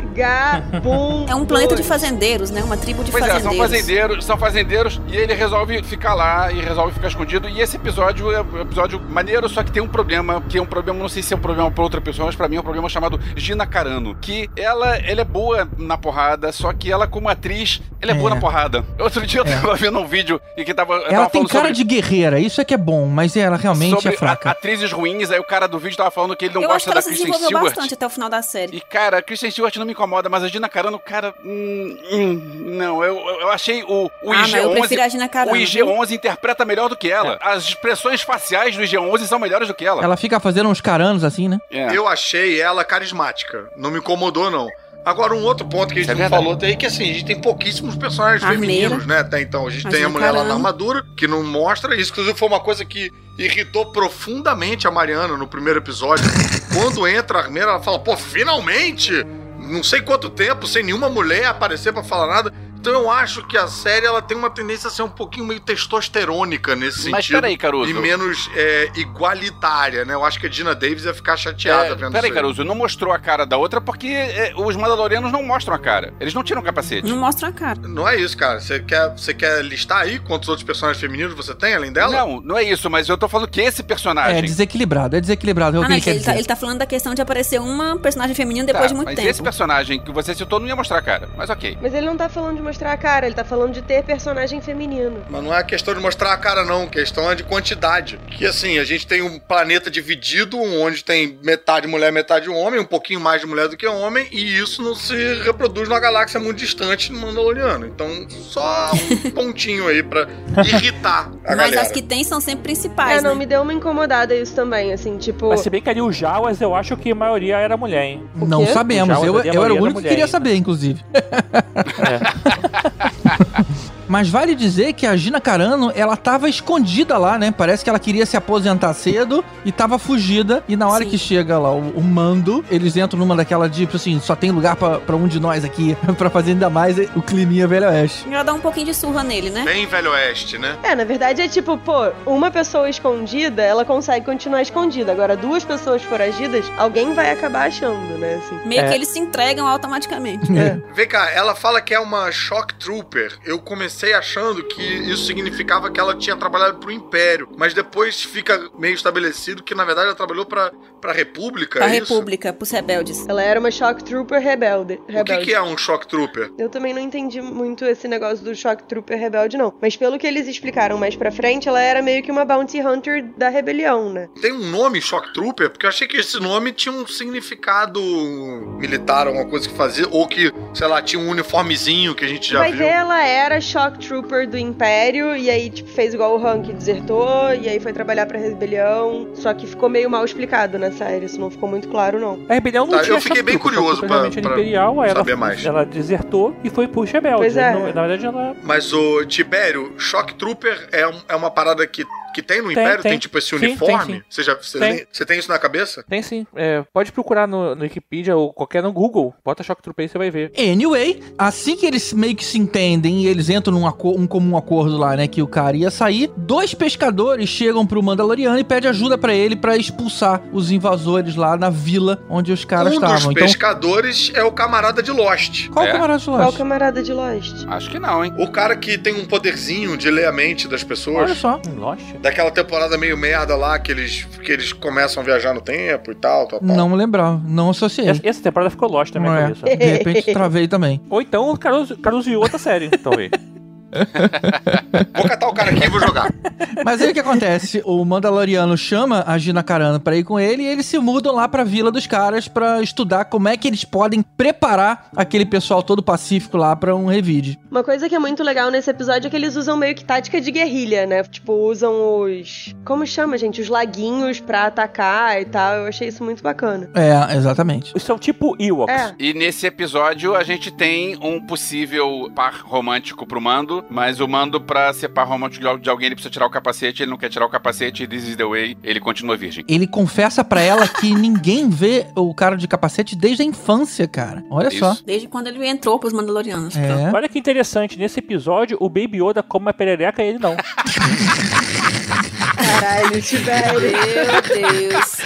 Vagabundo. É um planeta de fazendeiros, né? Uma tribo de Pois é, são fazendeiros. fazendeiros, são fazendeiros, e ele resolve ficar lá e resolve ficar escondido. E esse episódio é um episódio maneiro, só que tem um problema, que é um problema, não sei se é um problema pra outra pessoa, mas pra mim é um problema chamado Gina Carano. Que ela, ela é boa na porrada, só que ela, como atriz, ela é, boa É. na porrada. Outro dia eu tava vendo um vídeo e que tava. eu ela tava tem falando cara de sobre... guerreira, isso é que é bom, mas ela realmente sobre é fraca. a- atrizes ruins, aí o cara do vídeo tava falando que ele não Eu acho gosta que ela da se Kristen desenvolveu Stewart. bastante até o final da série. E, cara, a Kristen Stewart não me incomoda, mas a Gina Carano, cara. hum, hum, não, eu, eu- eu achei o, o ah, mas eu IG-11. prefiro a Gina Carano. o IG-11 interpreta melhor do que ela. As expressões faciais do IG-11 são melhores do que ela. Ela fica fazendo uns caranos assim, né? É. Eu achei ela carismática. Não me incomodou, não. Agora, um outro ponto que a gente É não verdade. falou daí, que assim, a gente tem pouquíssimos personagens Armeira. femininos, né, até então. A gente A tem a Gina mulher lá na Carano. armadura, que não mostra isso. Inclusive, foi uma coisa que irritou profundamente a Mariana no primeiro episódio. Quando entra a armeira, ela fala, pô, finalmente! Não sei quanto tempo, sem nenhuma mulher aparecer pra falar nada. Então eu acho que a série, ela tem uma tendência a ser um pouquinho meio testosterônica nesse Mas sentido. peraí, Caruso. E menos é, igualitária, né? Eu acho que a Dina Davis ia ficar chateada É, vendo isso. peraí, aí. Caruso, não mostrou a cara da outra porque é, os Mandalorianos não mostram a cara. Eles não tiram o capacete. Não mostra a cara. Não é isso, cara. Você quer, você quer listar aí quantos outros personagens femininos você tem além dela? Não, não é isso, mas eu tô falando que esse Ah, personagem. É desequilibrado, é desequilibrado. É o Ah, que não, ele quer ele, tá, dizer. ele tá falando da questão de aparecer uma personagem feminina depois Tá, de muito mas tempo. esse personagem que você citou não ia mostrar a cara, mas ok. Mas ele não tá falando de mostrar a cara, ele tá falando de ter personagem feminino. Mas não é questão de mostrar a cara, não. Questão é de quantidade. Que assim, a gente tem um planeta dividido, um onde tem metade mulher, metade homem, um pouquinho mais de mulher do que homem, e isso não se reproduz numa galáxia muito distante no Mandaloriano. Então, só um pontinho aí pra irritar a Mas Ah, galera. as que tem são sempre É, principais, não, né? me deu uma incomodada isso também, assim, tipo. Mas se bem que ali o Jawas, eu acho que a maioria era mulher, hein? Não quê? sabemos. Já Eu, odeia a eu era maioria o da único que mulher queria ainda. saber, inclusive. É. Mas vale dizer que a Gina Carano, ela tava escondida lá, né? Parece que ela queria se aposentar cedo e tava fugida. E na hora Sim. que chega lá o, o mando, eles entram numa daquela de, tipo assim, só tem lugar pra pra um de nós aqui, pra fazer ainda mais o climinha velho oeste. Já dá um pouquinho de surra nele, né? Bem velho oeste, né? É, na verdade é tipo, pô, uma pessoa escondida, ela consegue continuar escondida. Agora, duas pessoas foragidas, alguém vai acabar achando, né? Assim. Meio É. que eles se entregam automaticamente. Vem cá, ela fala que é uma shock trooper. Eu comecei achando que isso significava que ela tinha trabalhado pro Império, mas depois fica meio estabelecido que na verdade ela trabalhou pra, pra República. pra é isso? República, pros rebeldes. Ela era uma shock trooper rebelde. O que, rebelde. que é um shock trooper? Eu também não entendi muito esse negócio do shock trooper rebelde, não. Mas pelo que eles explicaram mais pra frente, ela era meio que uma bounty hunter da rebelião, né? Tem um nome shock trooper? Porque eu achei que esse nome tinha um significado militar, alguma coisa que fazia, ou que, sei lá, tinha um uniformezinho que a gente já Mas viu. ela era shock trooper do Império, e aí, tipo, fez igual o Hank, desertou, e aí foi trabalhar pra rebelião. Só que ficou meio mal explicado na série, isso não ficou muito claro, não. A rebelião não Tá, tinha eu fiquei essa bem culpa, curioso porque pra- realmente era pra imperial, aí saber ela, mais. ela desertou e foi pros rebeldes. Pois é. Não- Na verdade, ela Mas o Tibério, Shock Trooper é, um- é uma parada que, que tem no Tem, Império? Tem, tem. tipo esse Sim, uniforme? tem, sim. Você, já, você, Tem. tem. você tem isso na cabeça? Tem sim. É, pode procurar no, no Wikipedia ou qualquer no Google. Bota Shock Trooper aí, você vai ver. Anyway, assim que eles meio que se entendem e eles entram num aco- um comum acordo lá, né, que o cara ia sair, dois pescadores chegam pro Mandaloriano e pedem ajuda pra ele pra expulsar os invasores lá na vila onde os caras um dos estavam. Então, pescadores é o camarada de Lost. qual É. o camarada de lá? Qual camarada de Lost? Acho que não, hein? O cara que tem um poderzinho de ler a mente das pessoas. Olha só. Hum, Lost? Daquela temporada meio merda lá que eles, que eles começam a viajar no tempo e tal, tal, tal. Não me lembrava, não associei. Essa, essa temporada ficou Lost na minha Não é. cabeça. De repente travei também. Ou então o Caruso, Caruso viu outra série, Então talvez. Vou catar o cara aqui e vou jogar. Mas aí o que acontece? O Mandaloriano chama a Gina Carano pra ir com ele e eles se mudam lá pra vila dos caras pra estudar como é que eles podem preparar aquele pessoal todo pacífico lá pra um revide. Uma coisa que é muito legal nesse episódio é que eles usam meio que tática de guerrilha, né? Tipo, usam os. Como chama, gente? Os laguinhos pra atacar e tal. Eu achei isso muito bacana. É, exatamente. São tipo Ewoks. É. E nesse episódio a gente tem um possível par romântico pro Mando, mas o Mando, pra ser par romântico de al- de alguém, ele precisa tirar o capacete, ele não quer tirar o capacete, this is the way, ele continua virgem. Ele confessa pra ela que ninguém vê o cara de capacete desde a infância, cara. Olha Isso. só. Desde quando ele entrou pros Mandalorianos. É. Olha que interessante, nesse episódio o Baby Yoda come uma perereca e ele não. Caralho, velho. Meu Deus.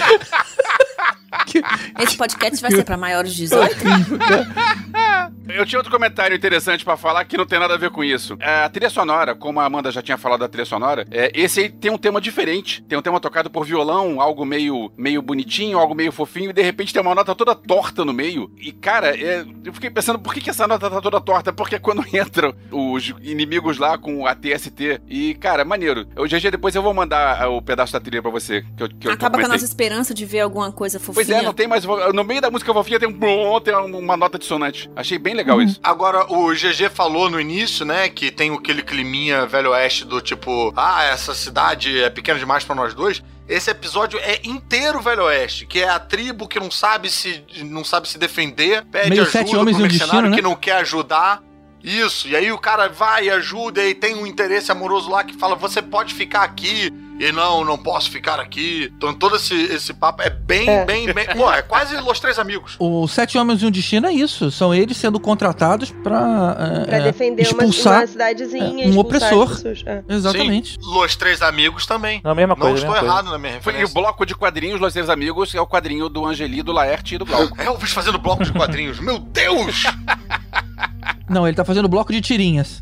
Esse podcast vai ser pra maiores de 18? Eu tinha outro comentário interessante pra falar que não tem nada a ver com isso. A trilha sonora, como a Amanda já tinha falado da trilha sonora, é, esse aí tem um tema diferente. Tem um tema tocado por violão, algo meio, meio bonitinho, algo meio fofinho, e de repente tem uma nota toda torta no meio. E, cara, é, eu fiquei pensando por que, que essa nota tá toda torta? Porque quando entram os inimigos lá com a TST, e, cara, maneiro. O GG, depois eu vou mandar ah, o pedaço da trilha pra você, que eu, que eu Acaba com a comentei. nossa esperança de ver alguma coisa fofinha. Pois é, não tem mais. vo- No meio da música fofinha tem um brum, tem uma nota dissonante. Achei Uhum. bem legal isso. Agora, o GG falou no início, né, que tem aquele climinha velho oeste do tipo, ah, essa cidade é pequena demais pra nós dois. Esse episódio é inteiro velho oeste, que é a tribo que não sabe se não sabe se defender, pede Meio ajuda sete homens e pro um mercenário destino, né? que não quer ajudar. Isso, e aí o cara vai e ajuda, e tem um interesse amoroso lá que fala, você pode ficar aqui, e não, não posso ficar aqui. Então todo esse, esse papo é bem, É. bem, bem... Pô, é quase Los Três Amigos. O Sete Homens e um Destino é isso. São eles sendo contratados pra, é, Pra é, defender uma, expulsar. uma cidadezinha. é, um expulsar as opressor. pessoas. É. Exatamente. Sim, Los Três Amigos também. Não, É a mesma Não coisa, estou mesma coisa. errado na minha Foi, e o referência. bloco de quadrinhos Los Três Amigos é o quadrinho do Angeli, do Laerte e do Glauco. Elvis fazendo bloco de quadrinhos. Meu Deus! Não, ele tá fazendo bloco de tirinhas.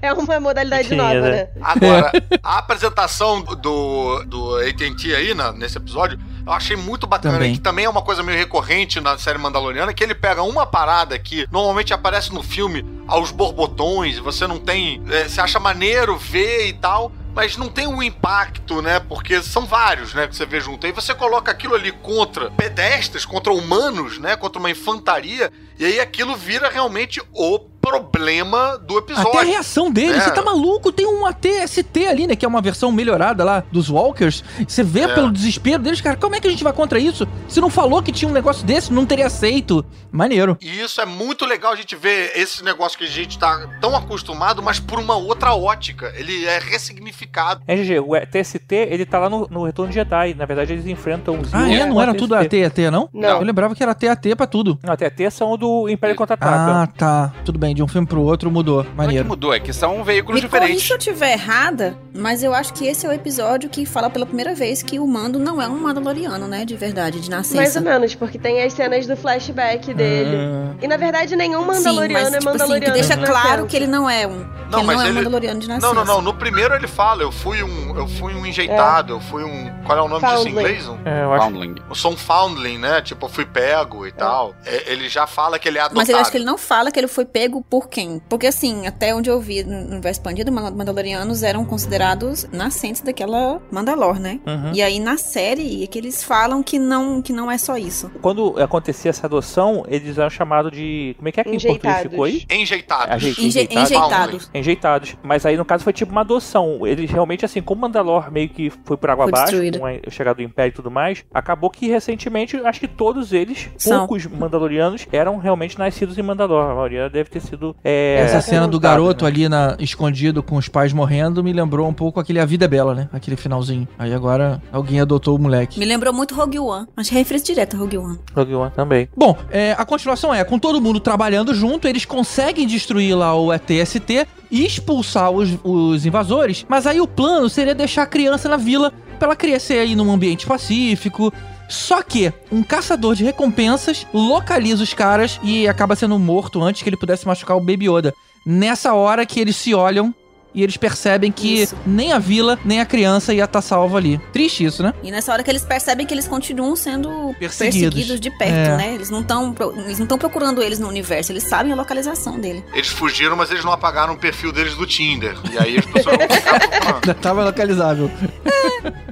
É uma modalidade Sim, nova, né? né? Agora, a apresentação do, do AT&T aí, na- nesse episódio, eu achei muito bacana. Também. Que também é uma coisa meio recorrente na série Mandaloriana, que ele pega uma parada que normalmente aparece no filme aos borbotões, você não tem... É, você acha maneiro ver e tal... Mas não tem um impacto, né? Porque são vários, né? Que você vê junto. Aí você coloca aquilo ali contra pedestres, contra humanos, né? Contra uma infantaria. E aí aquilo vira realmente o problema do episódio. Até a reação dele, É. você tá maluco? Tem um ATST ali, né? Que é uma versão melhorada lá dos Walkers. Você vê É. pelo desespero deles, cara, como é que a gente vai contra isso? Você não falou que tinha um negócio desse, não teria aceito. Maneiro. E isso é muito legal a gente ver esse negócio que a gente tá tão acostumado, mas por uma outra ótica. Ele é ressignificado. É, GG, o TST, ele tá lá no, no Retorno de Jedi. Na verdade, eles enfrentam os Ah, Ewoks é? com Não a era TST. tudo AT-AT, não? Não. Eu lembrava que era AT-AT pra tudo. Não, TST são do Império Contra-Ataca. Ah, tá. Tudo bem, de um filme pro outro mudou. Não é que Maneiro. mudou, é que são veículos Me corrija diferentes. se eu estiver errada, mas eu acho que esse é o episódio que fala pela primeira vez que o Mando não é um Mandaloriano, né? De verdade, de Mais ou nascença. menos, porque tem as cenas do flashback Hum. dele. Ah, E na verdade, nenhum Sim, Mandaloriano mas é tipo assim, que Mandaloriano. deixa de claro nascença. que ele não é um, que Não, mas ele não é um ele- Mandaloriano de nascença. Não, não, não. No primeiro ele fala, eu fui um. Eu fui um enjeitado, eu fui um. Qual é o nome disso em Foundling. inglês? Um, É, eu acho Foundling. eu sou um foundling, né? Tipo, eu fui pego e tal. É, ele já fala que ele é adotado. Mas eu acho que ele não fala que ele foi pego por quem. Porque, assim, até onde eu vi no no universo expandido, Mandal- Mandalorianos eram considerados nascentes daquela Mandalor, né? Uhum. E aí, na série, é que eles falam que não, que não é só isso. Quando acontecia essa adoção, eles eram chamados de. Como é que é que em português Enjeitados. ficou aí? Enjeitado. Ajeitado. Enje tá? Enjeitados. Tá enjeitados. Enjeitados. Mas aí, no caso, foi tipo uma adoção. Eles realmente, assim, como Mandalor meio que foi por água Foi abaixo, destruído. com a chegada do Império e tudo mais, acabou que recentemente, acho que todos eles, São. poucos Mandalorianos, eram realmente nascidos em Mandalor. A maioria deve ter sido. É, Essa cena do adotado, garoto né? ali na, escondido com os pais morrendo me lembrou um pouco aquele A Vida é Bela, né? Aquele finalzinho. Aí agora alguém adotou o moleque. Me lembrou muito Rogue One. Mas referência direta a Rogue One. Rogue One também. Bom, é, a continuação é, com todo mundo trabalhando junto, eles conseguem destruir lá o ETST e expulsar os, os invasores, mas aí o plano seria deixar a criança na vila pra ela crescer aí num ambiente pacífico. Só que um caçador de recompensas localiza os caras e acaba sendo morto antes que ele pudesse machucar o Baby Yoda. Nessa hora que eles se olham e eles percebem que Isso. nem a vila, nem a criança ia estar salva ali. Triste isso, né? E nessa hora que eles percebem que eles continuam sendo Perseguidos. perseguidos, de perto, É. né? Eles não estão eles não estão procurando eles no universo, eles sabem a localização dele. Eles fugiram, mas eles não apagaram o perfil deles do Tinder. E aí as pessoas vão ficar procurando. Ainda Tava localizável.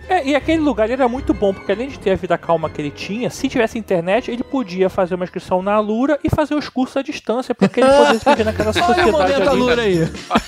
É, e aquele lugar ele era muito bom, porque além de ter a vida calma que ele tinha, se tivesse internet, ele podia fazer uma inscrição na Alura e fazer os cursos à distância, porque ele poderia se viver naquela Olha sociedade o momento ali. Alura aí.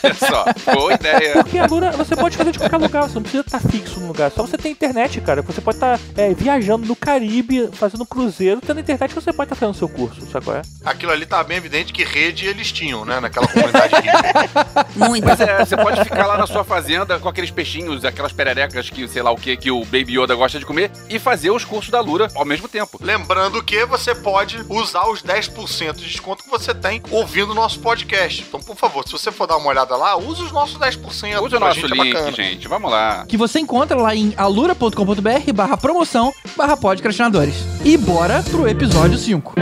Olha só, boa ideia. Porque a Lura você pode fazer de qualquer lugar, você não precisa estar fixo no lugar. Só você ter internet, cara. Você pode estar é, viajando no Caribe, fazendo um cruzeiro, tendo internet, você pode estar fazendo seu curso, sabe qual é? Aquilo ali tá bem evidente que rede eles tinham, né? Naquela comunidade rica. Muito. Pois é, você pode ficar lá na sua fazenda com aqueles peixinhos, aquelas pererecas que, sei lá o que, que o Baby Yoda gosta de comer e fazer os cursos da Lura ao mesmo tempo. Lembrando que você pode usar os 10% de desconto que você tem ouvindo o nosso podcast. Então, por favor, se você for dar uma olhada lá, use os nossos 10%. Usa o Pra nosso gente é link, bacana. gente. Vamos lá. Que você encontra lá em alura.com.br barra promoção barra podcastinadores. E bora pro episódio 5.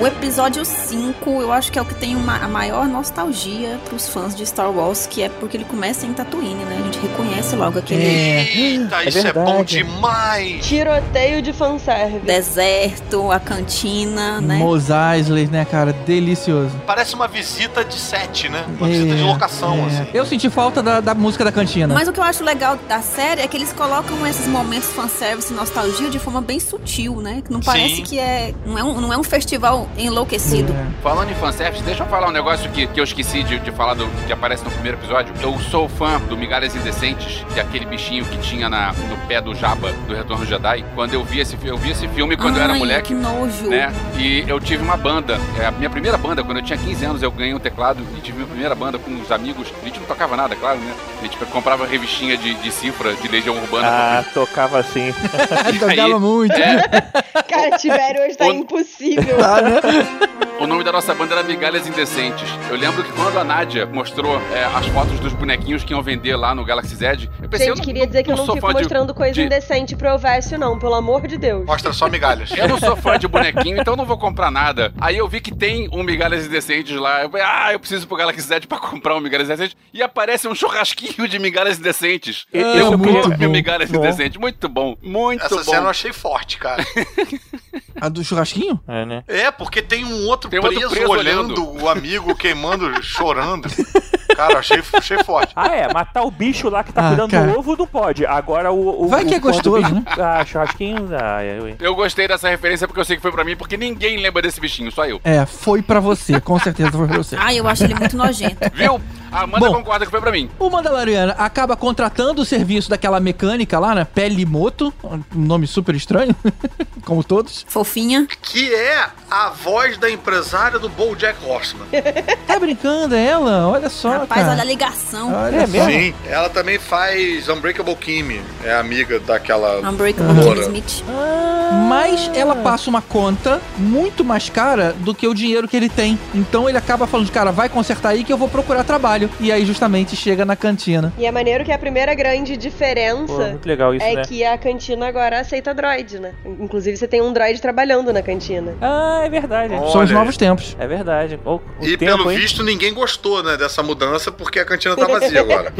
O episódio 5, eu acho que é o que tem uma, a maior nostalgia pros fãs de Star Wars, que é porque ele começa em Tatooine, né? A gente reconhece logo aquele Eita, isso é verdade. bom demais! Tiroteio de fanservice. deserto, a cantina, né? Mos Eisley, né, cara? Delicioso. Parece uma visita de set, né? Uma visita de É, locação, é. assim. Eu senti falta da, da música da cantina. Mas o que eu acho legal da série é que eles colocam esses momentos fanservice e nostalgia de forma bem sutil, né? Que não parece Sim. que é. Não é, um, não é um festival enlouquecido. É. Falando em fanservice, deixa eu falar um negócio que, que eu esqueci de, de falar do, que aparece no primeiro episódio. Eu sou fã do Migalhas Indecentes, que é aquele bichinho que tinha na- no pé do Jabba do Retorno Jedi. Quando eu vi esse, fi- eu vi esse filme quando eu era Ai, moleque. Que nojo. né? E eu tive uma banda, é a minha primeira banda, quando eu tinha 15 anos eu ganhei um teclado e tive minha primeira banda com os amigos. A gente não tocava nada, claro, né? A gente comprava revistinha de, de cifra, de legião urbana. é, Ah, tocava assim. É, um Tocava muito. É. Cara, Tibério hoje tá O- impossível. Ah, O nome da nossa banda era Migalhas Indecentes. Eu lembro que quando a Nádia mostrou é, as fotos dos bonequinhos que iam vender lá no Galaxy Z, eu pensei, eu Gente, não, queria dizer que eu não sou fico fã de- mostrando coisa de- indecente pro Elvésio, não, pelo amor de Deus. Mostra só migalhas. Eu não sou fã de bonequinho, então eu não vou comprar nada. Aí eu vi que tem um Migalhas Indecentes lá. Eu falei, ah, eu preciso ir pro Galaxy Z pra comprar um Migalhas Indecentes. E aparece um churrasquinho de Migalhas Indecentes. É, eu muito comi bom. Migalhas Bom. Indecentes. Muito bom. Muito Essa bom. cena eu achei forte, cara. A do churrasquinho? É, né? É, porque tem um outro, Tem outro preso, preso olhando, o amigo queimando, chorando. Cara, achei, achei forte. Ah, é, matar o bicho lá que tá Ah, cuidando cara. do ovo não pode. Agora o. o- Vai que é o- quando o gostoso, bicho- né? Ah, churrasquinho. Ah, eu, hein? Eu gostei dessa referência porque eu sei que foi pra mim, porque ninguém lembra desse bichinho, só eu. É, foi pra você, com certeza foi pra você. Ai, eu acho ele muito nojento. Viu? A Amanda Bom. concorda que foi pra mim. O Mandaloriano acaba contratando o serviço daquela mecânica lá, né? Pelimoto, um nome super estranho, como todos. Fofinha. Que é a voz da empresária do Bojack Horseman. Tá brincando, é ela? Olha só, Rapaz, cara. olha a ligação. Olha É só. mesmo? Sim, ela também faz Unbreakable Kimmy. É amiga daquela... Unbreakable Bora. Kimmy Smith. Mas ela passa uma conta muito mais cara do que o dinheiro que ele tem. Então ele acaba falando, cara, vai consertar aí que eu vou procurar trabalho. E aí justamente chega na cantina. E é maneiro que a primeira grande Pô, diferença muito legal isso, é né? que a cantina agora aceita droid, né? Inclusive você tem um droid trabalhando na cantina. Ah, é verdade. Olha. né? São os novos tempos. É verdade. O, o E tempo, pelo hein? visto ninguém gostou, né, dessa mudança, porque a cantina tá vazia agora.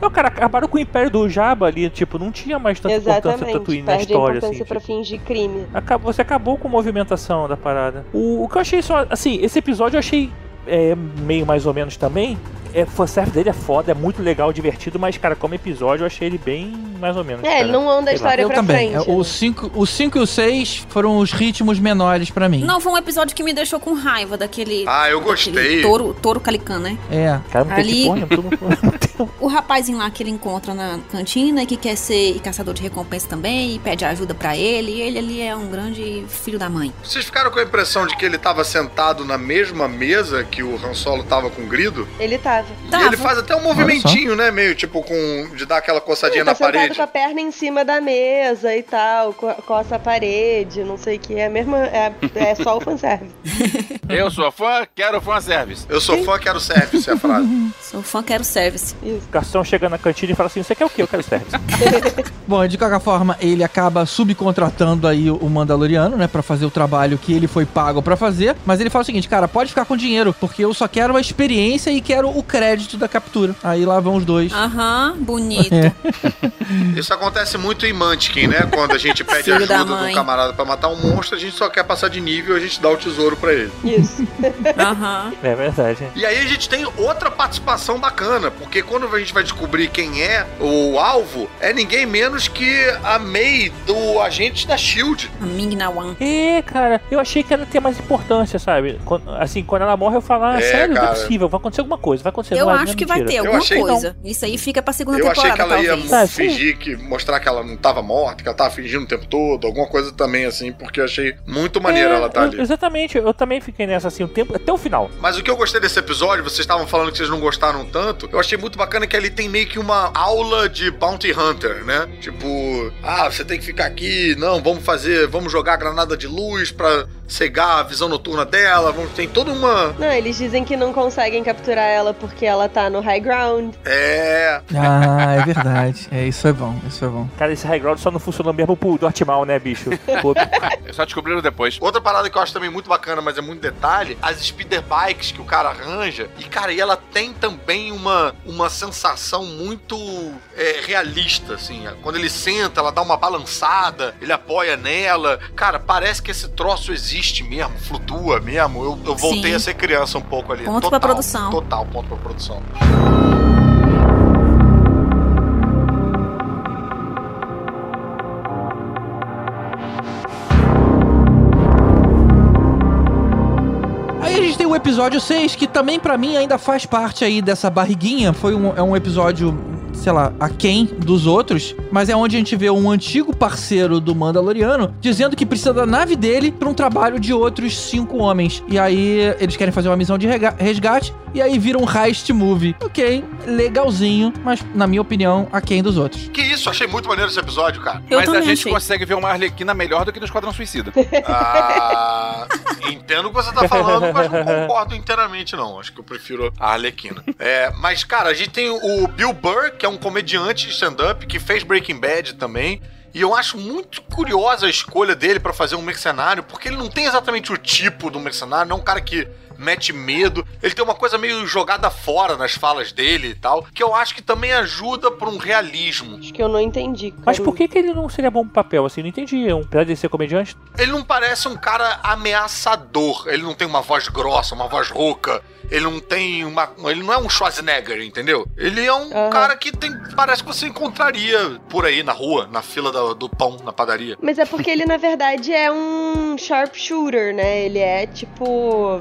Não, cara, acabaram com o império do Jabba ali, tipo, não tinha mais tanta importância Exatamente. Tatooine Perde na história, a importância assim. pra tipo. fingir crime. Acab- você acabou com a movimentação da parada. O, o que eu achei só, assim, esse episódio eu achei é, meio mais ou menos também. É, o fanservice dele é foda, é muito legal, divertido, mas, cara, como episódio eu achei ele bem mais ou menos. É, ele cara. não anda a Sei lá. história Eu pra também. é frente. né? O 5 o cinco e o 6 foram os ritmos menores pra mim. Não, foi um episódio que me deixou com raiva daquele. Ah, eu daquele gostei. Touro, touro Calican, né? É. Cara, não tem Ali- tipo, né? Todo mundo- O rapazinho lá que ele encontra na cantina e que quer ser caçador de recompensa também e pede ajuda pra ele. E ele ali é um grande filho da mãe. Vocês ficaram com a impressão de que ele tava sentado na mesma mesa que o Han Solo tava com o Grido? Ele tava. e Tava. ele faz até um movimentinho, né? Meio tipo com. de dar aquela coçadinha Ele tá na sentado parede. com a perna em cima da mesa e tal, co- coça a parede, não sei o que. É a mesma. É, é só o fanservice. Eu sou fã, quero fanservice. Eu sou fã, quero service, é a frase. Sou fã, quero service. Isso. O garçom chega na cantina e fala assim: Você quer o quê? Eu quero service. Bom, de qualquer forma, ele acaba subcontratando aí o Mandaloriano, né, Pra fazer o trabalho que ele foi pago pra fazer, mas ele fala o seguinte, cara, pode ficar com dinheiro, porque eu só quero a experiência e quero o crédito da captura. Aí lá vão os dois. Aham, bonito. Isso acontece muito em Munchkin, né? Quando a gente pede Filho da ajuda do mãe. camarada pra matar um monstro, a gente só quer passar de nível e a gente dá o tesouro pra ele. Isso. Aham. é verdade. E aí a gente tem outra participação bacana, porque quando a gente vai descobrir quem é o alvo, é ninguém menos que a May do agente da Shield. A Ming Na Wan. É, cara, eu achei que ela tem mais importância, sabe? Quando- assim, quando ela morre, eu falo, ah, É, sério, não é cara. possível, vai acontecer alguma coisa, vai acontecer Eu não é- acho não é que vai ter mentira. alguma achei não. coisa. Isso aí fica pra segunda Eu achei temporada, que ela ia talvez. Ah, sim. fingir que mostrar que ela não tava morta, que ela tava fingindo o tempo todo, alguma coisa também assim, porque eu achei muito maneiro É, ela tá eu- ali. Exatamente, eu também fiquei nessa assim, o tempo, até o final. Mas o que eu gostei desse episódio, vocês estavam falando que vocês não gostaram tanto, eu achei muito bacana que ali tem meio que uma aula de Bounty Hunter, né? Tipo, ah, você tem que ficar aqui, não, vamos fazer, vamos jogar a granada de luz pra cegar a visão noturna dela, vamos, tem toda uma... Não, eles dizem que não conseguem capturar ela porque ela tá no high ground. É... Ah, é verdade. É, isso é bom, isso é bom. Cara, esse high ground só não funcionou mesmo pro Dortmal, né, bicho? Pô, Só descobriram depois. Outra parada que eu acho também muito bacana, mas é muito detalhe, as speeder bikes que o cara arranja. E, cara, e ela tem também uma, uma sensação muito é, realista, assim. Quando ele senta, ela dá uma balançada, ele apoia nela. Cara, parece que esse troço existe mesmo, flutua mesmo. Eu, eu voltei Sim. a ser criança um pouco ali. Ponto pra produção. Total, ponto pra produção. Aí a gente tem o episódio 6, que também pra mim ainda faz parte aí dessa barriguinha. Foi um, é um episódio, sei lá, aquém dos outros, mas é onde a gente vê um antigo parceiro do Mandaloriano dizendo que precisa da nave dele pra um trabalho de outros cinco homens. E aí eles querem fazer uma missão de rega- resgate, e aí vira um heist movie. Ok, legalzinho, mas na minha opinião, aquém dos outros. Que isso, achei muito maneiro esse episódio, cara. Eu Mas a também gente achei. consegue ver uma Arlequina melhor do que no Esquadrão Suicida. Ah, entendo o que você tá falando, mas não concordo inteiramente, não. Acho que eu prefiro a Arlequina. É, mas, cara, a gente tem o Bill Burr, que é um comediante de stand-up, que fez Breaking Bad também. E eu acho muito curiosa a escolha dele pra fazer um mercenário, porque ele não tem exatamente o tipo do mercenário, não é um cara que mete medo. Ele tem uma coisa meio jogada fora nas falas dele e tal, que eu acho que também ajuda pra um realismo. Acho que eu não entendi. Cara. Mas por que, que ele não seria bom pro papel, assim? Não entendi. Um, apesar de ser comediante, Ele não parece um cara ameaçador. Ele não tem uma voz grossa, uma voz rouca. Ele não tem uma. Ele não é um Schwarzenegger, entendeu? Ele é um Aham. cara que tem. Parece que você encontraria por aí na rua, na fila da- do pão, na padaria. Mas é porque ele, na verdade, é um sharpshooter, né? Ele é tipo.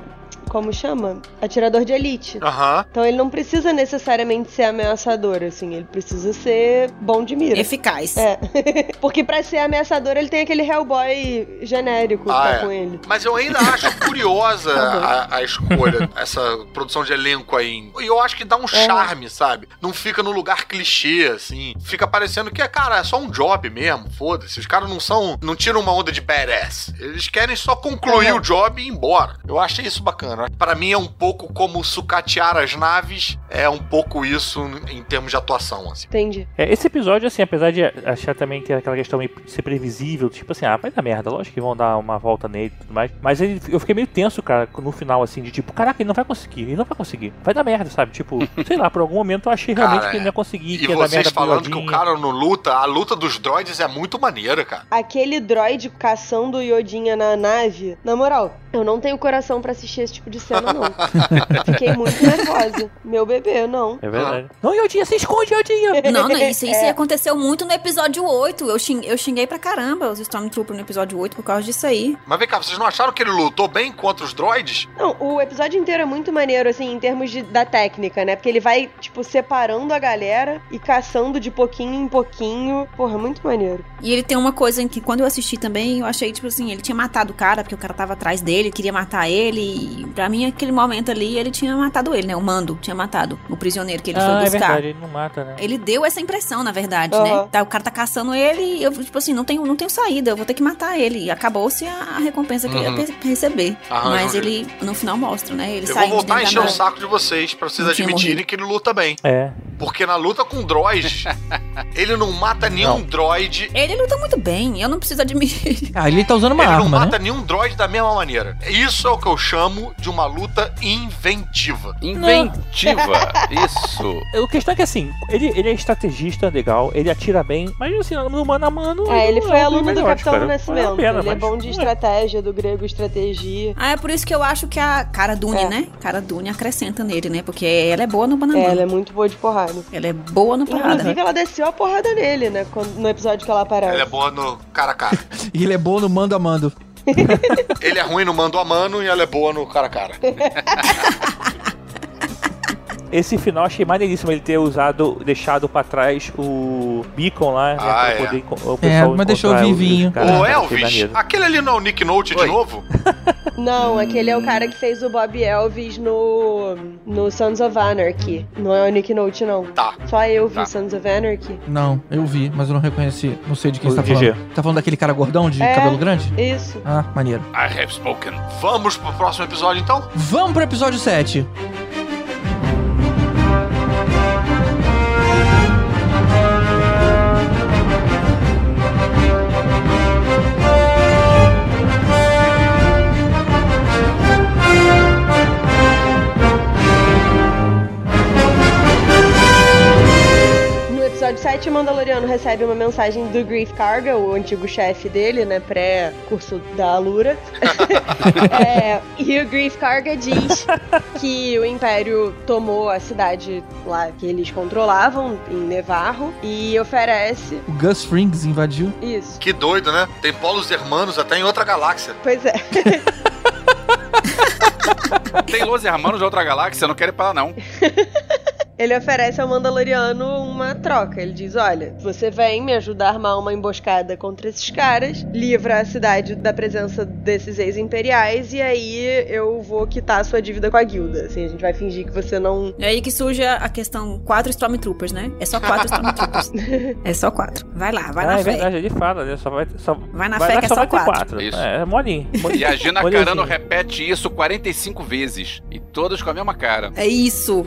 Como chama? Atirador de elite. Aham. Então ele não precisa necessariamente ser ameaçador, assim, ele precisa ser bom de mira. Eficaz. É. Porque pra ser ameaçador ele tem aquele Hellboy genérico Ah, que tá é. com ele. Mas eu ainda acho curiosa Tá a, a escolha, essa produção de elenco aí. E eu acho que É. dá um charme, sabe? Não fica no lugar clichê, assim. Fica parecendo que, é, cara, é só um job mesmo, foda-se. Os caras não são. não tiram uma onda de badass. Eles querem só concluir É. o job e ir embora. Eu achei isso bacana. Pra mim é um pouco como sucatear as naves, é um pouco isso em termos de atuação, assim. Entende? É, esse episódio, assim, apesar de achar também que era aquela questão meio de ser previsível, tipo assim, ah, vai dar merda, lógico que vão dar tá uma volta nele e tudo mais. Mas ele- eu fiquei meio tenso, cara, no final, assim, de tipo, caraca, ele não vai conseguir, ele não vai conseguir, vai dar merda, sabe? Tipo, sei lá, por algum momento eu achei realmente Cara, que ele não ia conseguir, E que ia dar vocês merda pro falando que o Yodinha. cara não luta, a luta dos droids é muito maneira, cara. Aquele droid caçando o Yodinha na nave, na moral, Eu não tenho coração pra assistir esse tipo de cena, não. Fiquei muito nervosa. Meu bebê, não. É. É verdade. Não, Yodinha, se esconde, Yodinha! Não, não, isso, isso é- aconteceu muito no episódio 8. Eu, xing- eu xinguei pra caramba os Stormtroopers no episódio 8 por causa disso aí. Mas vem cá, vocês não acharam que ele lutou bem contra os droids? Não, o episódio inteiro é muito maneiro, assim, em termos de, da técnica, né? Porque ele vai, tipo, separando a galera e caçando de pouquinho em pouquinho. Porra, muito maneiro. E ele tem uma coisa em que quando eu assisti também, eu achei, tipo assim, ele tinha matado o cara, porque o cara tava atrás dele, queria matar ele. E pra mim, aquele momento ali, ele tinha matado ele, né? O mando tinha matado o prisioneiro que ele ah, foi é buscar. verdade, ele não mata, né? Ele deu essa impressão, na verdade, Aham. né? Tá, o cara tá caçando ele e eu, tipo assim, não tenho, não tenho saída, eu vou ter que matar ele. E acabou-se a, a recompensa que ele ia pe- receber. Uhum. Arranjam Mas um ele, no final, mostra, né? Ele Eu sai vou voltar a encher o nave. saco de vocês pra vocês Não tinha admitirem morrido. que ele luta bem. É. Porque na luta com droids, ele não mata nenhum droid. Ele luta muito bem, eu não preciso admitir. Ah, ele tá usando uma ele não arma, né? mata nenhum droid da mesma maneira. Isso é o que eu chamo de uma luta inventiva. Inventiva. Isso. O questão é que assim, ele, ele é estrategista legal, ele atira bem, mas assim, no mano a mano. Ah, ele não foi é um dos aluno do melhores, Capitão cara. Nascimento. Vale a pena, ele é mas bom de não estratégia, do grego estratégia. Ah, é por isso que eu acho que a cara Dune, É. né? Cara Dune acrescenta nele, né? Porque ela é boa no É, bananão. ela é muito boa de porrada. Ela é boa no parada. Inclusive, ela desceu a porrada nele, né? quando- no episódio que ela aparece. Ele é boa no cara a cara. E ele é bom no mando a mando. ele é ruim no mando a mano e ela é boa no cara a cara. Esse final achei maneiríssimo ele ter usado, deixado pra trás o Beacon lá, né? Ah, pra é. poder enco- o É, pessoal mas deixou encontrar os- vivinho. os caras, Ô né, achei Elvis, maneiro. aquele ali não é o Nick Note de Oi. novo? Não, aquele é o cara que fez o Bob Elvis no, no Sons of Anarchy. Não é o Nick Note, não. Tá. Só eu vi Tá. Sons of Anarchy. Não, eu vi, mas eu não reconheci. Não sei de quem O você tá GG. falando. Tá falando daquele cara gordão de É. cabelo grande? Isso. Ah, maneiro. I have spoken. Vamos pro próximo episódio então? Vamos pro episódio 7. No episódio 7, o Mandaloriano recebe uma mensagem do Grief Carga, o antigo chefe dele, né? Pré-curso da Alura. É, e o Grief Carga diz que o Império tomou a cidade lá que eles controlavam, em Nevarro, e oferece. O Gus Frings invadiu. Isso. Que doido, né? Tem polos hermanos até em outra galáxia. Pois é. Tem Los Hermanos de outra galáxia, não quero ir pra lá, não. Ele oferece ao Mandaloriano uma troca. Ele diz: Olha, você vem me ajudar a armar uma emboscada contra esses caras, livra a cidade da presença desses ex-imperiais, e aí eu vou quitar a sua dívida com a guilda. Assim, a gente vai fingir que você não. É aí que surge a a questão quatro Stormtroopers, né? É só quatro Stormtroopers. é só quatro. Vai lá, vai ah, na é fé. verdade, ele fala, né? Só vai, só, Vai na vai fé lá, que é só só vai ter quatro. quatro. Isso. É, é molinho. E a Gina Olha Carano assim. repete isso 45 vezes. E todas com a mesma cara. É isso.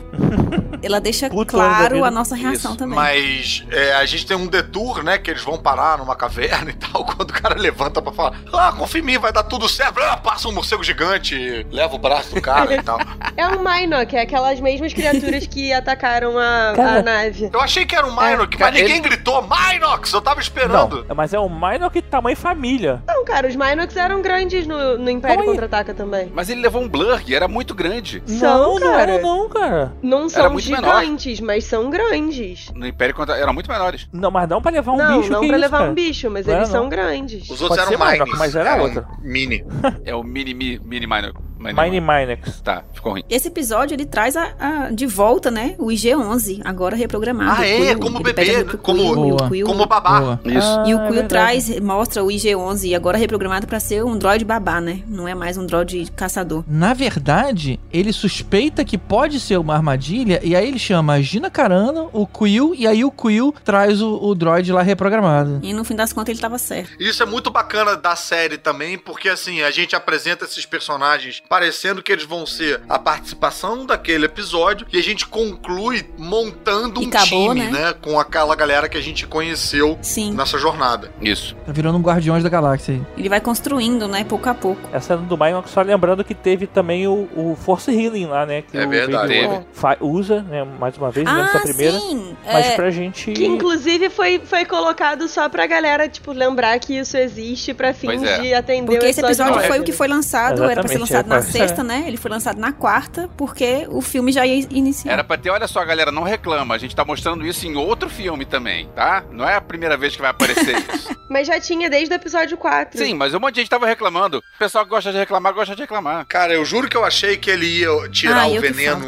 Ela deixa Puto homem da claro vida. a nossa reação Isso, também. Mas é, a gente tem um detour, né? Que eles vão parar numa caverna e tal. Quando o cara levanta pra falar, ah, confia em mim, vai dar tudo certo. Ah, passa um morcego gigante, leva o braço do cara e tal. É um Minok, é aquelas mesmas criaturas que atacaram a, a Cara. nave. Eu achei que era um Minox, cara, mas ninguém gritou Minox, eu tava esperando. É, Não, mas é o Minor que tamanho família. Não, cara, os Minox eram grandes no, no Império Como é? Contra-Ataca também. Mas ele levou um blurg, era muito grande. São, não, não cara. era não, cara. Não são muito menor. gigantes, mas são grandes. No Império Contra... eram muito menores. Não, mas não pra levar um não, bicho não que pra isso, levar cara. um bicho, mas Não eles é, são não. grandes. Os outros Pode eram ser Minox, Minox. mas era eram outra. Mini. É o Mini Mi- Mini Minor. Mine Minex. Tá, ficou ruim. Esse episódio ele traz a, a- de volta, né? O IG-11, agora reprogramado. Ah, O é? Quill, Como ele bebê, pega né? o Quill, Como- o Quill. Como babá. Boa. Isso. E o Ah, é Quill verdade. traz, mostra o IG-11, agora reprogramado pra ser um droid babá, né? Não é mais um droid caçador. Na verdade, ele suspeita que pode ser uma armadilha, e aí ele chama a Gina Carano, o Quill, e aí o Quill traz o, o droid lá reprogramado. E no fim das contas ele tava certo. Isso é muito bacana da série também, porque assim, a gente apresenta esses personagens parecendo que eles vão ser a participação daquele episódio e a gente conclui montando E um acabou, time, né? Com aquela galera que a gente conheceu Sim. nessa jornada. Isso. Tá virando um Guardiões da Galáxia aí. Ele vai construindo, né, pouco a pouco. Essa do Maio, só lembrando que teve também o, o Force Healing lá, né? Que É o verdade. Baby Teve. Yoda fa- usa, né? Mais uma vez, né, essa ah, primeira. sim! Mas É, pra gente. Que inclusive foi, foi colocado só pra galera, tipo, lembrar que isso existe pra fins Pois é. de atender Porque o esse episódio nove, foi o que né? foi lançado, era pra ser Exatamente, lançado é, na quase. sexta, né? Ele foi lançado na quarta, porque o filme já ia iniciar. Era pra ter, olha só, galera, não reclama. A gente tá mostrando isso em outro filme também, tá? Não é a primeira vez que vai aparecer isso. Mas já tinha desde o episódio 4. Sim, mas um monte de gente tava reclamando. O pessoal que gosta de reclamar, gosta de reclamar. Cara, eu juro que eu achei que ele ia tirar Ah, o eu que veneno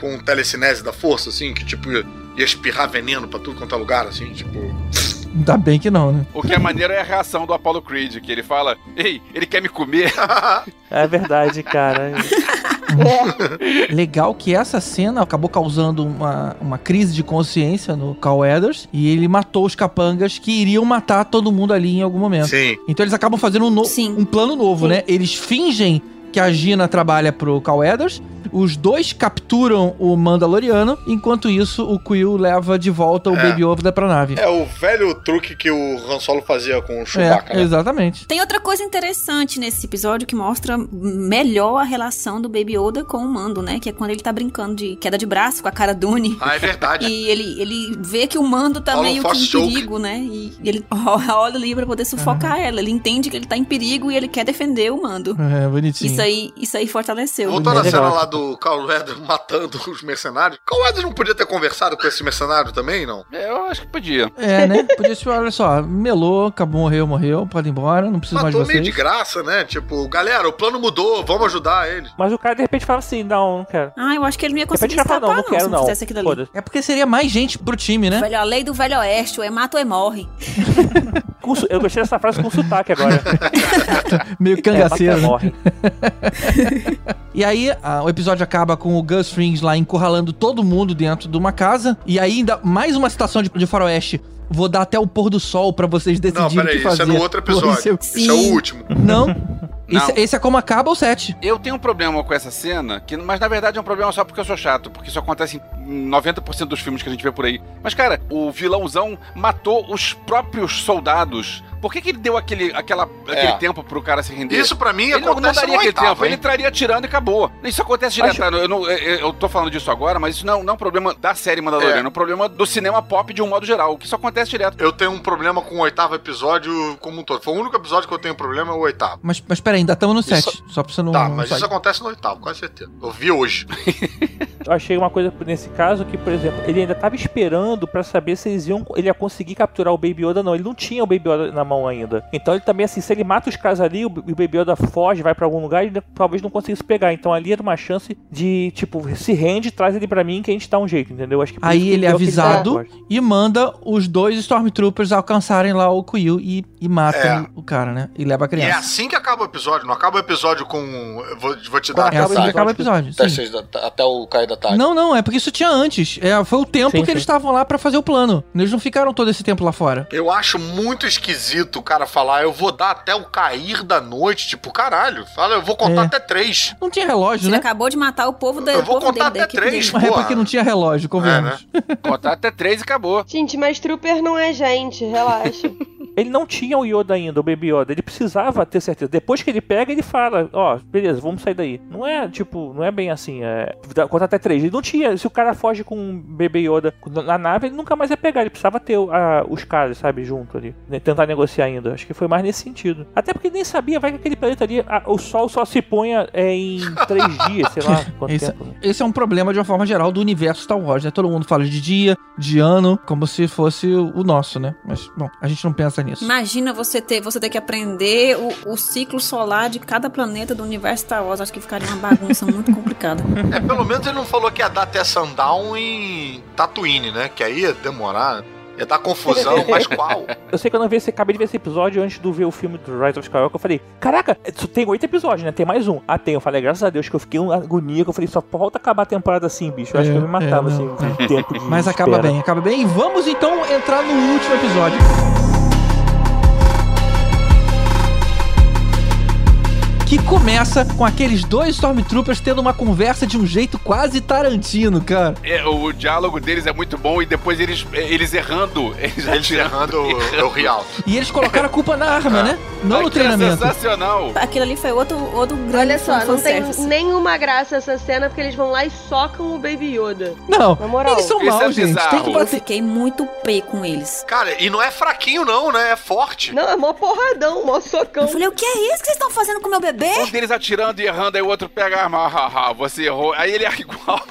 com telecinese da força, assim, que tipo ia ia espirrar veneno pra tudo quanto é lugar, assim, tipo. Ainda bem que não, né? O que é maneiro é a reação do Apollo Creed, que ele fala: Ei, ele quer me comer. É verdade, cara. Legal que essa cena acabou causando uma, uma crise de consciência no Carl Weathers e ele matou os capangas que iriam matar todo mundo ali em algum momento. Sim. Então eles acabam fazendo um, no- Sim. um plano novo, né? Eles fingem que a Gina trabalha pro Cal Eders, os dois capturam o Mandaloriano, enquanto isso o Quill leva de volta o É. Baby Yoda pra nave. É o velho truque que o Han Solo fazia É, com o Chewbacca, né? exatamente. Tem outra coisa interessante nesse episódio que mostra melhor a relação do Baby Yoda com o Mando, né? Que é quando ele tá brincando de queda de braço com a cara Dune. Ah, é verdade. E ele, ele vê que o Mando tá Fala um meio que fast em joke. perigo, né? E ele olha ali pra poder sufocar ela. Ele entende que ele tá em perigo e ele quer defender o Mando. É, bonitinho. Isso aí, isso aí fortaleceu. Voltou na é Legal. cena lá do Carl Weathers matando os mercenários. Carl Weathers não podia ter conversado com esse mercenário também, não? Eu acho que podia. É, né? Podia ser, olha só, melou, acabou, morreu, morreu, pode ir embora, não preciso mais de Matou meio vocês. de graça, né? Tipo, galera, o plano mudou, vamos ajudar ele. Mas o cara de repente fala assim: não, não quero. Ah, eu acho que ele não ia De repente conseguir o cara escapar, fala: não, não, não quero, se não não. fizesse aquilo ali. Foda-se. É porque seria mais gente pro time, né? Velho, a lei do Velho Oeste, ou é mata ou é morre. Com su- Eu gostei dessa frase com sotaque agora. Meio assim, É, cangaceiro. mata, né? morre. E aí, ah, o episódio acaba com o Gus Frings lá encurralando todo mundo dentro de uma casa. E aí, ainda mais uma citação de, de faroeste. Vou dar até o pôr do sol pra vocês Não, decidirem o peraí, que isso fazer. é no outro Pô, isso é- episódio. Isso é o Sim. último. Não. Esse, Não. esse é como acaba o set. Eu tenho um problema com essa cena, que, mas na verdade é um problema só porque eu sou chato, porque isso acontece em 90% dos filmes que a gente vê por aí. Mas, cara, o vilãozão matou os próprios soldados. Por que, que ele deu aquele, aquela, É. aquele tempo pro cara se render? Isso pra mim Ele não, não acontece daria no aquele oitavo, tempo, ele hein? entraria tirando e acabou. Isso acontece direto. Acho- tá? Eu, não- eu- eu tô falando disso agora, mas isso não, não é um problema da série Mandaloriana, é. um problema do cinema pop de um modo geral, que isso acontece direto. Eu tenho um problema com o oitavo episódio como um todo. Foi o único episódio que eu tenho problema, é o oitavo. Mas, mas peraí, ainda estamos no set. Isso- Só pra você não. Tá, não mas sair. isso acontece no oitavo, com certeza. Eu vi hoje. Eu achei uma coisa nesse caso que, por exemplo, ele ainda tava esperando pra saber se eles iam, ele ia conseguir capturar o Baby Yoda ou não. Ele não tinha o Baby Yoda na mão ainda. Então ele também, assim, se ele mata os caras ali, o B- o Baby Yoda foge, vai pra algum lugar, ele talvez não consiga se pegar. Então ali era uma chance de, tipo, se rende, traz ele pra mim que a gente dá um jeito, entendeu? Acho que por Aí isso que ele é deu aquele avisado. negócio. E manda os dois Stormtroopers alcançarem lá o Quill e, e matam o cara, né? E leva a É. E é criança. assim que acaba o episódio. Não acaba o episódio com. eu vou, vou te Quando dar. É assim que Sabe? acaba o episódio. Tá Até, sim. seis da ta- até o cair da tarde. Não, não, é porque isso tinha antes. É, foi o tempo Sim, que sim. eles estavam lá pra fazer o plano. Eles não ficaram todo esse tempo lá fora. Eu acho muito esquisito o cara falar, eu vou dar até o cair da noite. Tipo, caralho, fala, eu vou contar É. até três. Não tinha relógio, Ele né? acabou de matar o povo, da, Eu o vou povo contar dele, até da equipe três, dele. Uma época Porra. que não tinha relógio, É, convenhamos. né? Contar tá até três e acabou. Gente, mas Trooper não é gente, relaxa. Ele não tinha o Yoda ainda, o Baby Yoda. Ele precisava ter certeza. Depois que ele pega, ele fala: Ó, beleza, vamos sair daí. Não é tipo, não é bem assim. É, dá- conta até três. Ele não tinha. Se o cara foge com um Baby Yoda na nave, ele nunca mais ia pegar. Ele precisava ter o- a- os caras, sabe, junto ali. né, Tentar negociar ainda. Acho que foi mais nesse sentido. Até porque ele nem sabia, vai que aquele planeta ali, a- o sol só se ponha é, em três dias, sei lá quanto Isso- tempo. né? Esse é um problema de uma forma geral do universo Star Wars, né? Todo mundo fala de dia, de ano, como se fosse o nosso, né? Mas, bom, a gente não pensa nisso. Imagina você ter, você ter que aprender o, o ciclo solar de cada planeta do universo Star Wars. Acho que ficaria uma bagunça muito complicada. É, pelo menos ele não falou que ia dar até sundown em Tatooine, né? Que aí ia demorar. Ia dar confusão, mas qual? Eu sei que eu não vi esse, acabei de ver esse episódio antes de ver o filme do Rise of Skywalker. Eu falei, caraca, isso tem oito episódios, né? Tem mais um. Ah, tem. Eu falei, graças a Deus que eu fiquei uma agonia, que eu falei, só falta acabar a temporada assim, bicho. Eu acho É, que eu me matava, é, assim, não. de tempo de Mas acaba espera. bem, acaba bem. E vamos então entrar no último episódio. que começa com aqueles dois Stormtroopers tendo uma conversa de um jeito quase tarantino, cara. É, o diálogo deles é muito bom e depois eles, é, eles errando. Eles, Eles atirando. errando o o Rialto. E eles colocaram a culpa na arma, né? Não no Aquilo é treinamento. sensacional. Aquilo ali foi outro, outro grande Olha só, um não tem um fanservice. nenhuma graça essa cena porque eles vão lá e socam o Baby Yoda. Não, Na moral. eles são Isso é maus, gente. Tem que bizarro. Eu bater. fiquei muito pé com eles. Cara, e não é fraquinho não, né? É forte. Não, é mó porradão, mó socão. Eu falei, o que é isso que vocês estão fazendo com meu bebê? Um deles atirando e errando, aí o outro pega a arma, haha, você errou. Aí ele é igual.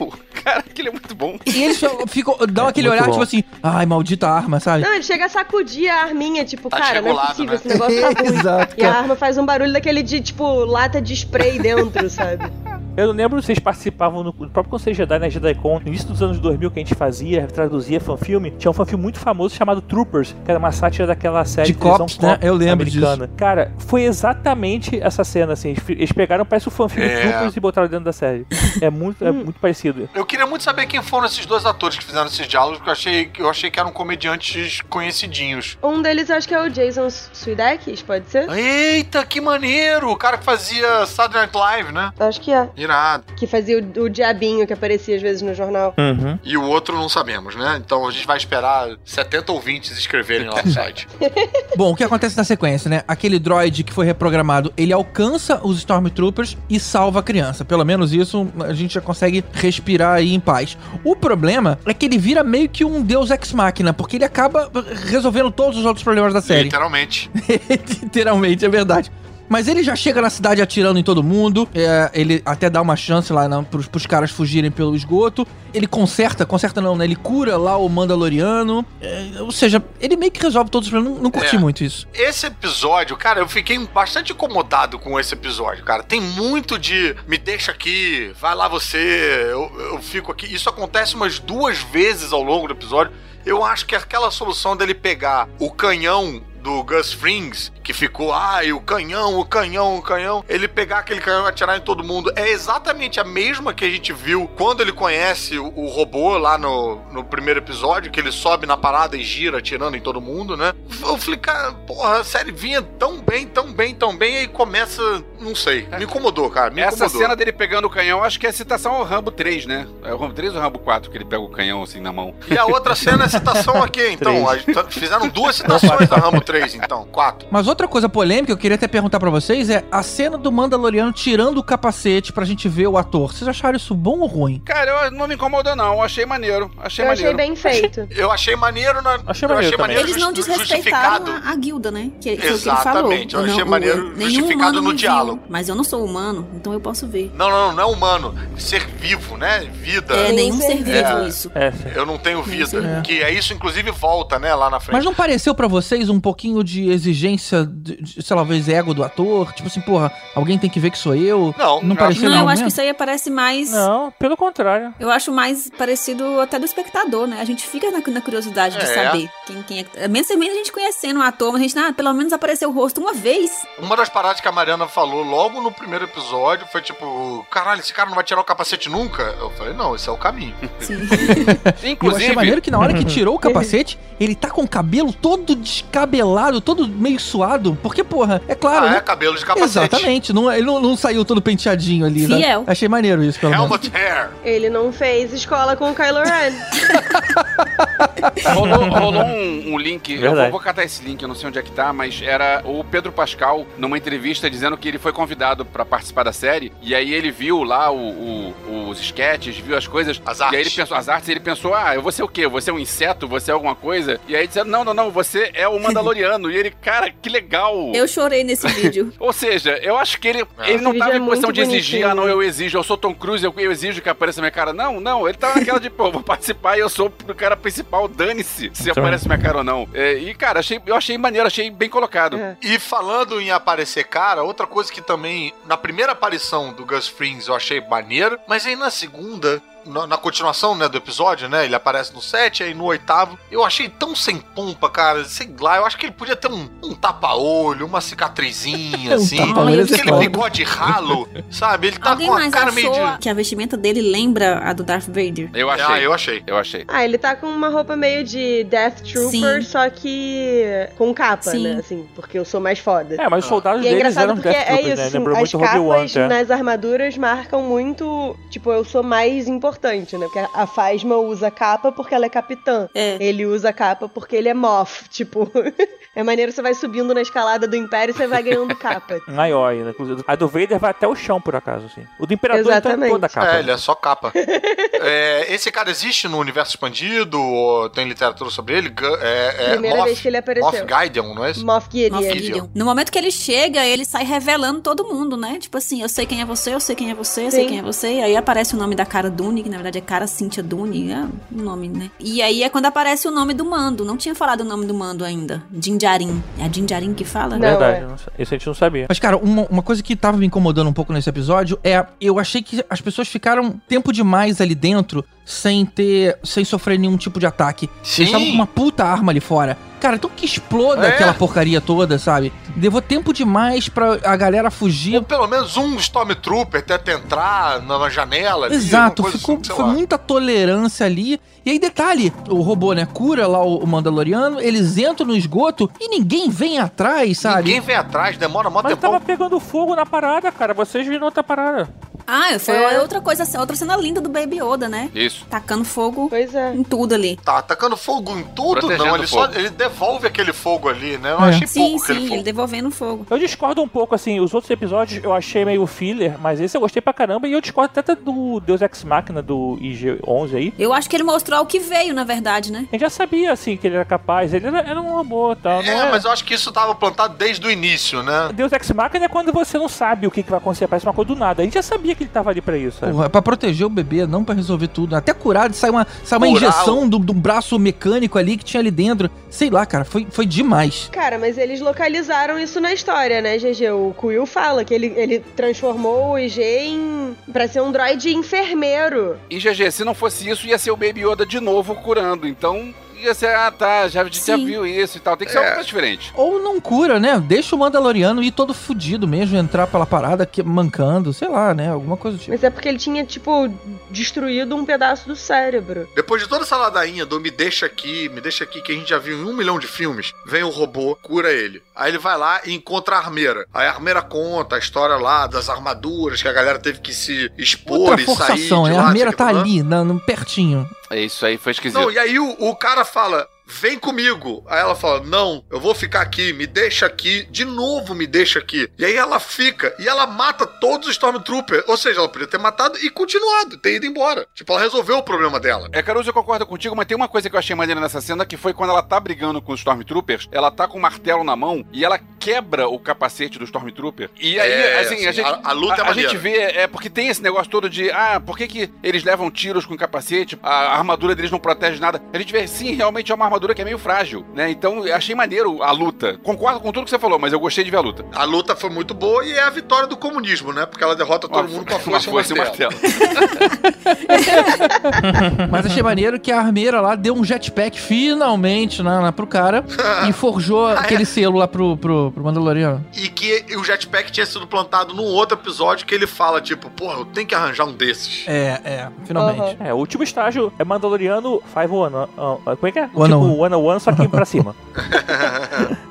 Cara, aquilo é muito bom. E eles ficam, dão aquele muito olhar, bom. tipo assim, ai, maldita arma, sabe? Não, ele chega a sacudir a arminha, tipo, Tá cara, não é chegolado, possível, né? esse negócio tá ruim. Exato, E a cara. arma faz um barulho daquele de, tipo, lata de spray dentro, sabe? Eu não lembro se vocês participavam no no próprio Conselho Jedi, na JediCon, no início dos anos 2000 que a gente fazia, traduzia fanfilme, tinha um fanfilme muito famoso chamado Troopers, que era uma sátira daquela série De televisão cops, né? Eu lembro americana. Cara, foi exatamente essa cena, assim, eles- eles pegaram, parece o fanfilme É. Troopers e botaram dentro da série. É muito, é muito parecido. Eu queria muito saber quem foram esses dois atores que fizeram esses diálogos, porque eu achei, eu achei que eram comediantes conhecidinhos. Um deles acho que é o Jason Sudeikis, pode ser? Eita, que maneiro! O cara que fazia Saturday Night Live, né? Acho que é. Irado. Que fazia o, o diabinho que aparecia às vezes no jornal. Uhum. E o outro não sabemos, né? Então a gente vai esperar 70 ouvintes escreverem lá no site. Bom, o que acontece na sequência, né? Aquele droid que foi reprogramado, ele alcança os Stormtroopers e salva a criança. Pelo menos isso a gente já consegue respirar aí em paz. O problema é que ele vira meio que um deus ex-máquina, porque ele acaba resolvendo todos os outros problemas da série. Literalmente. Literalmente, é verdade. Mas ele já chega na cidade atirando em todo mundo. é, ele até dá uma chance lá na, pros, pros caras fugirem pelo esgoto. Ele conserta, conserta não, né? Ele cura lá o Mandaloriano. é, ou seja, ele meio que resolve todos os problemas. Não, não curti É. muito isso. Esse episódio, cara, eu fiquei bastante incomodado com esse episódio, cara. Tem muito de me deixa aqui, vai lá você, eu, eu fico aqui. Isso acontece umas duas vezes ao longo do episódio. Eu acho que aquela solução dele pegar o canhão do Gus Frings, que ficou, ai, o canhão, o canhão, o canhão, ele pegar aquele canhão e atirar em todo mundo, é exatamente a mesma que a gente viu quando ele conhece o, o robô lá no, no primeiro episódio, que ele sobe na parada e gira atirando em todo mundo, né? Eu falei, cara, porra, a série vinha tão bem, tão bem, tão bem, e aí começa, não sei, me incomodou, cara, me Essa incomodou. cena dele pegando o canhão, acho que é a citação ao Rambo 3, né? É o Rambo 3 ou o Rambo 4 que ele pega o canhão assim na mão? E a outra cena é citação aqui, então, Três. a- fizeram duas citações da Rambo 3, então, quatro. Mas outra coisa polêmica, eu queria até perguntar pra vocês, é a cena do Mandaloriano tirando o capacete pra gente ver o ator. Vocês acharam isso bom ou ruim? Cara, eu, não me incomodou, não. Achei maneiro. Achei é Eu maneiro. achei bem feito. Eu achei maneiro na. Achei eu maneiro também. Eles não justi- desrespeitaram a, a guilda, né? Que, que foi o que ele falou. Exatamente, eu não- achei maneiro nenhum justificado humano no me viu, diálogo. mas eu não sou humano, então eu posso ver. Não, não, não é humano. Ser vivo, né? Vida. É, Nenhum nenhum ser ser vivo É. isso. É, Eu não tenho vida. É. Que é isso, inclusive, volta, né, lá na frente. Mas não pareceu pra vocês um pouquinho de exigência, de, de, sei lá, talvez ego do ator? Tipo assim, porra, alguém tem que ver que sou eu? Não, não eu pareceu Não, não, eu acho que mesmo? isso aí parece mais. Não, pelo contrário. Eu acho mais parecido até do espectador, né? A gente fica na, na curiosidade de É. saber quem, quem é. Mesmo, mesmo a gente conhecendo o ator, mas a gente, ah, pelo menos apareceu o rosto uma vez. Uma das paradas que a Mariana falou logo no primeiro episódio foi tipo: caralho, esse cara não vai tirar o capacete nunca? Eu falei: não, esse é o caminho. Sim. E eu achei Inclusive, maneiro que na hora que tirou o capacete, ele tá com o cabelo todo descabelado, todo meio suado. Porque, porra, é claro, ah, é né? cabelo de capacete. Exatamente, não, é, ele não, não saiu todo penteadinho ali. né? Fiel. Achei maneiro isso, pelo menos. Helmet hair. Ele não fez escola com o Kylo Ren. tá. rolou, rolou um, um link. Eu Verdade. vou, vou catar esse link, eu não sei onde é que tá, mas era o Pedro Pascal numa entrevista dizendo que ele foi convidado pra participar da série. E aí ele viu lá o- o- os sketches, viu as coisas. As E aí ele artes. pensou, as artes, ele pensou, ah, eu vou ser o quê? Eu vou ser um inseto? Vou ser alguma coisa? E aí disseram, não, não, não, você é o Mandaloriano. e ele, cara, que legal. Eu chorei nesse vídeo. Ou seja, eu acho que ele, Ah. ele não Esse vídeo tava é em posição muito de exigir, bonitinho, ah, não, né? eu exijo, eu sou Tom Cruise, eu, eu exijo que apareça minha cara. Não, não, ele tava naquela de, pô, eu vou participar e eu sou o cara principal, dane-se se Então. aparece minha cara ou não. É, e, cara, achei, eu achei maneiro, achei bem colocado. É. E falando em aparecer cara, outra coisa que também, na primeira aparição do Gus Frings eu achei maneiro, mas aí na segunda na, na continuação né, do episódio, né? Ele aparece no 7, aí no oitavo. Eu achei tão sem pompa, cara. Sei lá, eu acho que ele podia ter um, um tapa-olho, uma cicatrizinha, assim. Um tapa-olho, esse aquele foda. bigode ralo, sabe? Ele tá Alguém com a mais cara achou meio de. que a vestimenta dele lembra a do Darth Vader? Eu achei. Ah, eu... eu achei. achei. Ah, ele tá com uma roupa meio de Death Trooper, Sim. só que com capa, Sim. né? Assim, porque eu sou mais foda. É, mas os soldados E é deles engraçado eram porque Death é Troopers, isso, né? assim, Lembrou as muito Rogue One, né? é. capas até. nas armaduras marcam muito, tipo, eu sou mais importante, né? Porque a Fasma usa capa porque ela é capitã. É. Ele usa capa porque ele é moth, tipo... é maneiro, você vai subindo na escalada do Império e você vai ganhando capa. Maior ainda, inclusive. A do Vader vai até o chão, por acaso, assim. O do Imperador então, é Exatamente. toda a capa. É, ele é só capa. É, esse cara existe no universo expandido? Ou tem literatura sobre ele? Gu- É, é, Primeira Moff- vez que ele apareceu. Moff Gideon, não é esse? Moff Gideon. Moff Gideon. Gideon. No momento que ele chega, ele sai revelando todo mundo, né? Tipo assim, eu sei quem é você, eu sei quem é você, eu sei Sim. quem é você. E aí aparece o nome da cara Dune, que na verdade é cara Cynthia Dune, é um nome, né? E aí é quando aparece o nome do mando. Não tinha falado o nome do mando ainda. Jinjarin. É a Jinjarin que fala? Não, Verdade, é. eu não sa- isso a gente não sabia. Mas, cara, uma, uma coisa que tava me incomodando um pouco nesse episódio é eu achei que as pessoas ficaram tempo demais ali dentro sem ter. sem sofrer nenhum tipo de ataque. Sim. Eles estavam com uma puta arma ali fora. Cara, então que exploda É. aquela porcaria toda, sabe? Levou tempo demais pra a galera Ou fugir. pelo menos um Stormtrooper tenta entrar na na janela. ali, Exato, alguma coisa ficou, assim, sei foi lá. muita tolerância ali. E aí, detalhe: o robô, né, cura lá o o Mandaloriano, eles entram no esgoto e ninguém vem atrás, sabe? Ninguém vem atrás, demora mó Mas tempão. tava pegando fogo na parada, cara. Vocês viram outra parada. Ah, foi É. outra coisa, outra cena linda do Baby Yoda, né? Isso. Tacando fogo Pois é. em tudo ali. Tá atacando fogo em tudo? Protegendo não, ele o só fogo. ele devolve aquele fogo ali, né? Eu É. achei Sim, pouco aquele sim, fogo. ele devolvendo fogo. Eu discordo um pouco, assim. Os outros episódios eu achei meio filler, mas esse eu gostei pra caramba. E eu discordo até do Deus Ex Machina do IG-11 aí. Eu acho que ele mostrou ao que veio, na verdade, né? A gente já sabia, assim, que ele era capaz. Ele era, era um robô e tal, não É, é? mas eu acho que isso tava plantado desde o início, né? Deus Ex Machina é quando você não sabe o que, que vai acontecer. Parece uma coisa do nada. A gente já sabia que ele tava ali pra isso, sabe? Porra, é pra proteger o bebê, não pra resolver tudo. Até curar, sai uma, sai uma Curar injeção do, do braço mecânico ali que tinha ali dentro. Sei lá, cara, foi, foi demais. Cara, mas eles localizaram isso na história, né, GG? O Quill fala que ele, ele transformou o IG em... pra ser um droide enfermeiro. E GG, se não fosse isso, ia ser o Baby Yoda de novo curando. Então, ia ser, ah tá, já, a gente já Sim. viu isso e tal. Tem que ser alguma coisa diferente. Ou não cura, né? Deixa o Mandaloriano ir todo fudido mesmo, entrar pela parada que, mancando, sei lá, né? Alguma coisa do tipo. Mas é porque ele tinha, tipo, destruído um pedaço do cérebro. Depois de toda essa ladainha do me deixa aqui, me deixa aqui, que a gente já viu em um milhão de filmes, vem o robô, cura ele. Aí ele vai lá e encontra a armeira. Aí a armeira conta a história lá das armaduras que a galera teve que se expor Outra e sair. forçação, de né? lá, A armeira sei o que tá lá. ali, na, no- pertinho. É isso aí, foi esquisito. Não, e aí o, o cara fala, vem comigo. Aí ela fala, não, eu vou ficar aqui, me deixa aqui, de novo me deixa aqui. E aí ela fica, e ela mata todos os Stormtroopers. Ou seja, ela podia ter matado e continuado, ter ido embora. Tipo, ela resolveu o problema dela. É, Caruso, eu concordo contigo, mas tem uma coisa que eu achei maneira nessa cena, que foi quando ela tá brigando com os Stormtroopers, ela tá com um martelo na mão e ela quebra o capacete do Stormtrooper. E aí, É, assim, a assim, gente... a- a luta é a, maneira. gente vê, é porque tem esse negócio todo de, ah, por que que eles levam tiros com capacete, a armadura deles não protege nada. A gente vê, sim, realmente é uma armadura que é meio frágil, né? Então, eu achei maneiro a luta. Concordo com tudo que você falou, mas eu gostei de ver a luta. A luta foi muito boa e é a vitória do comunismo, né? Porque ela derrota todo mundo com a força, força e e o martelo. Mas achei maneiro que a armeira lá deu um jetpack finalmente na, na- pro cara e Ah, forjou é? aquele selo lá pro, pro, pro Mandaloriano. E que o jetpack tinha sido plantado num outro episódio que ele fala, tipo, porra, eu tenho que arranjar um desses. É, é, finalmente. É, o último estágio é Mandaloriano 501. ah, como é que é? One tipo, on One on One, só que pra cima.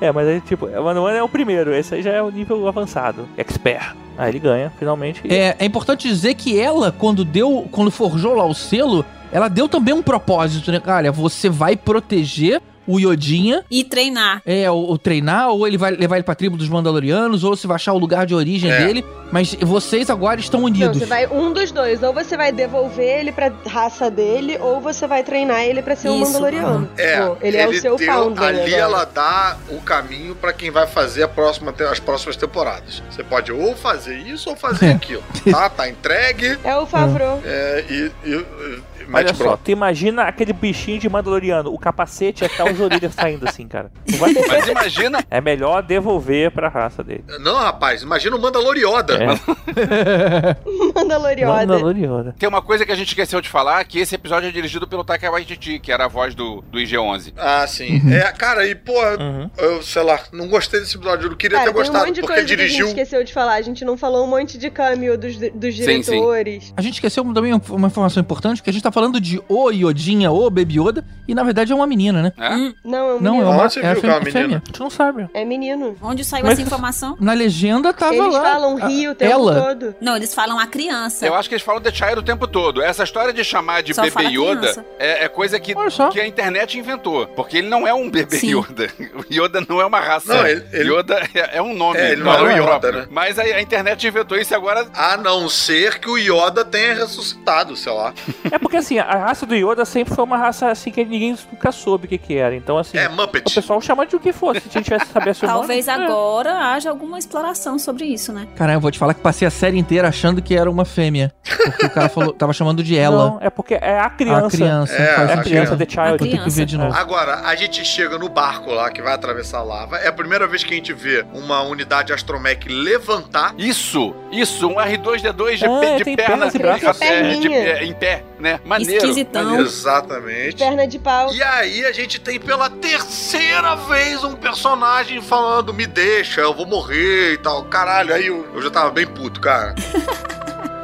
é, mas aí, tipo, One on One é o primeiro. Esse aí já é o nível avançado. Expert. Aí ele ganha, finalmente. e- É, é importante dizer que ela, quando deu, quando forjou lá o selo, ela deu também um propósito, né? Olha, você vai proteger o Iodinha, E treinar. é, ou, ou treinar, ou ele vai levar ele pra tribo dos Mandalorianos, ou você vai achar o lugar de origem É. dele, mas vocês agora estão Não, unidos. você vai... Um dos dois. Ou você vai devolver ele pra raça dele, ou você vai treinar ele pra ser um Isso. Mandaloriano. É, Tipo, ele, é o seu deu- founder Ali agora. ela dá o caminho pra quem vai fazer a próxima te- as próximas temporadas. Você pode ou fazer isso ou fazer É. aquilo. Tá, tá entregue É o Favreau. é, e, e, e mete Olha só, bronca. tu imagina aquele bichinho de Mandaloriano, o capacete é tal as orelhas saindo assim, cara. Não vai- Mas imagina, É melhor devolver pra raça dele. Não, rapaz, imagina o Mandalorioda. É. Mandaloriosa. Mandaloriana. tem uma coisa que a gente esqueceu de falar, que esse episódio é dirigido pelo Taika Waititi, que era a voz do, do IG-11. Ah, sim. É, cara, e, pô, Uhum. eu, sei lá, não gostei desse episódio. Eu não queria Cara, ter gostado, tem um monte de porque coisa que a dirigiu. gente esqueceu de falar. A gente não falou um monte de cameo dos, dos Sim, sim. diretores. A gente esqueceu também um, uma informação importante, que a gente tá falando de o Iodinha, o Baby Yoda, e na verdade é uma menina, né? É? Hum, Não, é um Não, é menino. uma, Ah, você é a viu fe- que é uma fêmea. menina? A gente não sabe. É menino. Onde saiu Mas- essa informação? Na legenda tava Eles lá. falam a- rio o tempo ela. todo. Não, eles falam a criança. Eu acho que eles falam The Child o tempo todo. Essa história de chamar de Só fala bebê Yoda criança. é, é coisa que, Olha só. que a internet inventou. Porque ele não é um bebê Sim. Yoda. O Yoda não é uma raça. Não, ele- ele- Yoda é, é um nome. É, ele um não era o nome Yoda, próprio. né? Mas a, a internet inventou isso e agora. A não ser que o Yoda tenha ressuscitado, sei lá. É porque assim, a raça do Yoda sempre foi uma raça assim que ninguém nunca soube o que que era. Então assim, É, o Muppet. pessoal chama de o que fosse. Se a gente tivesse saber seu nome, Talvez é. agora haja alguma exploração sobre isso, né? Caralho, eu vou te falar que passei a série inteira achando que era uma fêmea. Porque o cara falou, tava chamando de ela. Não, é porque é a a criança. criança. É, É faz a a sentido. criança, The A Child. Vou ter que ver de novo. Agora, a gente chega no barco lá que vai atravessar a lava. É a primeira vez que a gente vê uma unidade astromech levantar. Isso, isso, um R2D2 de, É, pé- de tem perna pernas e braços. é, de- Perninha. é, em pé, né? Maneiro. Esquisitão. maneiro. Exatamente. Perna de pau. E aí a gente tem pela terceira vez um personagem falando: me deixa, eu vou morrer e tal. Caralho, aí eu, eu já tava bem puto, cara.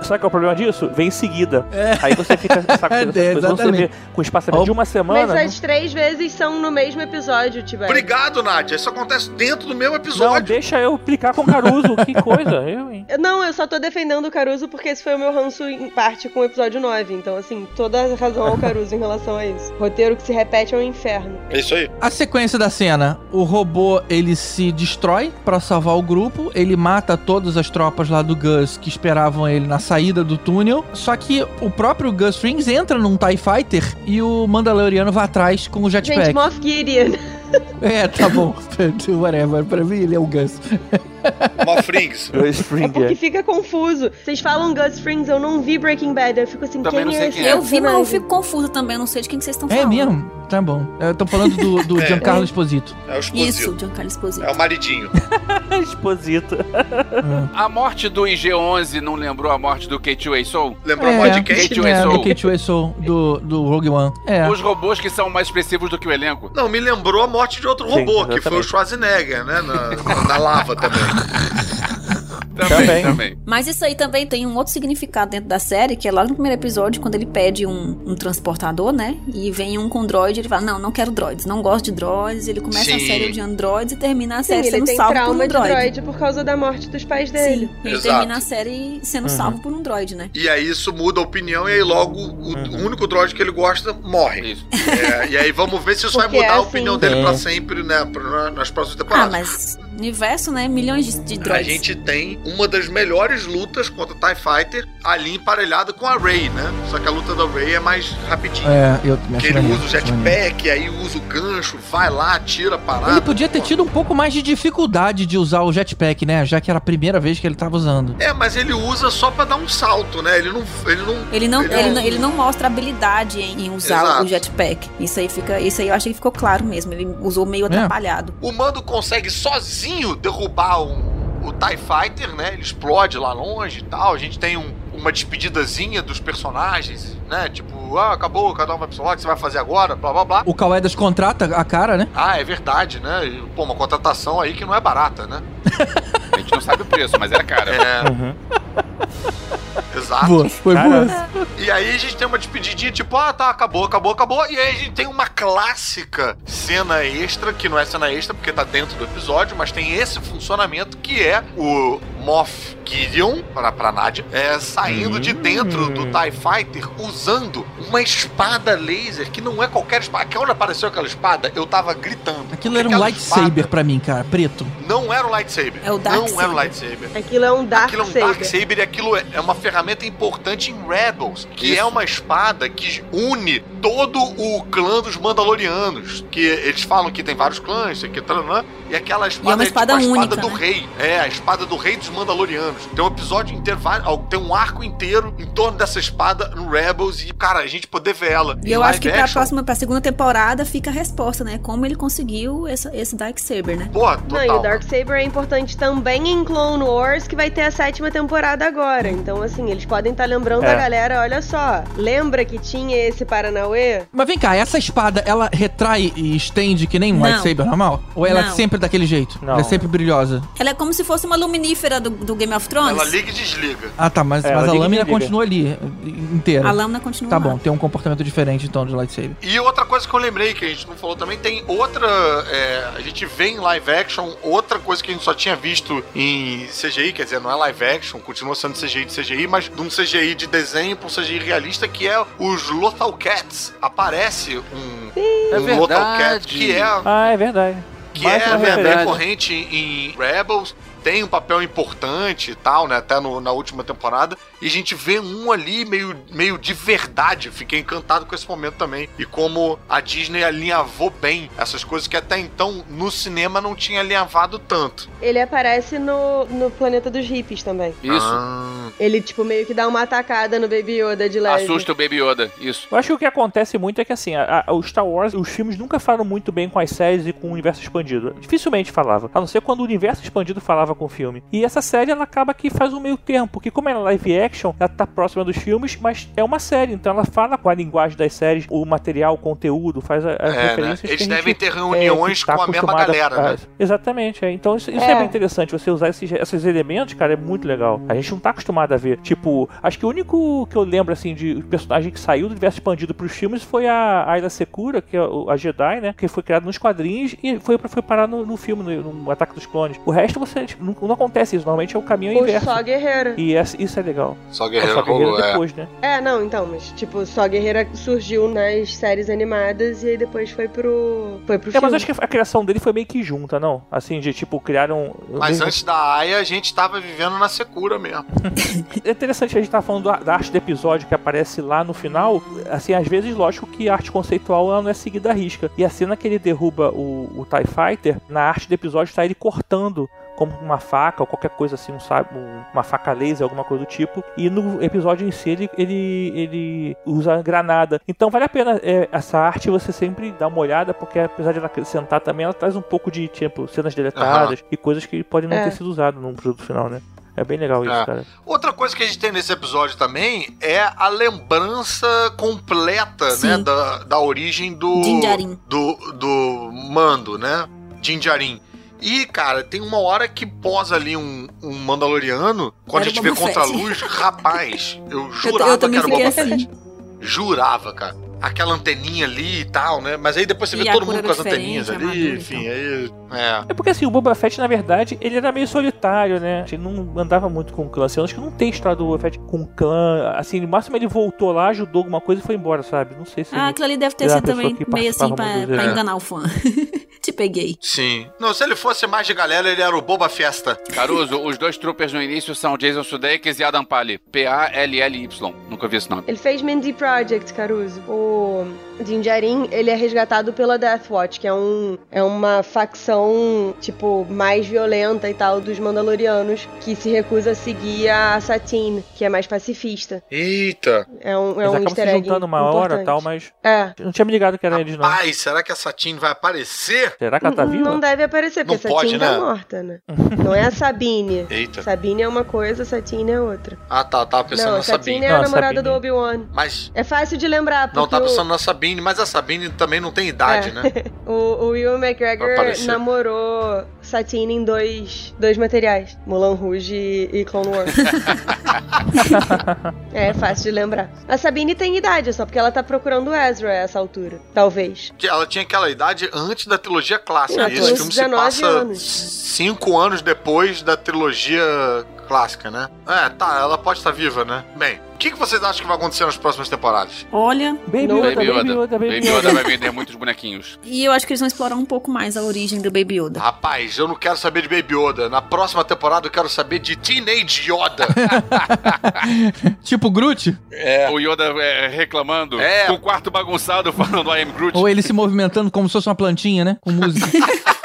Sabe qual é o problema disso? Vem em seguida. Aí você fica saco É, dessas coisas. Você exatamente. vê com espaçamento de uma Mas semana. as três vezes são no mesmo episódio, Tibete. Obrigado, Nadia. Isso acontece dentro do mesmo Não, episódio. deixa eu clicar com o Caruso, que coisa. Eu, hein? Eu- Não, eu só tô defendendo o Caruso porque esse foi o meu ranço em parte com o episódio 9. Então, assim, toda a razão ao Caruso em relação a isso. Roteiro que se repete é um inferno. É isso aí. A sequência da cena: o robô ele se destrói pra salvar o grupo, ele mata todas as tropas lá do Gus que esperavam ele na saída do túnel. Só que o próprio Gus Frings entra num TIE Fighter e o Mandaloriano vai atrás com o Gente, jetpack. Moff Gideon. É, tá bom. Whatever, pra mim ele é o Gus. Mofrings. Dois É porque Springer. fica confuso. Vocês falam Gus Frings, eu não vi Breaking Bad. Eu fico assim, Também quem não sei é quem esse? é. Eu vi, mas eu personagem? fico confusa também. Eu não sei de quem que vocês estão É falando. mesmo? Tá bom. Eu tô falando do, do É. Giancarlo Esposito. É o esposito. Isso, Giancarlo É Esposito. o maridinho. Exposito. A morte do IG-11 não lembrou a morte do K2 Soul? Lembrou a voz de quem? Kate É, Winslow. do Kate Winslow, do, do Rogue One. É. Os robôs que são mais expressivos do que o elenco. Não, me lembrou a morte de outro Sim, robô, que foi o exatamente. Schwarzenegger, né? Na, na- na lava também. Também, Também. também. Mas isso aí também tem um outro significado dentro da série, que é logo no primeiro episódio, quando ele pede um, um transportador, né? E vem um com droid, ele fala, não, não quero droids, não gosto de droids. Ele começa a Sim. série odiando droids e termina a Sim, série ele sendo tem salvo por trauma um de droid. droid. por causa da morte dos pais dele. Sim, ele Exato. termina a série sendo Uhum. salvo por um droid, né? E aí isso muda a opinião, e aí logo o Uhum. o único droid que ele gosta morre. Isso. É, e aí vamos ver se isso vai Porque é mudar a assim. opinião dele É. pra sempre, né? pra- nas próximas Ah, temporadas. mas universo, né? Milhões de, de A droids. gente tem uma das melhores lutas contra TIE Fighter ali emparelhada com a Rey, né? Só que a luta da Rey é mais rapidinha. É, eu me Porque acho ele maneiro, usa o acho maneiro. jetpack, aí usa o gancho, vai lá, tira a parada. Ele podia ter tido um pouco mais de dificuldade de usar o jetpack, né? Já que era a primeira vez que ele tava usando. É, mas ele usa só pra dar um salto, né? Ele não. Ele não Ele não, Ele ele, não- não, ele não mostra habilidade em, em usar Exato. o jetpack. Isso aí fica, isso aí eu achei que ficou claro mesmo. Ele usou É. meio atrapalhado. O Mando consegue sozinho derrubar um, o TIE Fighter, né? Ele explode lá longe e tal. A gente tem um- uma despedidazinha dos personagens, né? Tipo, ah, acabou, cada um vai pro seu lado, o que você vai fazer agora? Blá blá blá. O Cauedas contrata a cara, né? Ah, é verdade, né? E, Pô, uma contratação aí que não é barata, né? A gente não sabe o preço, mas era caro. É, Uhum. exato. Boa, foi Cara, boa. E aí a gente tem uma despedidinha, tipo, ah, tá, acabou, acabou, acabou. E aí a gente tem uma clássica cena extra, que não é cena extra porque tá dentro do episódio, mas tem esse funcionamento que é o Moff Gideon, pra, pra Nadia, é, saindo de dentro Hum. do TIE Fighter usando uma espada laser, que não é qualquer espada. Que Quando apareceu aquela espada, eu tava gritando. Aquilo era um Aquela lightsaber espada pra mim, cara, preto. Não era um lightsaber. É o Não era Darksaber. um lightsaber. Aquilo é um Dark Aquilo é um Darksaber e aquilo é é uma ferramenta importante em Rebels, que Isso. é uma espada que une todo o clã dos Mandalorianos. Que eles falam que tem vários clãs, isso aqui, taranã, e aquela espada E é uma espada tipo a espada única, do né? rei. É, a espada do rei dos Mandalorianos. Tem um episódio inteiro, vai- ó, tem um arco inteiro em torno dessa espada no Rebels e, cara, a gente poder ver ela. E em eu live acho que pra action. próxima, pra segunda temporada, fica a resposta, né? Como ele conseguiu essa- esse Darksaber, né? Porra, Não, e o total. Darksaber é importante também em Clone Wars, que vai ter a sétima temporada agora. Então, assim, eles podem estar lembrando É. a galera, olha só, lembra que tinha esse Paranauê? Mas vem cá, essa espada, ela retrai e estende que nem um Não. lightsaber normal? Ou ela é Não. sempre daquele jeito? Não. Ela é sempre brilhosa? Ela é como se fosse uma luminífera do, do Game of Ela Thrones. liga e desliga. Ah, tá, mas, É, mas ela a liga e lâmina desliga. continua ali, eh, inteira. A lâmina continua Tá lá. bom, tem um comportamento diferente então de lightsaber. E outra coisa que eu lembrei que a gente não falou também, tem outra. é, a gente vê em live action outra coisa que a gente só tinha visto em CGI, quer dizer, não é live action, continua sendo CGI de CGI, mas de um CGI de desenho pra um CGI realista, que é os Lothal Cats. Aparece um. É um Lothal Cat, verdade. que é Ah, é verdade. que Mais é uma né, referência. recorrente em Rebels, tem um papel importante e tal, né? Até no- na última temporada. E a gente vê um ali meio, meio de verdade. Fiquei encantado com esse momento também. E como a Disney alinhavou bem essas coisas que até então no cinema não tinha alinhavado tanto. Ele aparece no, no Planeta dos Hippies também. Isso. Ah, Ele, tipo, meio que dá uma atacada no Baby Yoda de leve. Assusta o Baby Yoda. Isso. Eu acho que o que acontece muito é que, assim, a, a- o Star Wars, os filmes nunca falam muito bem com as séries e com o universo expandido. Dificilmente falava. A não ser quando o universo expandido falava com o filme. E essa série, ela acaba que faz um meio termo. Porque como ela é live action, ela tá próxima dos filmes, mas é uma série. Então ela fala com a linguagem das séries, o material, o conteúdo, faz a- as É, né? referências Eles que a gente, devem ter é, reuniões que tá com a mesma acostumada galera, a- né? Exatamente, é. Então isso, isso é. É. bem interessante, você usar esses, esses elementos, cara, é muito legal. A gente não tá acostumado a ver. Tipo, acho que o único que eu lembro, assim, de personagem que saiu do universo expandido pros filmes foi a Ayla Secura, que é o- a Jedi, né? Que foi criada nos quadrinhos e foi, foi parar no, no filme, no, no Ataque dos Clones. O resto, você tipo, não, não acontece isso. Normalmente é o caminho O inverso. Só Guerreiro. E essa- isso é legal. só Guerreiro, Guerreiro rolou, é. depois, né? É, não, então, mas, tipo, Só Guerreira surgiu nas séries animadas e aí depois foi pro. Foi pro É, filme. mas acho que a criação dele foi meio que junta, não? Assim, de tipo, criaram. Mas mesmo- antes da Aya, a gente tava vivendo na secura mesmo. É interessante a gente tá falando da, da arte do episódio que aparece lá no final. Assim, às vezes, lógico que a arte conceitual ela não é seguida à risca. E a cena que ele derruba o, o TIE Fighter, na arte do episódio tá ele cortando como uma faca ou qualquer coisa assim, um, sabe, um- uma faca laser, alguma coisa do tipo. E no episódio em si ele, ele, ele usa granada. Então vale a pena é, essa arte você sempre dar uma olhada, porque apesar de ela acrescentar também, ela traz um pouco de tipo cenas deletadas e coisas que podem não É. ter sido usadas num produto final, né? É bem legal isso, É. cara. Outra coisa que a gente tem nesse episódio também é a lembrança completa, Sim. né, da, da origem do Jinjarin. do do Mando, né? Jinjarin. E, cara, tem uma hora que posa ali um, um Mandaloriano, quando Era a gente o vê Boba Fett. contra a luz, rapaz, eu Eu, jurava eu que também era o fiquei Boba assim. Fett. Jurava, cara. Aquela anteninha ali e tal, né? Mas aí depois você E vê a todo cor mundo era com as diferente, anteninhas a ali, armadura então. e enfim, aí. É. É porque assim, o Boba Fett, na verdade, ele era meio solitário, né? Ele não andava muito com o clã. Assim, eu acho que não tem história do Boba Fett com o clã. Assim, no máximo ele voltou lá, ajudou alguma coisa e foi embora, sabe? Não sei se. Ah, ele... aquilo ali deve ter Era sido a pessoa também que meio assim participava pra, muito pra do- enganar o fã. Te peguei. Sim. Não, se ele fosse mais de galera, ele era o Boba Festa. Caruso, os dois troopers no início são Jason Sudeikis e Adam Pally. P-A-L-L-Y. Nunca vi esse nome. Ele fez Mandy Project, Caruso. O Jinjarin, ele é resgatado pela Death Watch, que é, um, é uma facção, tipo, mais violenta e tal dos Mandalorianos, que se recusa a seguir a Satine, que é mais pacifista. Eita! É um, é Eles um acabam easter se egg juntando uma hora e importante. tal, mas. É. Eu não tinha me ligado que era eles, não. Ai, será que a Satine vai aparecer? Será que ela tá N- viva? Não deve aparecer, porque Não a Satine pode, tá né? morta, né? Não é a Sabine. Eita. Sabine é uma coisa, Satine é outra. Ah, tá, tava pensando não, na a Sabine. Satine é Não, a a namorada Sabine. do Obi-Wan. Mas. É fácil de lembrar, porque Não, tá o- pensando na Sabine, mas a Sabine também não tem idade, É. né? O, o Ewan McGregor Apareceu. namorou Satine em dois, dois materiais: Mulan Rouge e, e Clone Wars. é fácil de lembrar. A Sabine tem idade, é só porque ela tá procurando o Ezra a essa altura. Talvez. Que Ela tinha aquela idade antes da trilogia clássica. Ela E tinha esse uns filme se 19 passa anos. cinco anos depois da trilogia clássica, né? É, tá, ela pode estar viva, né? Bem, o que, que vocês acham que vai acontecer nas próximas temporadas? Olha, Baby Não. tá Yoda, Baby Yoda, Baby Yoda vai vender muitos bonequinhos. e eu acho que eles vão explorar um pouco mais a origem do Baby Yoda. Rapaz, eu não quero saber de Baby Yoda. Na próxima temporada eu quero saber de Teenage Yoda. tipo Groot? O Yoda é, reclamando, É. com o quarto bagunçado, falando I am Groot. Ou ele se movimentando como se fosse uma plantinha, né? Com música.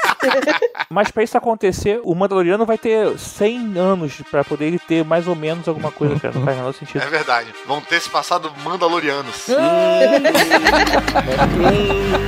Mas pra isso acontecer, o Mandaloriano vai ter 100 anos pra poder ele ter mais ou menos alguma coisa, um cara. Não faz o menor sentido. É verdade. Vão ter se passado Mandalorianos. Hum.